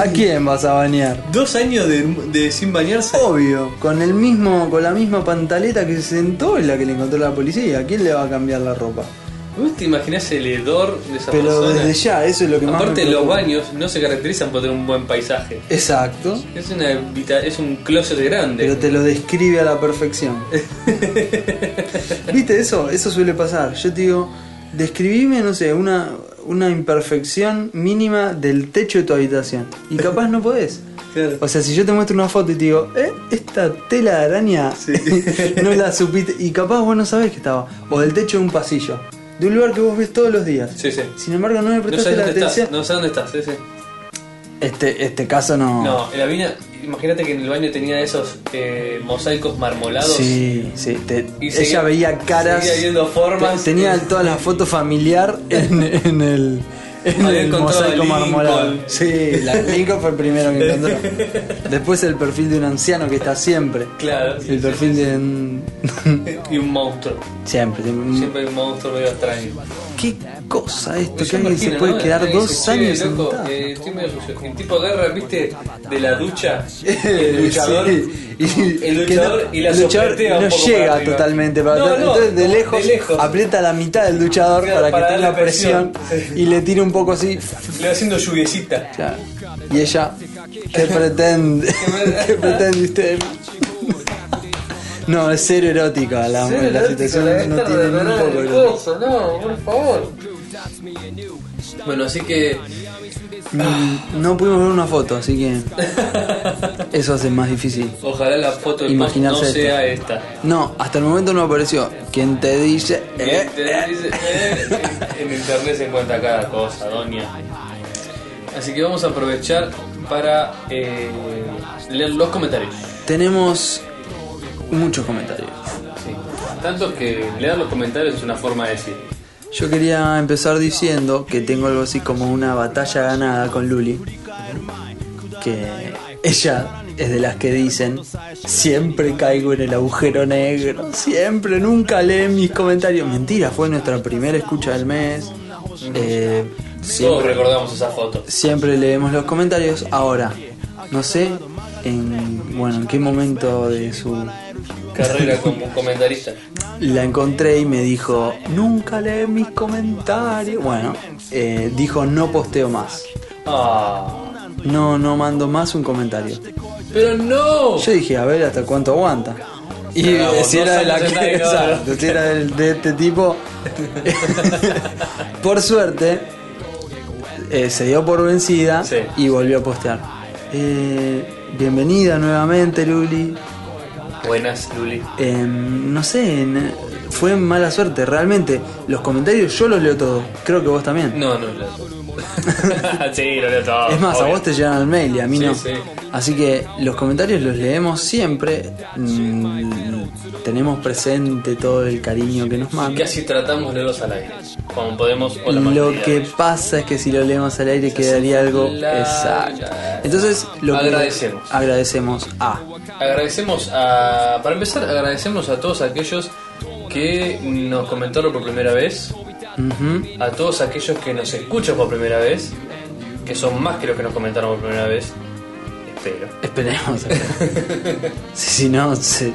Speaker 1: ¿A quién vas a bañar?
Speaker 2: Dos años de, de sin bañarse.
Speaker 1: Obvio, con el mismo, con la misma pantaleta que se sentó y la que le encontró la policía, ¿a quién le va a cambiar la ropa?
Speaker 2: ¿Vos te imaginás el hedor de esa
Speaker 1: Pero
Speaker 2: persona?
Speaker 1: desde ya, eso es lo que más
Speaker 2: Aparte,
Speaker 1: me
Speaker 2: los
Speaker 1: preocupa.
Speaker 2: baños no se caracterizan por tener un buen paisaje.
Speaker 1: Exacto.
Speaker 2: Es, una, vita- es un closet grande.
Speaker 1: Pero te lo describe a la perfección. ¿Viste eso? Eso suele pasar. Yo te digo, describime, no sé, una, una imperfección mínima del techo de tu habitación. Y capaz no podés.
Speaker 2: Claro.
Speaker 1: O sea, si yo te muestro una foto y te digo, eh, esta tela de araña no la supiste. Y capaz vos no sabés que estaba. O del techo de un pasillo. De un lugar que vos ves todos los días.
Speaker 2: Sí, sí.
Speaker 1: Sin embargo, no me
Speaker 2: No
Speaker 1: prestaste
Speaker 2: sabes
Speaker 1: la
Speaker 2: dónde
Speaker 1: atención.
Speaker 2: estás. No sabes dónde estás. sí, sí.
Speaker 1: Este, este caso no.
Speaker 2: No, la mina, imagínate que en el baño tenía esos eh, mosaicos marmolados.
Speaker 1: Sí, sí. te-
Speaker 2: Y
Speaker 1: ella
Speaker 2: seguía-
Speaker 1: veía caras.
Speaker 2: seguía viendo formas.
Speaker 1: te- tenía todas las fotos familiar en, en el. En
Speaker 2: Había
Speaker 1: el
Speaker 2: encontrado a
Speaker 1: mosaico
Speaker 2: Lincoln.
Speaker 1: marmolado. Sí, la Lincoln fue el primero que encontró. Después el perfil de un anciano que está siempre.
Speaker 2: Claro.
Speaker 1: El perfil de un.
Speaker 2: Y un monstruo.
Speaker 1: siempre, siempre. Mm.
Speaker 2: Siempre hay un monstruo medio extraño.
Speaker 1: qué cosa esto
Speaker 2: Yo
Speaker 1: que alguien se
Speaker 2: imagino,
Speaker 1: puede
Speaker 2: ¿no?
Speaker 1: quedar
Speaker 2: Dice,
Speaker 1: dos
Speaker 2: "Che,
Speaker 1: años
Speaker 2: loco,
Speaker 1: sentado.
Speaker 2: eh, estoy medio sucio. El tipo guerra, viste, de la ducha. El
Speaker 1: Sí,
Speaker 2: luchador.
Speaker 1: y-
Speaker 2: el
Speaker 1: que no-
Speaker 2: luchador y la
Speaker 1: el luchador
Speaker 2: sopletea un
Speaker 1: no
Speaker 2: poco para
Speaker 1: llega
Speaker 2: arriba.
Speaker 1: totalmente para
Speaker 2: No,
Speaker 1: atrás.
Speaker 2: no,
Speaker 1: entonces de
Speaker 2: como
Speaker 1: lejos,
Speaker 2: de lejos.
Speaker 1: aprieta la mitad del luchador
Speaker 2: Claro,
Speaker 1: para,
Speaker 2: para
Speaker 1: que
Speaker 2: darle
Speaker 1: tenga presión,
Speaker 2: presión.
Speaker 1: y le tira un poco así
Speaker 2: Le va haciendo lluviecita.
Speaker 1: Claro. Y ella, ¿qué pretende? ¿Qué pretende usted? No, es cero erótica la,
Speaker 2: Cero
Speaker 1: Ah, la
Speaker 2: erótico,
Speaker 1: situación.
Speaker 2: la
Speaker 1: no
Speaker 2: esta
Speaker 1: tiene ni un
Speaker 2: revelada
Speaker 1: poco
Speaker 2: del
Speaker 1: erótica.
Speaker 2: coso, no, por favor. Bueno, así que.
Speaker 1: Mm, No pudimos ver una foto, así que eso hace más difícil.
Speaker 2: Ojalá la foto del post no
Speaker 1: Imaginarse esto.
Speaker 2: sea esta.
Speaker 1: No, hasta el momento no apareció. ¿Quién te dice? Eh,
Speaker 2: eh, En internet se encuentra cada cosa, doña. Así que vamos a aprovechar para eh, leer los comentarios.
Speaker 1: Tenemos muchos comentarios.
Speaker 2: Sí. Tanto que leer los comentarios es una forma de decir.
Speaker 1: Yo quería empezar diciendo que tengo algo así como una batalla ganada con Luli. Que ella es de las que dicen, siempre caigo en el agujero negro, siempre, nunca leen mis comentarios. Mentira, fue nuestra primera escucha del mes. Eh,
Speaker 2: Todos
Speaker 1: siempre,
Speaker 2: recordamos esa foto.
Speaker 1: siempre leemos los comentarios. Ahora, no sé en, bueno, en qué momento de su
Speaker 2: Carrera como comentarista.
Speaker 1: la encontré y me dijo, nunca lee mis comentarios. Bueno, eh, dijo, no posteo más.
Speaker 2: Ah,
Speaker 1: No, no mando más un comentario.
Speaker 2: pero no.
Speaker 1: Yo dije, a ver hasta cuánto aguanta. Y
Speaker 2: Claro, vos
Speaker 1: si
Speaker 2: dos
Speaker 1: era de la
Speaker 2: años
Speaker 1: que-
Speaker 2: atrás, claro.
Speaker 1: exacto, si era del- de este tipo. por suerte, eh, se dio por vencida
Speaker 2: Sí.
Speaker 1: y volvió a postear. Eh, bienvenida nuevamente, Luli.
Speaker 2: Buenas, Luli.
Speaker 1: Em, no sé, en- fue mala suerte, realmente. Los comentarios yo los leo todos, creo que vos también.
Speaker 2: No, no, lo Sí, lo leo todo.
Speaker 1: Es más, a
Speaker 2: obvio.
Speaker 1: vos te llegan al mail y a mí
Speaker 2: Sí,
Speaker 1: no.
Speaker 2: sí.
Speaker 1: Así que los comentarios los leemos siempre. Mm, tenemos presente todo el cariño que nos manda.
Speaker 2: Casi tratamos de leerlos al aire. Como podemos. o
Speaker 1: Lo
Speaker 2: la mayoría de
Speaker 1: que
Speaker 2: ellos.
Speaker 1: pasa es que si lo leemos al aire quedaría algo
Speaker 2: larga.
Speaker 1: exacto. Entonces, lo que-
Speaker 2: Agradecemos.
Speaker 1: agradecemos a.
Speaker 2: Agradecemos a. Para empezar, agradecemos a todos aquellos que nos comentaron por primera vez,
Speaker 1: Ujú.
Speaker 2: a todos aquellos que nos escuchan por primera vez, que son más que los que nos comentaron por primera vez. Espero.
Speaker 1: Esperemos. si, si no, se-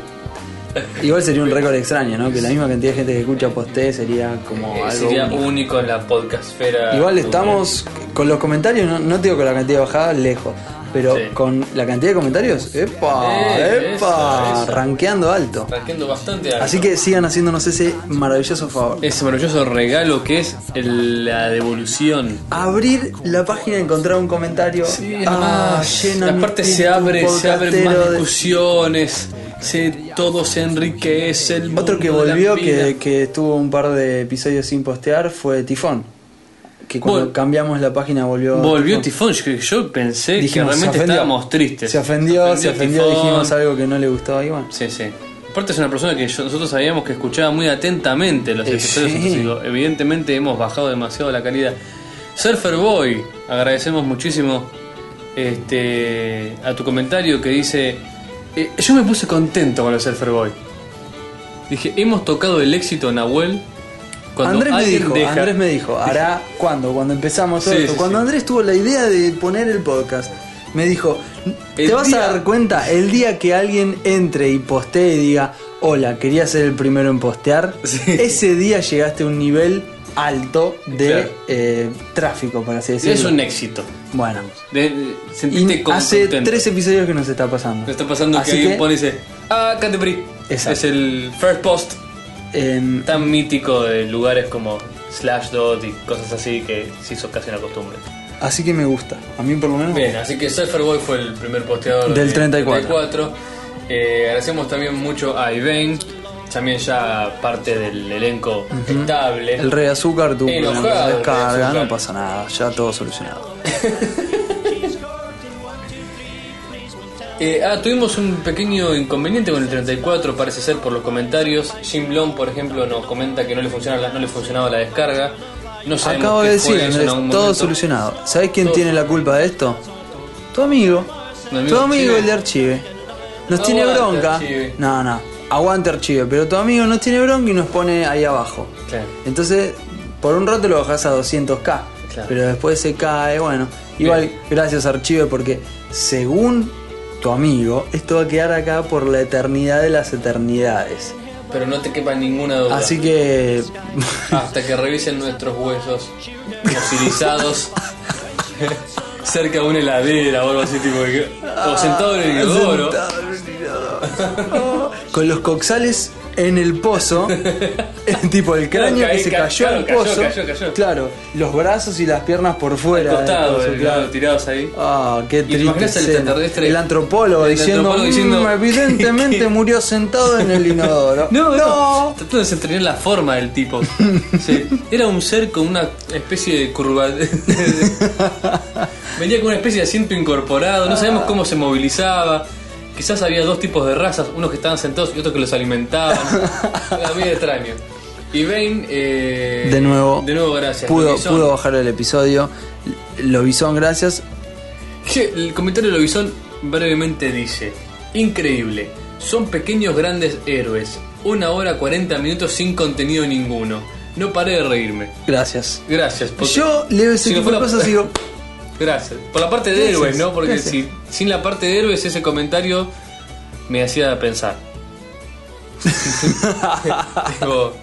Speaker 1: igual sería un récord extraño, ¿no? Que la misma cantidad de gente que escucha poste sería como
Speaker 2: Eh,
Speaker 1: algo.
Speaker 2: sería
Speaker 1: único.
Speaker 2: único en la podcastfera.
Speaker 1: Igual estamos con los comentarios, no, no te digo con la cantidad bajada, lejos. Pero
Speaker 2: Sí.
Speaker 1: con la cantidad de comentarios, ¡epa! ¡epa!
Speaker 2: Eh, esa, esa.
Speaker 1: Rankeando alto.
Speaker 2: Ranqueando bastante alto.
Speaker 1: Así que sigan haciéndonos ese maravilloso favor.
Speaker 2: Ese maravilloso regalo que es el- la devolución.
Speaker 1: Abrir la página y encontrar un comentario. ah, llena mi
Speaker 2: Aparte se
Speaker 1: pico un
Speaker 2: abre, se abren
Speaker 1: podcastero
Speaker 2: más
Speaker 1: de-
Speaker 2: discusiones, se, todo se enriquece. El
Speaker 1: Otro que
Speaker 2: mundo de la
Speaker 1: volvió,
Speaker 2: vida.
Speaker 1: que, que estuvo un par de episodios sin postear, fue Tifón. Que cuando
Speaker 2: Vol-
Speaker 1: cambiamos la página volvió.
Speaker 2: Volvió Tifón, yo, yo pensé que realmente estábamos tristes.
Speaker 1: Se ofendió, se ofendió,
Speaker 2: Tifón.
Speaker 1: dijimos algo que no le gustaba a Iván.
Speaker 2: Sí, sí. Aparte es una persona que yo- nosotros sabíamos que escuchaba muy atentamente los
Speaker 1: Eh,
Speaker 2: episodios.
Speaker 1: sí.
Speaker 2: entonces digo, evidentemente hemos bajado demasiado la calidad. Surfer Boy, agradecemos muchísimo este, a tu comentario que dice... eh, yo me puse contento con el Surfer Boy. Dije, hemos tocado el éxito Nahuel. Cuando
Speaker 1: Andrés me,
Speaker 2: alguien
Speaker 1: dijo,
Speaker 2: deja-
Speaker 1: Andrés me dijo, hará cuando, cuando empezamos todo
Speaker 2: Sí,
Speaker 1: esto.
Speaker 2: sí,
Speaker 1: cuando
Speaker 2: sí.
Speaker 1: Andrés tuvo la idea de poner el podcast, me dijo, te
Speaker 2: El
Speaker 1: vas
Speaker 2: día-
Speaker 1: a dar cuenta el día que alguien entre y postee y diga, hola, quería ser el primero en postear, ese día llegaste a un nivel alto de
Speaker 2: Claro.
Speaker 1: eh, tráfico, por así decirlo.
Speaker 2: Es un éxito.
Speaker 1: Bueno,
Speaker 2: De, de- sentiste
Speaker 1: y
Speaker 2: con-
Speaker 1: hace
Speaker 2: contento.
Speaker 1: tres episodios que nos está pasando.
Speaker 2: Me está pasando
Speaker 1: Así
Speaker 2: que alguien pone y dice, ah, Canterbury.
Speaker 1: Exacto.
Speaker 2: Es el first post
Speaker 1: em,
Speaker 2: tan mítico de lugares como Slashdot y cosas así que se hizo casi una costumbre.
Speaker 1: así que me gusta, a mí por lo menos.
Speaker 2: Bien, así que Surferboy fue el primer posteador
Speaker 1: Del
Speaker 2: de
Speaker 1: 34.
Speaker 2: Eh, agradecemos también mucho a Ivane, también ya parte del elenco estable.
Speaker 1: El rey azúcar tuvo problemas de
Speaker 2: Enojado, el Rey
Speaker 1: descarga,
Speaker 2: Azúcar.
Speaker 1: no pasa nada, ya todo solucionado.
Speaker 2: Eh, ah, tuvimos un pequeño inconveniente con el 34, parece ser por los comentarios. Jim Long, por ejemplo, nos comenta que no le, funciona la- no le funcionaba la descarga. No sabemos
Speaker 1: Acabo
Speaker 2: qué
Speaker 1: de
Speaker 2: fue
Speaker 1: decir,
Speaker 2: eso en
Speaker 1: Andrés, todo
Speaker 2: algún momento.
Speaker 1: solucionado. ¿Sabés quién
Speaker 2: Todo-
Speaker 1: tiene la culpa de esto? Tu amigo.
Speaker 2: ¿Mi amigo
Speaker 1: Tu amigo
Speaker 2: Archive?
Speaker 1: el de Archive. Nos tiene
Speaker 2: Aguante,
Speaker 1: bronca.
Speaker 2: Archive.
Speaker 1: No, no. Aguante Archive, pero tu amigo nos tiene bronca y nos pone ahí abajo.
Speaker 2: Claro.
Speaker 1: Entonces, Por un rato lo bajás a 200k,
Speaker 2: Claro.
Speaker 1: pero después se cae, bueno. Igual, gracias Archive, porque según tu amigo, esto va a quedar acá por la eternidad de las eternidades.
Speaker 2: Pero no te quepa ninguna duda.
Speaker 1: Así que...
Speaker 2: Hasta que revisen nuestros huesos fosilizados cerca de una heladera o algo así, tipo. que- O sentado en el inodoro.
Speaker 1: Con los coxales en el pozo, el tipo el
Speaker 2: Claro,
Speaker 1: cráneo
Speaker 2: caí-
Speaker 1: que se
Speaker 2: ca-
Speaker 1: cayó
Speaker 2: claro,
Speaker 1: al
Speaker 2: cayó,
Speaker 1: pozo.
Speaker 2: cayó, cayó.
Speaker 1: Claro, los brazos y las piernas por fuera.
Speaker 2: Al
Speaker 1: del
Speaker 2: costado,
Speaker 1: pozo,
Speaker 2: el-
Speaker 1: claro.
Speaker 2: tirados ahí.
Speaker 1: Ah, qué
Speaker 2: te
Speaker 1: triste.
Speaker 2: imaginas el
Speaker 1: escena.
Speaker 2: extraterrestre?
Speaker 1: El antropólogo
Speaker 2: El
Speaker 1: diciendo,
Speaker 2: antropólogo diciendo,
Speaker 1: "Mm, evidentemente murió sentado en el inodoro.
Speaker 2: No, no. Tratando de desentrañar la forma del tipo. Sí. Era un ser con una especie de curva. Venía con una especie de asiento incorporado, no sabemos cómo se movilizaba. Quizás había dos tipos de razas, unos que estaban sentados y otros que los alimentaban. Era medio extraño. Y Bane. eh,
Speaker 1: De nuevo.
Speaker 2: De nuevo, gracias.
Speaker 1: Pudo,
Speaker 2: Lobizón.
Speaker 1: pudo bajar el episodio. Lobizón, gracias.
Speaker 2: Che, El comentario de Lobizón brevemente dice: Increíble, son pequeños grandes héroes. Una hora 40 minutos sin contenido ninguno. No paré de reírme.
Speaker 1: Gracias.
Speaker 2: Gracias. porque-
Speaker 1: Yo leo ese
Speaker 2: si no
Speaker 1: tipo de
Speaker 2: fuera-
Speaker 1: cosas y digo,
Speaker 2: Gracias. Por la parte de
Speaker 1: Gracias,
Speaker 2: héroes, ¿no? Porque
Speaker 1: gracias.
Speaker 2: si, sin la parte de héroes, ese comentario me hacía pensar. Digo,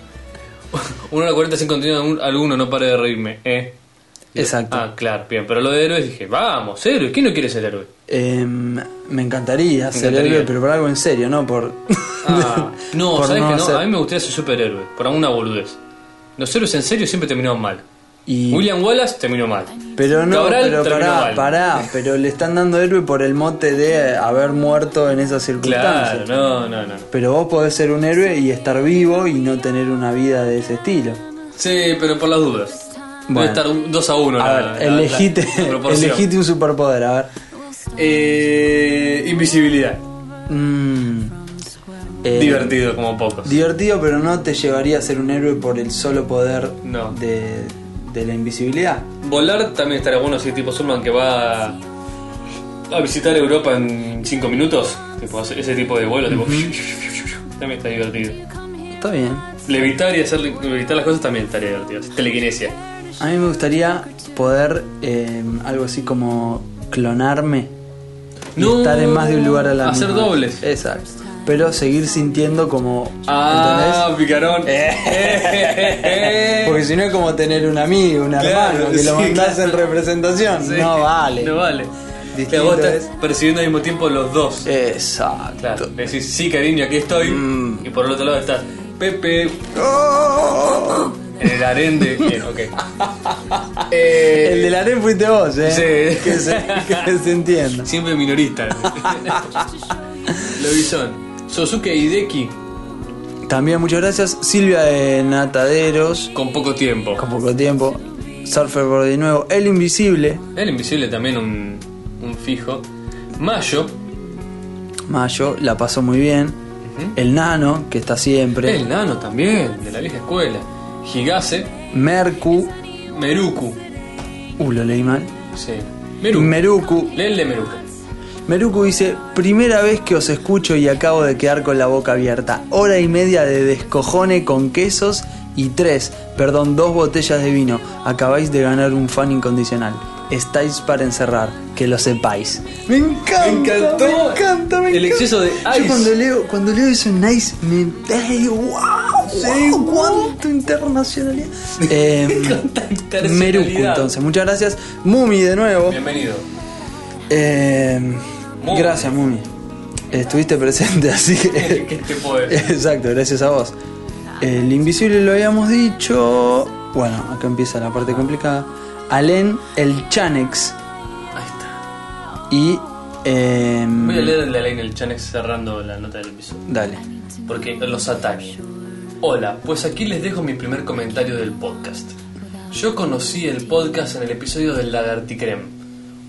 Speaker 2: una hora 40 sin contenido algún- alguno, no paré de reírme. ¿eh?
Speaker 1: exacto.
Speaker 2: Ah, claro, bien. Pero lo de héroes dije: Vamos, héroes. ¿Quién no quiere ser héroe?
Speaker 1: Em, me encantaría ser
Speaker 2: encantaría.
Speaker 1: héroe, pero por algo en serio, ¿no? Por.
Speaker 2: Ah, no,
Speaker 1: por
Speaker 2: ¿sabes que no?
Speaker 1: ser-
Speaker 2: A mí me gustaría ser superhéroe, por alguna boludez. Los héroes en serio siempre terminaban mal.
Speaker 1: Y-
Speaker 2: William Wallace terminó mal.
Speaker 1: Pero no,
Speaker 2: Cabral
Speaker 1: pero
Speaker 2: terminó
Speaker 1: pará,
Speaker 2: mal.
Speaker 1: pará, pero le están dando héroe por el mote de haber muerto en esas circunstancias.
Speaker 2: Claro, no, no, no.
Speaker 1: Pero vos podés ser un héroe y estar vivo y no tener una vida de ese estilo.
Speaker 2: Sí, pero por las dudas. Debe
Speaker 1: Bueno.
Speaker 2: estar 2 a 1.
Speaker 1: A ver, elegite, elegite un superpoder, a ver.
Speaker 2: Eh, invisibilidad.
Speaker 1: Mm, eh,
Speaker 2: Divertido como pocos.
Speaker 1: Divertido, pero no te llevaría a ser un héroe por el solo poder
Speaker 2: No.
Speaker 1: de, de la invisibilidad.
Speaker 2: Volar también estará bueno si tipo Superman que va a- a visitar Europa en 5 minutos. Tipo, hace- ese tipo de vuelo, tipo, también está divertido.
Speaker 1: Está bien.
Speaker 2: Levitar y hacer levitar las cosas también estaría divertido. Telequinesia.
Speaker 1: A mí me gustaría poder eh, algo así como clonarme y
Speaker 2: No,
Speaker 1: estar en más de un lugar a la
Speaker 2: hacer
Speaker 1: misma vez.
Speaker 2: dobles.
Speaker 1: Exacto. Pero seguir sintiendo como.
Speaker 2: Ah, picarón.
Speaker 1: ¿Entendés? Eh. Porque si no es como tener un amigo, un
Speaker 2: Claro,
Speaker 1: hermano, que lo
Speaker 2: sí,
Speaker 1: mandás
Speaker 2: claro.
Speaker 1: en representación.
Speaker 2: Sí,
Speaker 1: No vale.
Speaker 2: No vale.
Speaker 1: Distinto Eh.
Speaker 2: Pero vos estás
Speaker 1: es-
Speaker 2: percibiendo al mismo tiempo los dos.
Speaker 1: Exacto.
Speaker 2: Claro. Le decís, sí, cariño, aquí estoy.
Speaker 1: Mm.
Speaker 2: Y por el otro lado estás, Pepe. En el harén de. Bien, ok. Eh,
Speaker 1: El de la arena fuiste vos, ¿eh?
Speaker 2: Sí.
Speaker 1: Que se, que se entienda.
Speaker 2: Siempre minorista. Lobizón. Sosuke Hideki
Speaker 1: También muchas gracias. Silvia de Nataderos,
Speaker 2: con poco tiempo.
Speaker 1: con poco tiempo. Surfer por de nuevo. El Invisible,
Speaker 2: El Invisible también un, un fijo. Mayo.
Speaker 1: Mayo, la pasó muy bien. El Nano, que está siempre.
Speaker 2: El Nano también, de la vieja escuela. Higase.
Speaker 1: Mercu,
Speaker 2: Meruku.
Speaker 1: uh, lo leí mal.
Speaker 2: Sí. Meruku.
Speaker 1: Meruku.
Speaker 2: Leele Meruku.
Speaker 1: Meruku dice, primera vez que os escucho y acabo de quedar con la boca abierta. Hora y media de descojone con quesos y tres, perdón, dos botellas de vino. Acabáis de ganar un fan incondicional. Estáis para encerrar, que lo sepáis. Me encanta,
Speaker 2: Me encantó
Speaker 1: me encanta, me
Speaker 2: el
Speaker 1: encanta.
Speaker 2: exceso de ice.
Speaker 1: Yo cuando leo, cuando leo eso en Ice, me ay, digo, wow, wow, cuánto internacionalidad. Eh,
Speaker 2: Cuánta internacionalidad.
Speaker 1: Meruku, entonces, muchas gracias. Mumi de nuevo.
Speaker 2: Bienvenido.
Speaker 1: Eh, gracias, Mumi. Estuviste presente, así que.
Speaker 2: ¿Qué te puedo decir?
Speaker 1: Exacto, gracias a vos. El invisible lo habíamos dicho. Bueno, acá empieza la parte complicada. Alen, el Chanex
Speaker 2: Ahí está.
Speaker 1: y. eh,
Speaker 2: Voy a leer la ley en el Chanex cerrando la nota del episodio.
Speaker 1: Dale.
Speaker 2: porque los atañe. Hola, pues aquí les dejo mi primer comentario del podcast. Yo conocí el podcast en el episodio del Lagarticrem,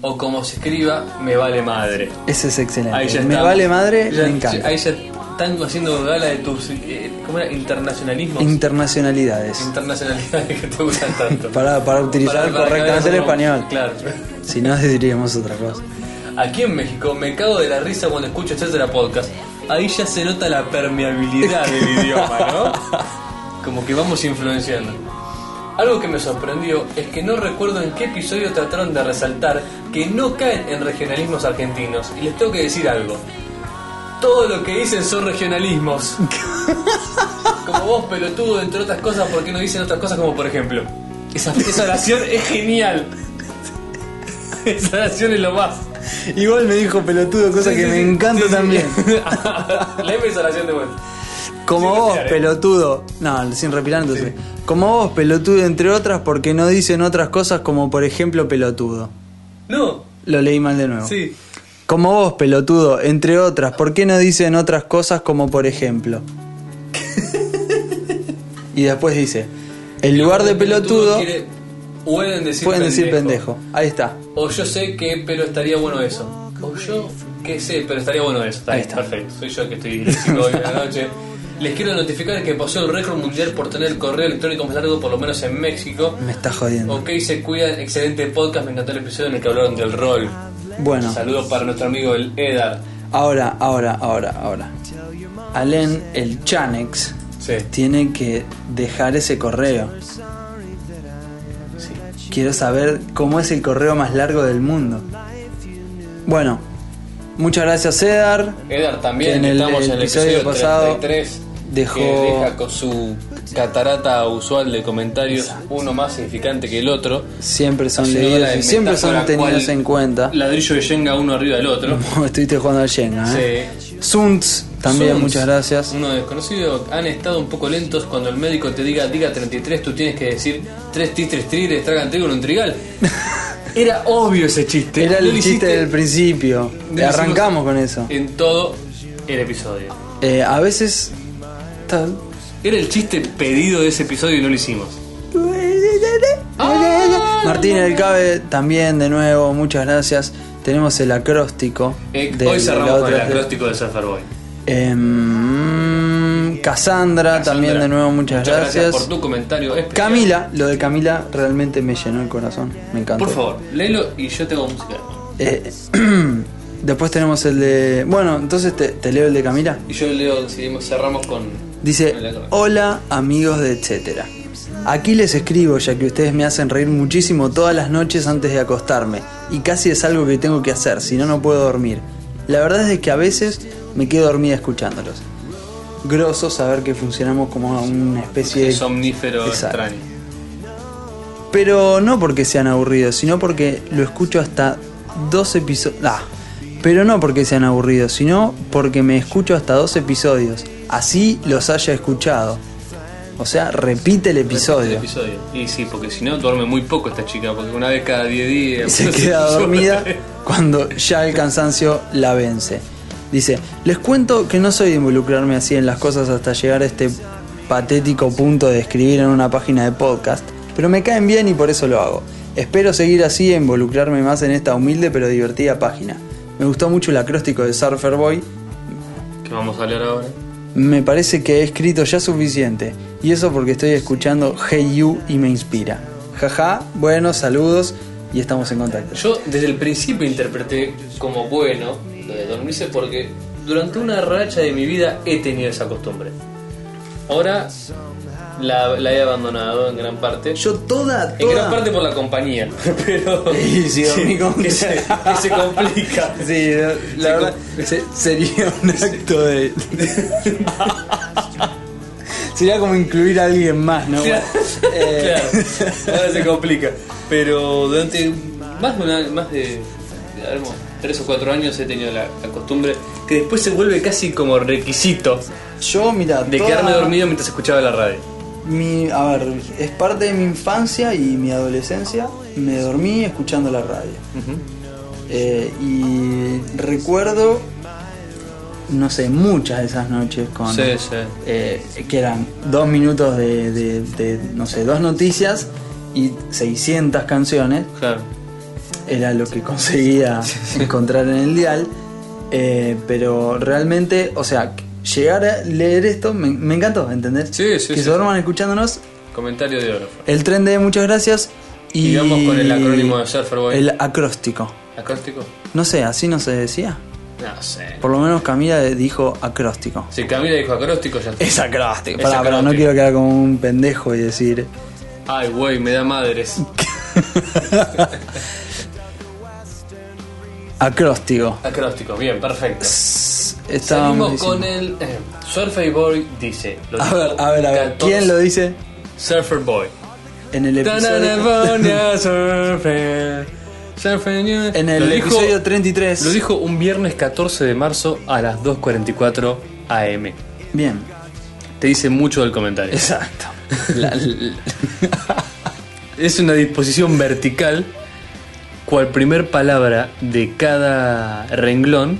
Speaker 2: o como se escriba, me vale madre.
Speaker 1: Ese es excelente.
Speaker 2: Ahí ya
Speaker 1: Me
Speaker 2: está.
Speaker 1: vale madre,
Speaker 2: Ya-
Speaker 1: me encanta.
Speaker 2: Ahí ya están haciendo gala de tus. eh, ¿Cómo era? Internacionalismos.
Speaker 1: Internacionalidades.
Speaker 2: Internacionalidades que te gustan tanto.
Speaker 1: Para, para utilizar
Speaker 2: Para- para
Speaker 1: correctamente el
Speaker 2: que hagamos-
Speaker 1: español.
Speaker 2: Claro.
Speaker 1: Si no, diríamos otra cosa.
Speaker 2: Aquí en México me cago de la risa cuando escucho la Podcast. Ahí ya se nota la permeabilidad del idioma, ¿no? Como que vamos influenciando. Algo que me sorprendió es que no recuerdo en qué episodio trataron de resaltar que no caen en regionalismos argentinos. Y les tengo que decir algo. Todo lo que dicen son regionalismos. Como vos, pelotudo, entre otras cosas, porque no dicen otras cosas como por ejemplo. Esa, esa oración es genial. Esa oración es lo más.
Speaker 1: Igual me dijo pelotudo, cosa
Speaker 2: Sí,
Speaker 1: que
Speaker 2: sí,
Speaker 1: me
Speaker 2: sí.
Speaker 1: encanta
Speaker 2: Sí, sí.
Speaker 1: también.
Speaker 2: Léeme esa oración de vuelta.
Speaker 1: Como
Speaker 2: Sin
Speaker 1: vos,
Speaker 2: respirar, eh.
Speaker 1: pelotudo. No, sin respirar, entonces. Como vos, pelotudo, entre otras, porque no dicen otras cosas como, por ejemplo, pelotudo.
Speaker 2: No,
Speaker 1: Lo leí mal de nuevo.
Speaker 2: sí.
Speaker 1: Como vos, pelotudo, entre otras, ¿por qué no dicen otras cosas como, por ejemplo? y después dice, el lugar de pelotudo,
Speaker 2: quiere- pueden decir
Speaker 1: pueden decir
Speaker 2: pendejo.
Speaker 1: pendejo. Ahí está.
Speaker 2: O yo sé que, pero estaría bueno eso. O yo que sé, pero estaría bueno eso. Está,
Speaker 1: Ahí
Speaker 2: bien,
Speaker 1: está.
Speaker 2: perfecto. Soy yo que estoy disléxico hoy en la noche. Les quiero notificar que poseo el récord mundial por tener el correo electrónico más largo, por lo menos en México.
Speaker 1: Me está jodiendo.
Speaker 2: Ok, se cuidan. Excelente podcast. Me encantó el episodio en el que hablaron del rol.
Speaker 1: Bueno,
Speaker 2: Saludos para nuestro amigo el Edar.
Speaker 1: ahora, ahora, ahora, ahora. Alen, el Chanex,
Speaker 2: Sí.
Speaker 1: tiene que dejar ese correo.
Speaker 2: sí.
Speaker 1: Quiero saber cómo es el correo más largo del mundo. Bueno, muchas gracias, Cedar.
Speaker 2: Edar también,
Speaker 1: Que en
Speaker 2: que
Speaker 1: el
Speaker 2: estamos en el
Speaker 1: episodio
Speaker 2: episodio,
Speaker 1: pasado
Speaker 2: 33,
Speaker 1: dejó-
Speaker 2: que deja con su catarata usual de comentarios, uno más significante que el otro.
Speaker 1: Siempre son
Speaker 2: Haciendo la
Speaker 1: leídos y
Speaker 2: de
Speaker 1: siempre
Speaker 2: metáfora
Speaker 1: son tenidos
Speaker 2: cual
Speaker 1: en cuenta.
Speaker 2: Ladrillo de Jenga uno arriba del otro.
Speaker 1: Estuviste jugando al Shenga, ¿eh?
Speaker 2: Sí.
Speaker 1: Suns, también
Speaker 2: Suns,
Speaker 1: muchas gracias.
Speaker 2: Uno desconocido, han estado un poco lentos cuando el médico te diga, diga 33, tú tienes que decir tres tistres trigres, tragan trigo en un trigal. Era obvio ese chiste.
Speaker 1: Era
Speaker 2: No
Speaker 1: el
Speaker 2: lo
Speaker 1: chiste
Speaker 2: hiciste-
Speaker 1: del principio.
Speaker 2: no lo
Speaker 1: Arrancamos con
Speaker 2: hicimos
Speaker 1: eso.
Speaker 2: En todo el episodio.
Speaker 1: Eh, a veces. ta-
Speaker 2: Era el chiste pedido de ese episodio y no lo hicimos.
Speaker 1: Martín El Cabe también, de nuevo, muchas gracias. Tenemos el acróstico.
Speaker 2: Eh,
Speaker 1: de-
Speaker 2: hoy
Speaker 1: de
Speaker 2: cerramos
Speaker 1: la
Speaker 2: con el
Speaker 1: otra-
Speaker 2: acróstico de Surfer Boy.
Speaker 1: Em, Cassandra, también, de nuevo, muchas,
Speaker 2: por tu comentario. especial.
Speaker 1: Camila, lo de Camila realmente me llenó el corazón. Me encanta.
Speaker 2: Por favor, léelo y yo te hago música.
Speaker 1: Eh, después tenemos el de. Bueno, entonces te, te leo el de Camila.
Speaker 2: Y yo leo, si cerramos con.
Speaker 1: Dice:
Speaker 2: con el acróstico.
Speaker 1: Hola, amigos de etcétera. Aquí les escribo ya que ustedes me hacen reír muchísimo todas las noches antes de acostarme. Y casi es algo que tengo que hacer, si no, no puedo dormir. La verdad es que a veces me quedo dormida escuchándolos. Grosso saber que funcionamos como una especie de
Speaker 2: somnífero
Speaker 1: Exacto.
Speaker 2: extraño.
Speaker 1: Pero no porque sean aburridos, sino porque lo escucho hasta dos episodios. Ah, pero no porque sean aburridos, sino porque me escucho hasta dos episodios. Así los haya escuchado. O sea, repite el episodio.
Speaker 2: El episodio. Y sí, porque si no duerme muy poco esta chica, porque una vez cada 10
Speaker 1: Y
Speaker 2: días.
Speaker 1: se queda dormida cuando ya el cansancio la vence. Dice, les cuento que no soy de involucrarme así en las cosas hasta llegar a este patético punto de escribir en una página de podcast, pero me caen bien y por eso lo hago. Espero seguir así e involucrarme más en esta humilde pero divertida página. Me gustó mucho el acróstico de Surfer Boy,
Speaker 2: Que vamos a leer ahora.
Speaker 1: me parece que he escrito ya suficiente, y eso porque estoy escuchando Hey You y me inspira. Jaja, buenos saludos y estamos en contacto.
Speaker 2: Yo desde el principio interpreté como bueno lo de dormirse porque durante una racha de mi vida he tenido esa costumbre. Ahora la, la he abandonado en gran parte.
Speaker 1: Yo toda,
Speaker 2: en gran
Speaker 1: toda.
Speaker 2: parte por la compañía, pero
Speaker 1: Y si dormí con-
Speaker 2: que se, que se complica.
Speaker 1: Sí, la verdad se- sería un acto de. sería como incluir a alguien más, ¿no?
Speaker 2: Claro,
Speaker 1: Eh,
Speaker 2: Claro, ahora se complica. Pero durante más de, una- más de a ver, como tres o cuatro años he tenido la, la costumbre que después se vuelve casi como requisito
Speaker 1: Yo, mira,
Speaker 2: de quedarme dormido mientras escuchaba la radio.
Speaker 1: Mi, a ver, es parte de mi infancia y mi adolescencia. Me dormí escuchando la radio. Eh, y recuerdo, no sé, muchas de esas noches con.
Speaker 2: Sí, sí.
Speaker 1: eh, que eran dos minutos de, de- de, no sé, dos noticias y 600 canciones,
Speaker 2: Claro.
Speaker 1: era lo que conseguía encontrar en el dial, Eh, pero realmente, o sea, llegar a leer esto me, me encantó, ¿entendés?
Speaker 2: Sí, sí,
Speaker 1: que
Speaker 2: sí,
Speaker 1: se duerman escuchándonos,
Speaker 2: Comentario de oro.
Speaker 1: el tren de muchas gracias y...
Speaker 2: Y vamos con el acrónimo de Surfer Boy.
Speaker 1: El acróstico.
Speaker 2: ¿Acróstico?
Speaker 1: No sé, así no se decía.
Speaker 2: No sé.
Speaker 1: Por lo menos Camila dijo acróstico.
Speaker 2: Si Camila dijo acróstico, ya está.
Speaker 1: Es acróstico.
Speaker 2: Es
Speaker 1: Pará, pará, no
Speaker 2: acróstico.
Speaker 1: quiero quedar como un pendejo y decir
Speaker 2: Ay, güey, me da madres.
Speaker 1: Acróstico.
Speaker 2: Acróstico, bien, perfecto.
Speaker 1: Está
Speaker 2: Seguimos
Speaker 1: buenísimo.
Speaker 2: con el. eh, Surfer Boy dice. lo
Speaker 1: A
Speaker 2: dijo
Speaker 1: ver, a ver, a ver.
Speaker 2: 14.
Speaker 1: ¿Quién lo dice
Speaker 2: Surfer Boy.
Speaker 1: en el episodio,
Speaker 2: Tananabonia, surfer. Surfer, you-
Speaker 1: en el
Speaker 2: lo dijo-
Speaker 1: episodio 33?
Speaker 2: Lo dijo un viernes 14 de marzo a las 2.44 am.
Speaker 1: Bien,
Speaker 2: Te dice mucho del comentario.
Speaker 1: exacto.
Speaker 2: Es una disposición vertical, cual primer palabra de cada renglón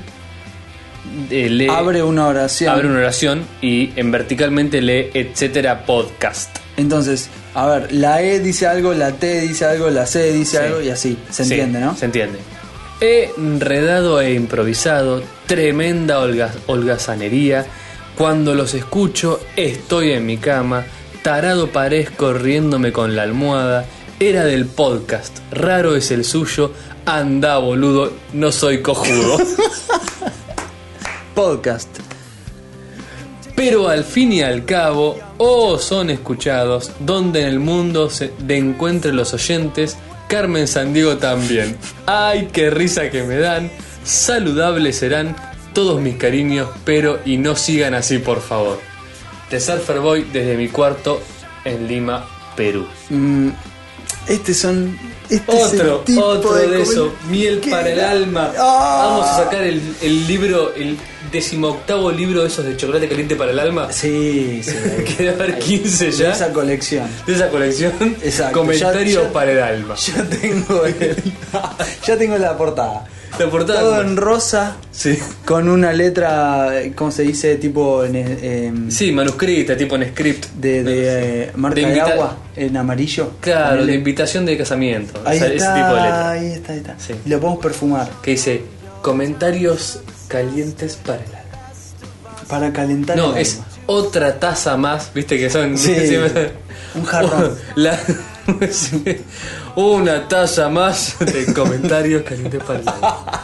Speaker 2: eh, lee-
Speaker 1: Abre una oración.
Speaker 2: abre una oración y en verticalmente lee etcétera podcast.
Speaker 1: Entonces, a ver, la E dice algo, la T dice algo, la C dice algo y así. Se
Speaker 2: Sí,
Speaker 1: entiende, ¿no?
Speaker 2: Se entiende. Enredado e improvisado, tremenda holga- holgazanería. Cuando los escucho, estoy en mi cama, tarado parezco riéndome con la almohada. Era del podcast, raro es el suyo. Anda, boludo, no soy cojudo.
Speaker 1: Podcast.
Speaker 2: Pero al fin y al cabo, oh, son escuchados, donde en el mundo se de encuentren los oyentes, Carmen Sandiego también. Ay, qué risa que me dan, saludables serán todos mis cariños, pero y no sigan así, por favor. De Surfer Boy desde mi cuarto en Lima, Perú.
Speaker 1: Mm, este son. Este es el
Speaker 2: Otro,
Speaker 1: tipo
Speaker 2: otro de,
Speaker 1: comen-
Speaker 2: eso, miel
Speaker 1: ¿Qué
Speaker 2: para el
Speaker 1: era?
Speaker 2: alma.
Speaker 1: ¡Ah!
Speaker 2: Vamos a sacar el, el libro, el decimoctavo libro de esos de chocolate caliente para el alma.
Speaker 1: Sí, sí.
Speaker 2: Que debe haber 15
Speaker 1: De
Speaker 2: ya.
Speaker 1: esa colección.
Speaker 2: De esa colección.
Speaker 1: Exacto,
Speaker 2: Comentarios
Speaker 1: ya- ya-
Speaker 2: para el alma.
Speaker 1: Ya tengo el- ya tengo la portada.
Speaker 2: La portada.
Speaker 1: Todo en rosa.
Speaker 2: Sí.
Speaker 1: Con una letra, eh, ¿cómo se dice? Tipo en, eh, em,
Speaker 2: Sí, manuscrita, tipo en script.
Speaker 1: de, de, eh, marca
Speaker 2: De
Speaker 1: de,
Speaker 2: invita-
Speaker 1: agua en amarillo.
Speaker 2: Claro,
Speaker 1: Ponele.
Speaker 2: de invitación de casamiento.
Speaker 1: ahí,
Speaker 2: esa-
Speaker 1: está,
Speaker 2: ese tipo de letra.
Speaker 1: ahí está, ahí está.
Speaker 2: Sí.
Speaker 1: Y Lo podemos perfumar
Speaker 2: Que dice comentarios calientes para el alma.
Speaker 1: para calentar.
Speaker 2: No,
Speaker 1: el
Speaker 2: es
Speaker 1: alma.
Speaker 2: otra taza más, viste que son.
Speaker 1: Sí,
Speaker 2: siempre-
Speaker 1: un jarrón.
Speaker 2: La- una taza más de comentarios calientes para el alma.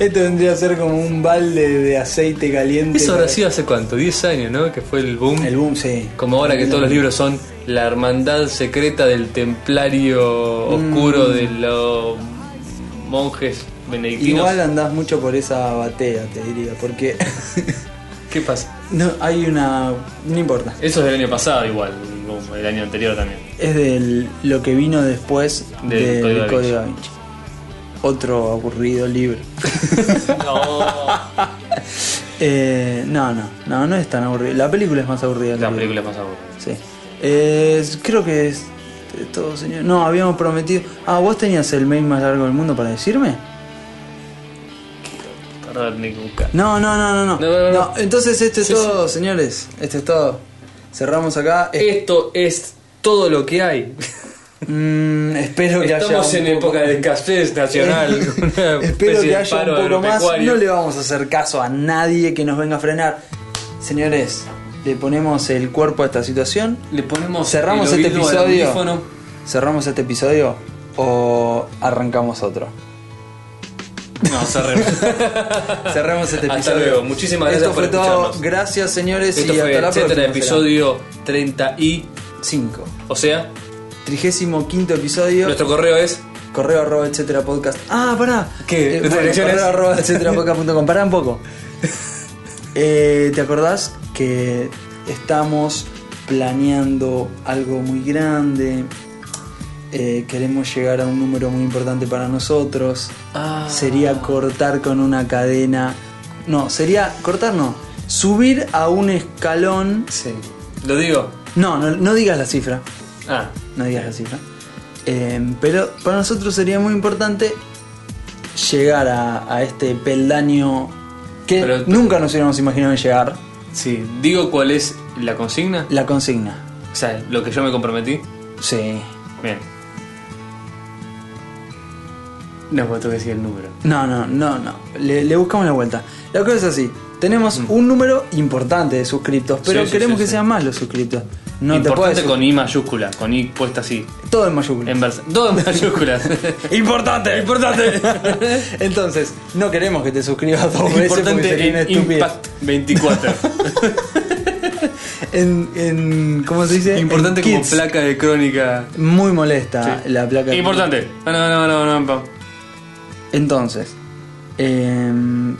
Speaker 1: Esto vendría a ser como un balde de aceite caliente.
Speaker 2: Eso
Speaker 1: para-
Speaker 2: ahora sí hace cuánto, 10 años, ¿no? Que fue el boom.
Speaker 1: El boom, sí.
Speaker 2: Como ahora que todos los libros son la hermandad secreta del templario
Speaker 1: Mm.
Speaker 2: oscuro de los monjes benedictinos.
Speaker 1: Igual andás mucho por esa batea, te diría, porque
Speaker 2: ¿Qué pasa?
Speaker 1: no hay una. No importa.
Speaker 2: Eso es del año pasado igual, como el año anterior también.
Speaker 1: Es de lo que vino después del
Speaker 2: Del Código da
Speaker 1: Código da Vinci. Otro aburrido libro. Eh, no, no, no, no es tan aburrido. La película es más aburrida. que
Speaker 2: La
Speaker 1: el libro.
Speaker 2: película es más aburrida.
Speaker 1: Sí. Eh, es- creo que es todo, señor. No, habíamos prometido. Ah, vos tenías el mail más largo del mundo para decirme.
Speaker 2: Para ni buscar.
Speaker 1: No, no, no, no, no.
Speaker 2: No, no, no.
Speaker 1: No, entonces este es
Speaker 2: Sí,
Speaker 1: todo, señores. Este es todo. Cerramos acá. Es-
Speaker 2: Esto es todo lo que hay.
Speaker 1: Mm, espero que
Speaker 2: Estamos
Speaker 1: haya un
Speaker 2: en
Speaker 1: poco- Eh,
Speaker 2: época de escasez nacional. una
Speaker 1: espero
Speaker 2: especie
Speaker 1: que
Speaker 2: de
Speaker 1: haya
Speaker 2: paro
Speaker 1: un poco más.
Speaker 2: agropecuario.
Speaker 1: No le vamos a hacer caso a nadie que nos venga a frenar. Señores, le ponemos el cuerpo a esta situación.
Speaker 2: Le ponemos
Speaker 1: Cerramos
Speaker 2: el
Speaker 1: este
Speaker 2: oído al
Speaker 1: episodio.
Speaker 2: audífono.
Speaker 1: Cerramos este episodio o arrancamos otro.
Speaker 2: No, cerremos.
Speaker 1: Cerramos este
Speaker 2: Hasta
Speaker 1: episodio.
Speaker 2: luego. Muchísimas gracias
Speaker 1: Esto fue
Speaker 2: por
Speaker 1: todo.
Speaker 2: escucharnos.
Speaker 1: Gracias, señores.
Speaker 2: Esto
Speaker 1: y
Speaker 2: fue
Speaker 1: hasta la
Speaker 2: etcétera,
Speaker 1: próxima.
Speaker 2: episodio 30 y...
Speaker 1: 5.
Speaker 2: O sea,
Speaker 1: Trigésimo quinto episodio.
Speaker 2: nuestro correo es...
Speaker 1: Correo arroba etcétera podcast. Ah, pará.
Speaker 2: ¿Qué?
Speaker 1: Eh,
Speaker 2: ¿Nuestra
Speaker 1: bueno,
Speaker 2: dirección
Speaker 1: correo
Speaker 2: es?
Speaker 1: arroba etcétera podcast punto com. Pará un poco. Eh, ¿Te acordás que estamos planeando algo muy grande? Eh, queremos llegar a un número muy importante para nosotros.
Speaker 2: Ah.
Speaker 1: Sería cortar con una cadena. No, sería cortar no. Subir a un escalón.
Speaker 2: Sí. Lo digo.
Speaker 1: No, no, no digas la cifra.
Speaker 2: Ah.
Speaker 1: No digas la cifra. Eh, pero para nosotros sería muy importante llegar a, a este peldaño que
Speaker 2: Pero-
Speaker 1: nunca nos hubiéramos imaginado llegar.
Speaker 2: Sí. Digo cuál es la consigna.
Speaker 1: La consigna.
Speaker 2: O sea, lo que yo me comprometí.
Speaker 1: Sí.
Speaker 2: Bien. No, porque tengo que decir el número.
Speaker 1: No, no, no, no. Le, le buscamos la vuelta. La cosa es así. Tenemos un número importante de suscriptos, pero
Speaker 2: Mm. Sí, sí,
Speaker 1: queremos
Speaker 2: sí,
Speaker 1: que
Speaker 2: sí.
Speaker 1: sean más los suscriptos. No
Speaker 2: Importante
Speaker 1: te puedes.
Speaker 2: con I mayúscula, con I puesta así.
Speaker 1: Todo en mayúscula.
Speaker 2: En vers- Todo en mayúscula.
Speaker 1: Importante, importante. Entonces, no queremos
Speaker 2: e
Speaker 1: que te suscribas dos veces porque
Speaker 2: Importante
Speaker 1: sería una
Speaker 2: en
Speaker 1: estupidez.
Speaker 2: Impact 24.
Speaker 1: en, en- ¿Cómo se dice?
Speaker 8: Importante
Speaker 1: En
Speaker 8: como
Speaker 1: Kids.
Speaker 8: placa de crónica.
Speaker 1: Muy molesta la placa.
Speaker 2: Importante. Ah, no, no, no, no, no.
Speaker 1: Entonces, em,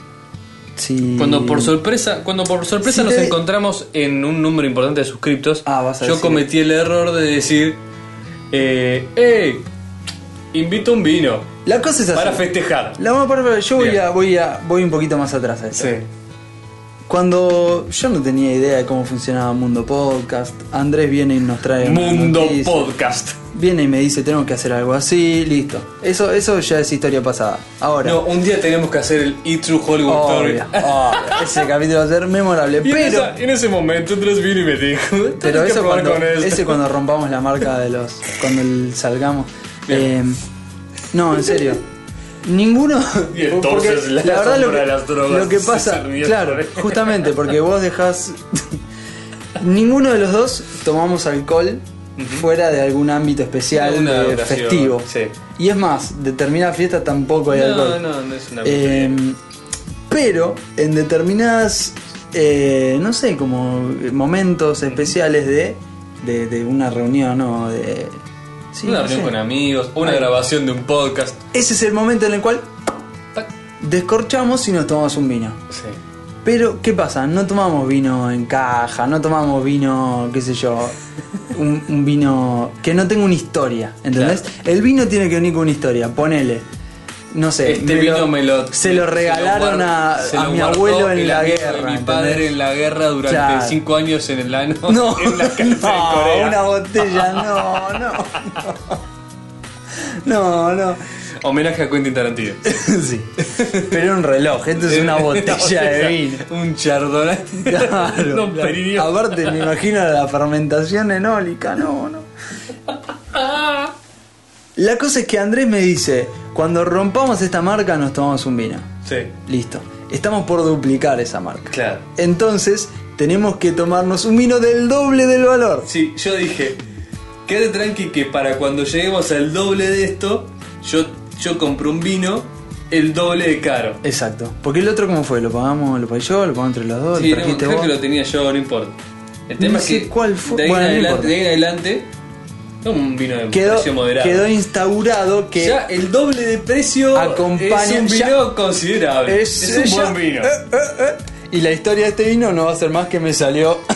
Speaker 1: si.
Speaker 2: Cuando por sorpresa, cuando por sorpresa
Speaker 1: Si
Speaker 2: nos
Speaker 1: Mm. te-
Speaker 2: encontramos en un número importante de suscriptos,
Speaker 1: Ah, vas a
Speaker 2: yo
Speaker 1: decir-
Speaker 2: cometí el error de decir, eh, "Ey, invito un vino
Speaker 1: La cosa es así.
Speaker 2: para festejar.
Speaker 1: La vamos a parar, pero yo voy
Speaker 2: Bien.
Speaker 1: a, voy a voy un poquito más atrás a esto.
Speaker 8: Sí.
Speaker 1: Cuando yo no tenía idea de cómo funcionaba Mundo Podcast, Andrés viene y nos trae una
Speaker 2: Mundo
Speaker 1: noticia.
Speaker 2: Podcast.
Speaker 1: Viene y me dice, tenemos que hacer algo así, listo. Eso eso ya es historia pasada. Ahora,
Speaker 8: No, un día tenemos que hacer el E True Hollywood Story.
Speaker 1: obvio, obvio, ese capítulo va a ser memorable,
Speaker 2: ¿eh? Y en,
Speaker 1: pero
Speaker 2: esa- en ese momento Andrés vino y me dijo, "Tenés
Speaker 1: pero
Speaker 2: que
Speaker 1: eso
Speaker 2: probar
Speaker 1: cuando,
Speaker 2: con esto".
Speaker 1: ese cuando rompamos la marca de los. cuando el- salgamos. Eh, no, en serio. Ninguno.
Speaker 2: Y entonces
Speaker 1: porque
Speaker 2: la sombra de las drogas
Speaker 1: Lo que
Speaker 2: se
Speaker 1: pasa.
Speaker 2: servía
Speaker 1: Claro,
Speaker 2: por él.
Speaker 1: justamente, porque vos dejás. ninguno de los dos tomamos alcohol fuera de algún ámbito especial
Speaker 2: Alguna
Speaker 1: de
Speaker 2: ocasión,
Speaker 1: festivo.
Speaker 2: sí.
Speaker 1: Y es más, determinada fiesta tampoco hay
Speaker 2: No,
Speaker 1: alcohol.
Speaker 2: no, no es una
Speaker 1: Eh, pero en determinadas, eh, no sé, como momentos especiales de, de, de una reunión o de... sí,
Speaker 2: una
Speaker 1: no
Speaker 2: reunión
Speaker 1: sé.
Speaker 2: con amigos, una
Speaker 1: Ay.
Speaker 2: grabación de un podcast.
Speaker 1: Ese es el momento en el cual
Speaker 2: Pac.
Speaker 1: descorchamos y nos tomamos un vino.
Speaker 2: Sí.
Speaker 1: Pero, ¿qué pasa? No tomamos vino en caja, no tomamos vino, qué sé yo, un, un vino que no tenga una historia, ¿entendés? El vino tiene que venir con una historia, ponele. No sé,
Speaker 2: Este vino me lo
Speaker 1: se lo
Speaker 2: se
Speaker 1: regalaron
Speaker 2: guard-
Speaker 1: a,
Speaker 2: se
Speaker 1: a
Speaker 2: lo
Speaker 1: mi
Speaker 2: guardó
Speaker 1: abuelo en
Speaker 2: el
Speaker 1: la
Speaker 2: amigo de
Speaker 1: guerra.
Speaker 2: Mi
Speaker 1: ¿entendés?
Speaker 2: padre en la guerra durante
Speaker 1: Claro.
Speaker 2: cinco años en el ano.
Speaker 1: No,
Speaker 2: en la cárcel de
Speaker 1: no,
Speaker 2: Corea.
Speaker 1: una botella, no, no. No, no. no.
Speaker 2: Homenaje a Quentin Tarantino.
Speaker 1: Sí. Pero era un reloj, esto es una botella de vino.
Speaker 2: Un chardonnay.
Speaker 1: Claro.
Speaker 2: Don
Speaker 1: claro.
Speaker 2: Perignon.
Speaker 1: Aparte, me imagino la fermentación enólica, no, no. La cosa es que Andrés me dice, cuando rompamos esta marca nos tomamos un vino.
Speaker 2: Sí,
Speaker 1: Listo. Estamos por duplicar esa marca.
Speaker 2: claro.
Speaker 1: Entonces, tenemos que tomarnos un vino del doble del valor.
Speaker 2: Sí, yo dije, quédate tranqui que para cuando lleguemos al doble de esto, yo, yo compro un vino el doble de caro.
Speaker 1: Exacto. Porque el otro, ¿cómo fue? ¿Lo pagamos? ¿Lo pagué yo? ¿Lo pagamos entre los dos?
Speaker 2: Sí,
Speaker 1: ¿Lo
Speaker 2: no,
Speaker 1: trajiste
Speaker 2: creo
Speaker 1: vos?
Speaker 2: que lo tenía yo, no importa. El tema
Speaker 1: No
Speaker 2: es
Speaker 1: sé
Speaker 2: que
Speaker 1: cuál fue-
Speaker 2: de ahí
Speaker 1: bueno, no
Speaker 2: en adelante,
Speaker 1: importa.
Speaker 2: de ahí en adelante, no un vino de
Speaker 1: Quedó,
Speaker 2: precio moderado.
Speaker 1: quedó instaurado que...
Speaker 2: ya el doble de precio
Speaker 1: Acompaña-
Speaker 2: es un
Speaker 1: ya-
Speaker 2: vino considerable. Es, un
Speaker 1: ya-
Speaker 2: buen vino.
Speaker 1: eh, eh, eh. Y la historia de este vino no va a ser más que me salió...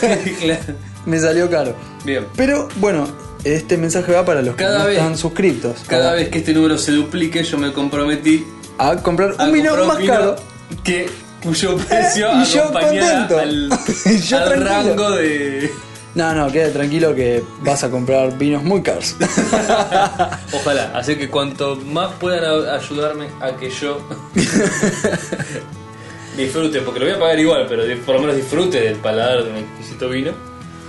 Speaker 2: Claro, claro.
Speaker 1: me salió caro.
Speaker 2: Bien.
Speaker 1: Pero, bueno, este mensaje va para los
Speaker 2: Cada
Speaker 1: que no
Speaker 2: vez-
Speaker 1: están suscriptos.
Speaker 2: Cada
Speaker 1: Ahora,
Speaker 2: vez que este número se duplique, yo me comprometí
Speaker 1: A comprar
Speaker 2: a
Speaker 1: un vino
Speaker 2: comprar un
Speaker 1: más
Speaker 2: vino
Speaker 1: caro.
Speaker 2: que cuyo precio
Speaker 1: y yo
Speaker 2: acompañara
Speaker 1: contento.
Speaker 2: al,
Speaker 1: Y yo
Speaker 2: al
Speaker 1: tranquilo.
Speaker 2: rango de.
Speaker 1: No, no, quédate tranquilo que vas a comprar vinos muy caros.
Speaker 2: Ojalá, así que cuanto más puedan a- ayudarme a que yo disfrute, porque lo voy a pagar igual, pero di- por lo menos disfrute del paladar de un exquisito vino.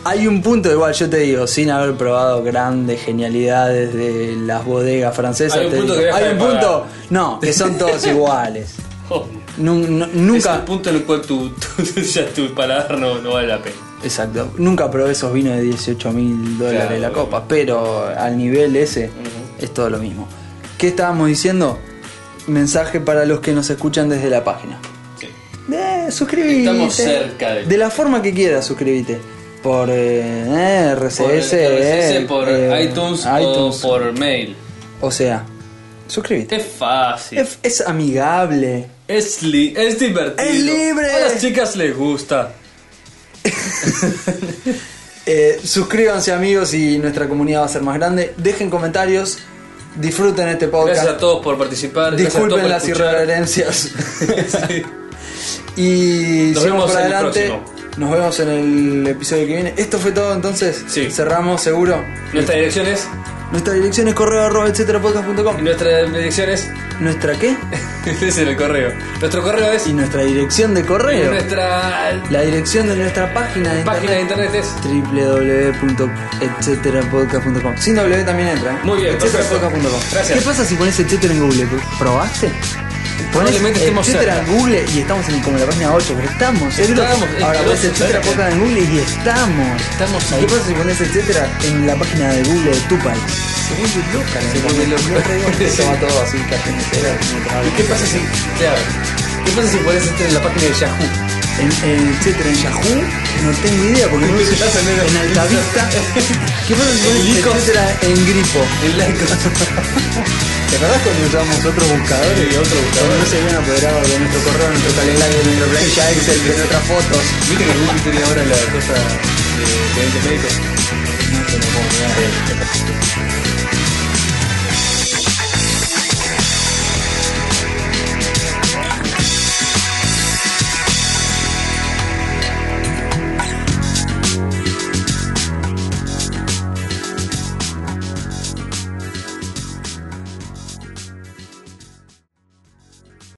Speaker 1: Hay un punto igual, yo te digo, sin haber probado grandes genialidades de las bodegas francesas.
Speaker 2: Hay un
Speaker 1: te
Speaker 2: punto
Speaker 1: digo,
Speaker 2: que deja
Speaker 1: hay
Speaker 2: de
Speaker 1: un
Speaker 2: pagar.
Speaker 1: punto, no, que son todos iguales.
Speaker 2: Obvio.
Speaker 1: Nun- nu-
Speaker 2: Es el
Speaker 1: nunca,
Speaker 2: punto en el cual tu, tu- ya tu paladar no, no vale la pena.
Speaker 1: exacto, nunca probé esos vinos de 18 mil dólares
Speaker 2: Claro,
Speaker 1: la
Speaker 2: obvio.
Speaker 1: copa, pero al nivel ese es todo lo mismo. ¿Qué estábamos diciendo? Mensaje para los que nos escuchan desde la página.
Speaker 2: Sí.
Speaker 1: Eh, suscribite.
Speaker 2: Estamos cerca de-
Speaker 1: de... la forma que quieras, suscribite. Por eh, RSS,
Speaker 2: Por, RSS,
Speaker 1: eh,
Speaker 2: por
Speaker 1: eh,
Speaker 2: iTunes,
Speaker 1: iTunes.
Speaker 2: o por mail.
Speaker 1: O sea, suscríbete.
Speaker 2: Es fácil.
Speaker 1: Es, es amigable.
Speaker 2: Es, li- es divertido.
Speaker 1: ¡Es libre!
Speaker 2: A las chicas les gusta.
Speaker 1: Eh, suscríbanse amigos y nuestra comunidad va a ser más grande. Dejen comentarios. Disfruten este podcast.
Speaker 2: Gracias a todos por participar. gracias a todos por
Speaker 1: Disculpen las
Speaker 2: escuchar.
Speaker 1: irreverencias.
Speaker 2: Sí.
Speaker 1: y sigamos
Speaker 2: Nos vemos
Speaker 1: para
Speaker 2: en el
Speaker 1: adelante. nos vemos en el episodio que viene. Esto fue todo entonces.
Speaker 2: Sí.
Speaker 1: Cerramos seguro.
Speaker 2: Nuestra dirección es.
Speaker 1: Nuestra dirección es correo arroba etcétera podcast punto com.
Speaker 2: y Nuestra dirección es.
Speaker 1: ¿Nuestra qué?
Speaker 2: Este es en el correo. Nuestro correo es.
Speaker 1: Y nuestra dirección de
Speaker 2: y
Speaker 1: correo.
Speaker 2: nuestra
Speaker 1: La dirección de nuestra página de
Speaker 2: página de
Speaker 1: internet.
Speaker 2: internet es.
Speaker 1: www.etceterapodcast.com Sin W también entra. ¿eh?
Speaker 2: Muy bien,
Speaker 1: etceterapodcast.com.
Speaker 2: perfecto. Gracias.
Speaker 1: ¿Qué pasa si pones etcétera en Google? ¿Probaste? Pones
Speaker 2: Probablemente estemos
Speaker 1: etcétera en
Speaker 2: cerca.
Speaker 1: Google y estamos en como la página 8, pero estamos.
Speaker 2: Estamos,
Speaker 1: Ahora
Speaker 2: estamos
Speaker 1: pones etcétera
Speaker 2: cerca.
Speaker 1: podcast en Google y estamos.
Speaker 2: Estamos
Speaker 1: ¿Qué
Speaker 2: ahí.
Speaker 1: pasa si pones etcétera en la página de Google de tu país? Se vuelve loca la internet. Yo te digo que Se toma todo así, café en el cerebro, como trabajo.
Speaker 2: ¿Y qué pasa si. Claro. ¿Qué pasa si pones este en la página de Yahoo?
Speaker 1: en, en el C3 en Yahoo, no tengo idea, porque no sé en Altavista. ¿Qué pasa si pones el C3 en gripo? ¿Te acordás cuando usábamos otros buscadores y otros buscadores? No se habían apoderado de nuestro correo, nuestro calendario, de nuestra planilla Excel, de nuestras fotos.
Speaker 2: ¿Viste que Google tiene ahora la cosa de, de entes médicos? No,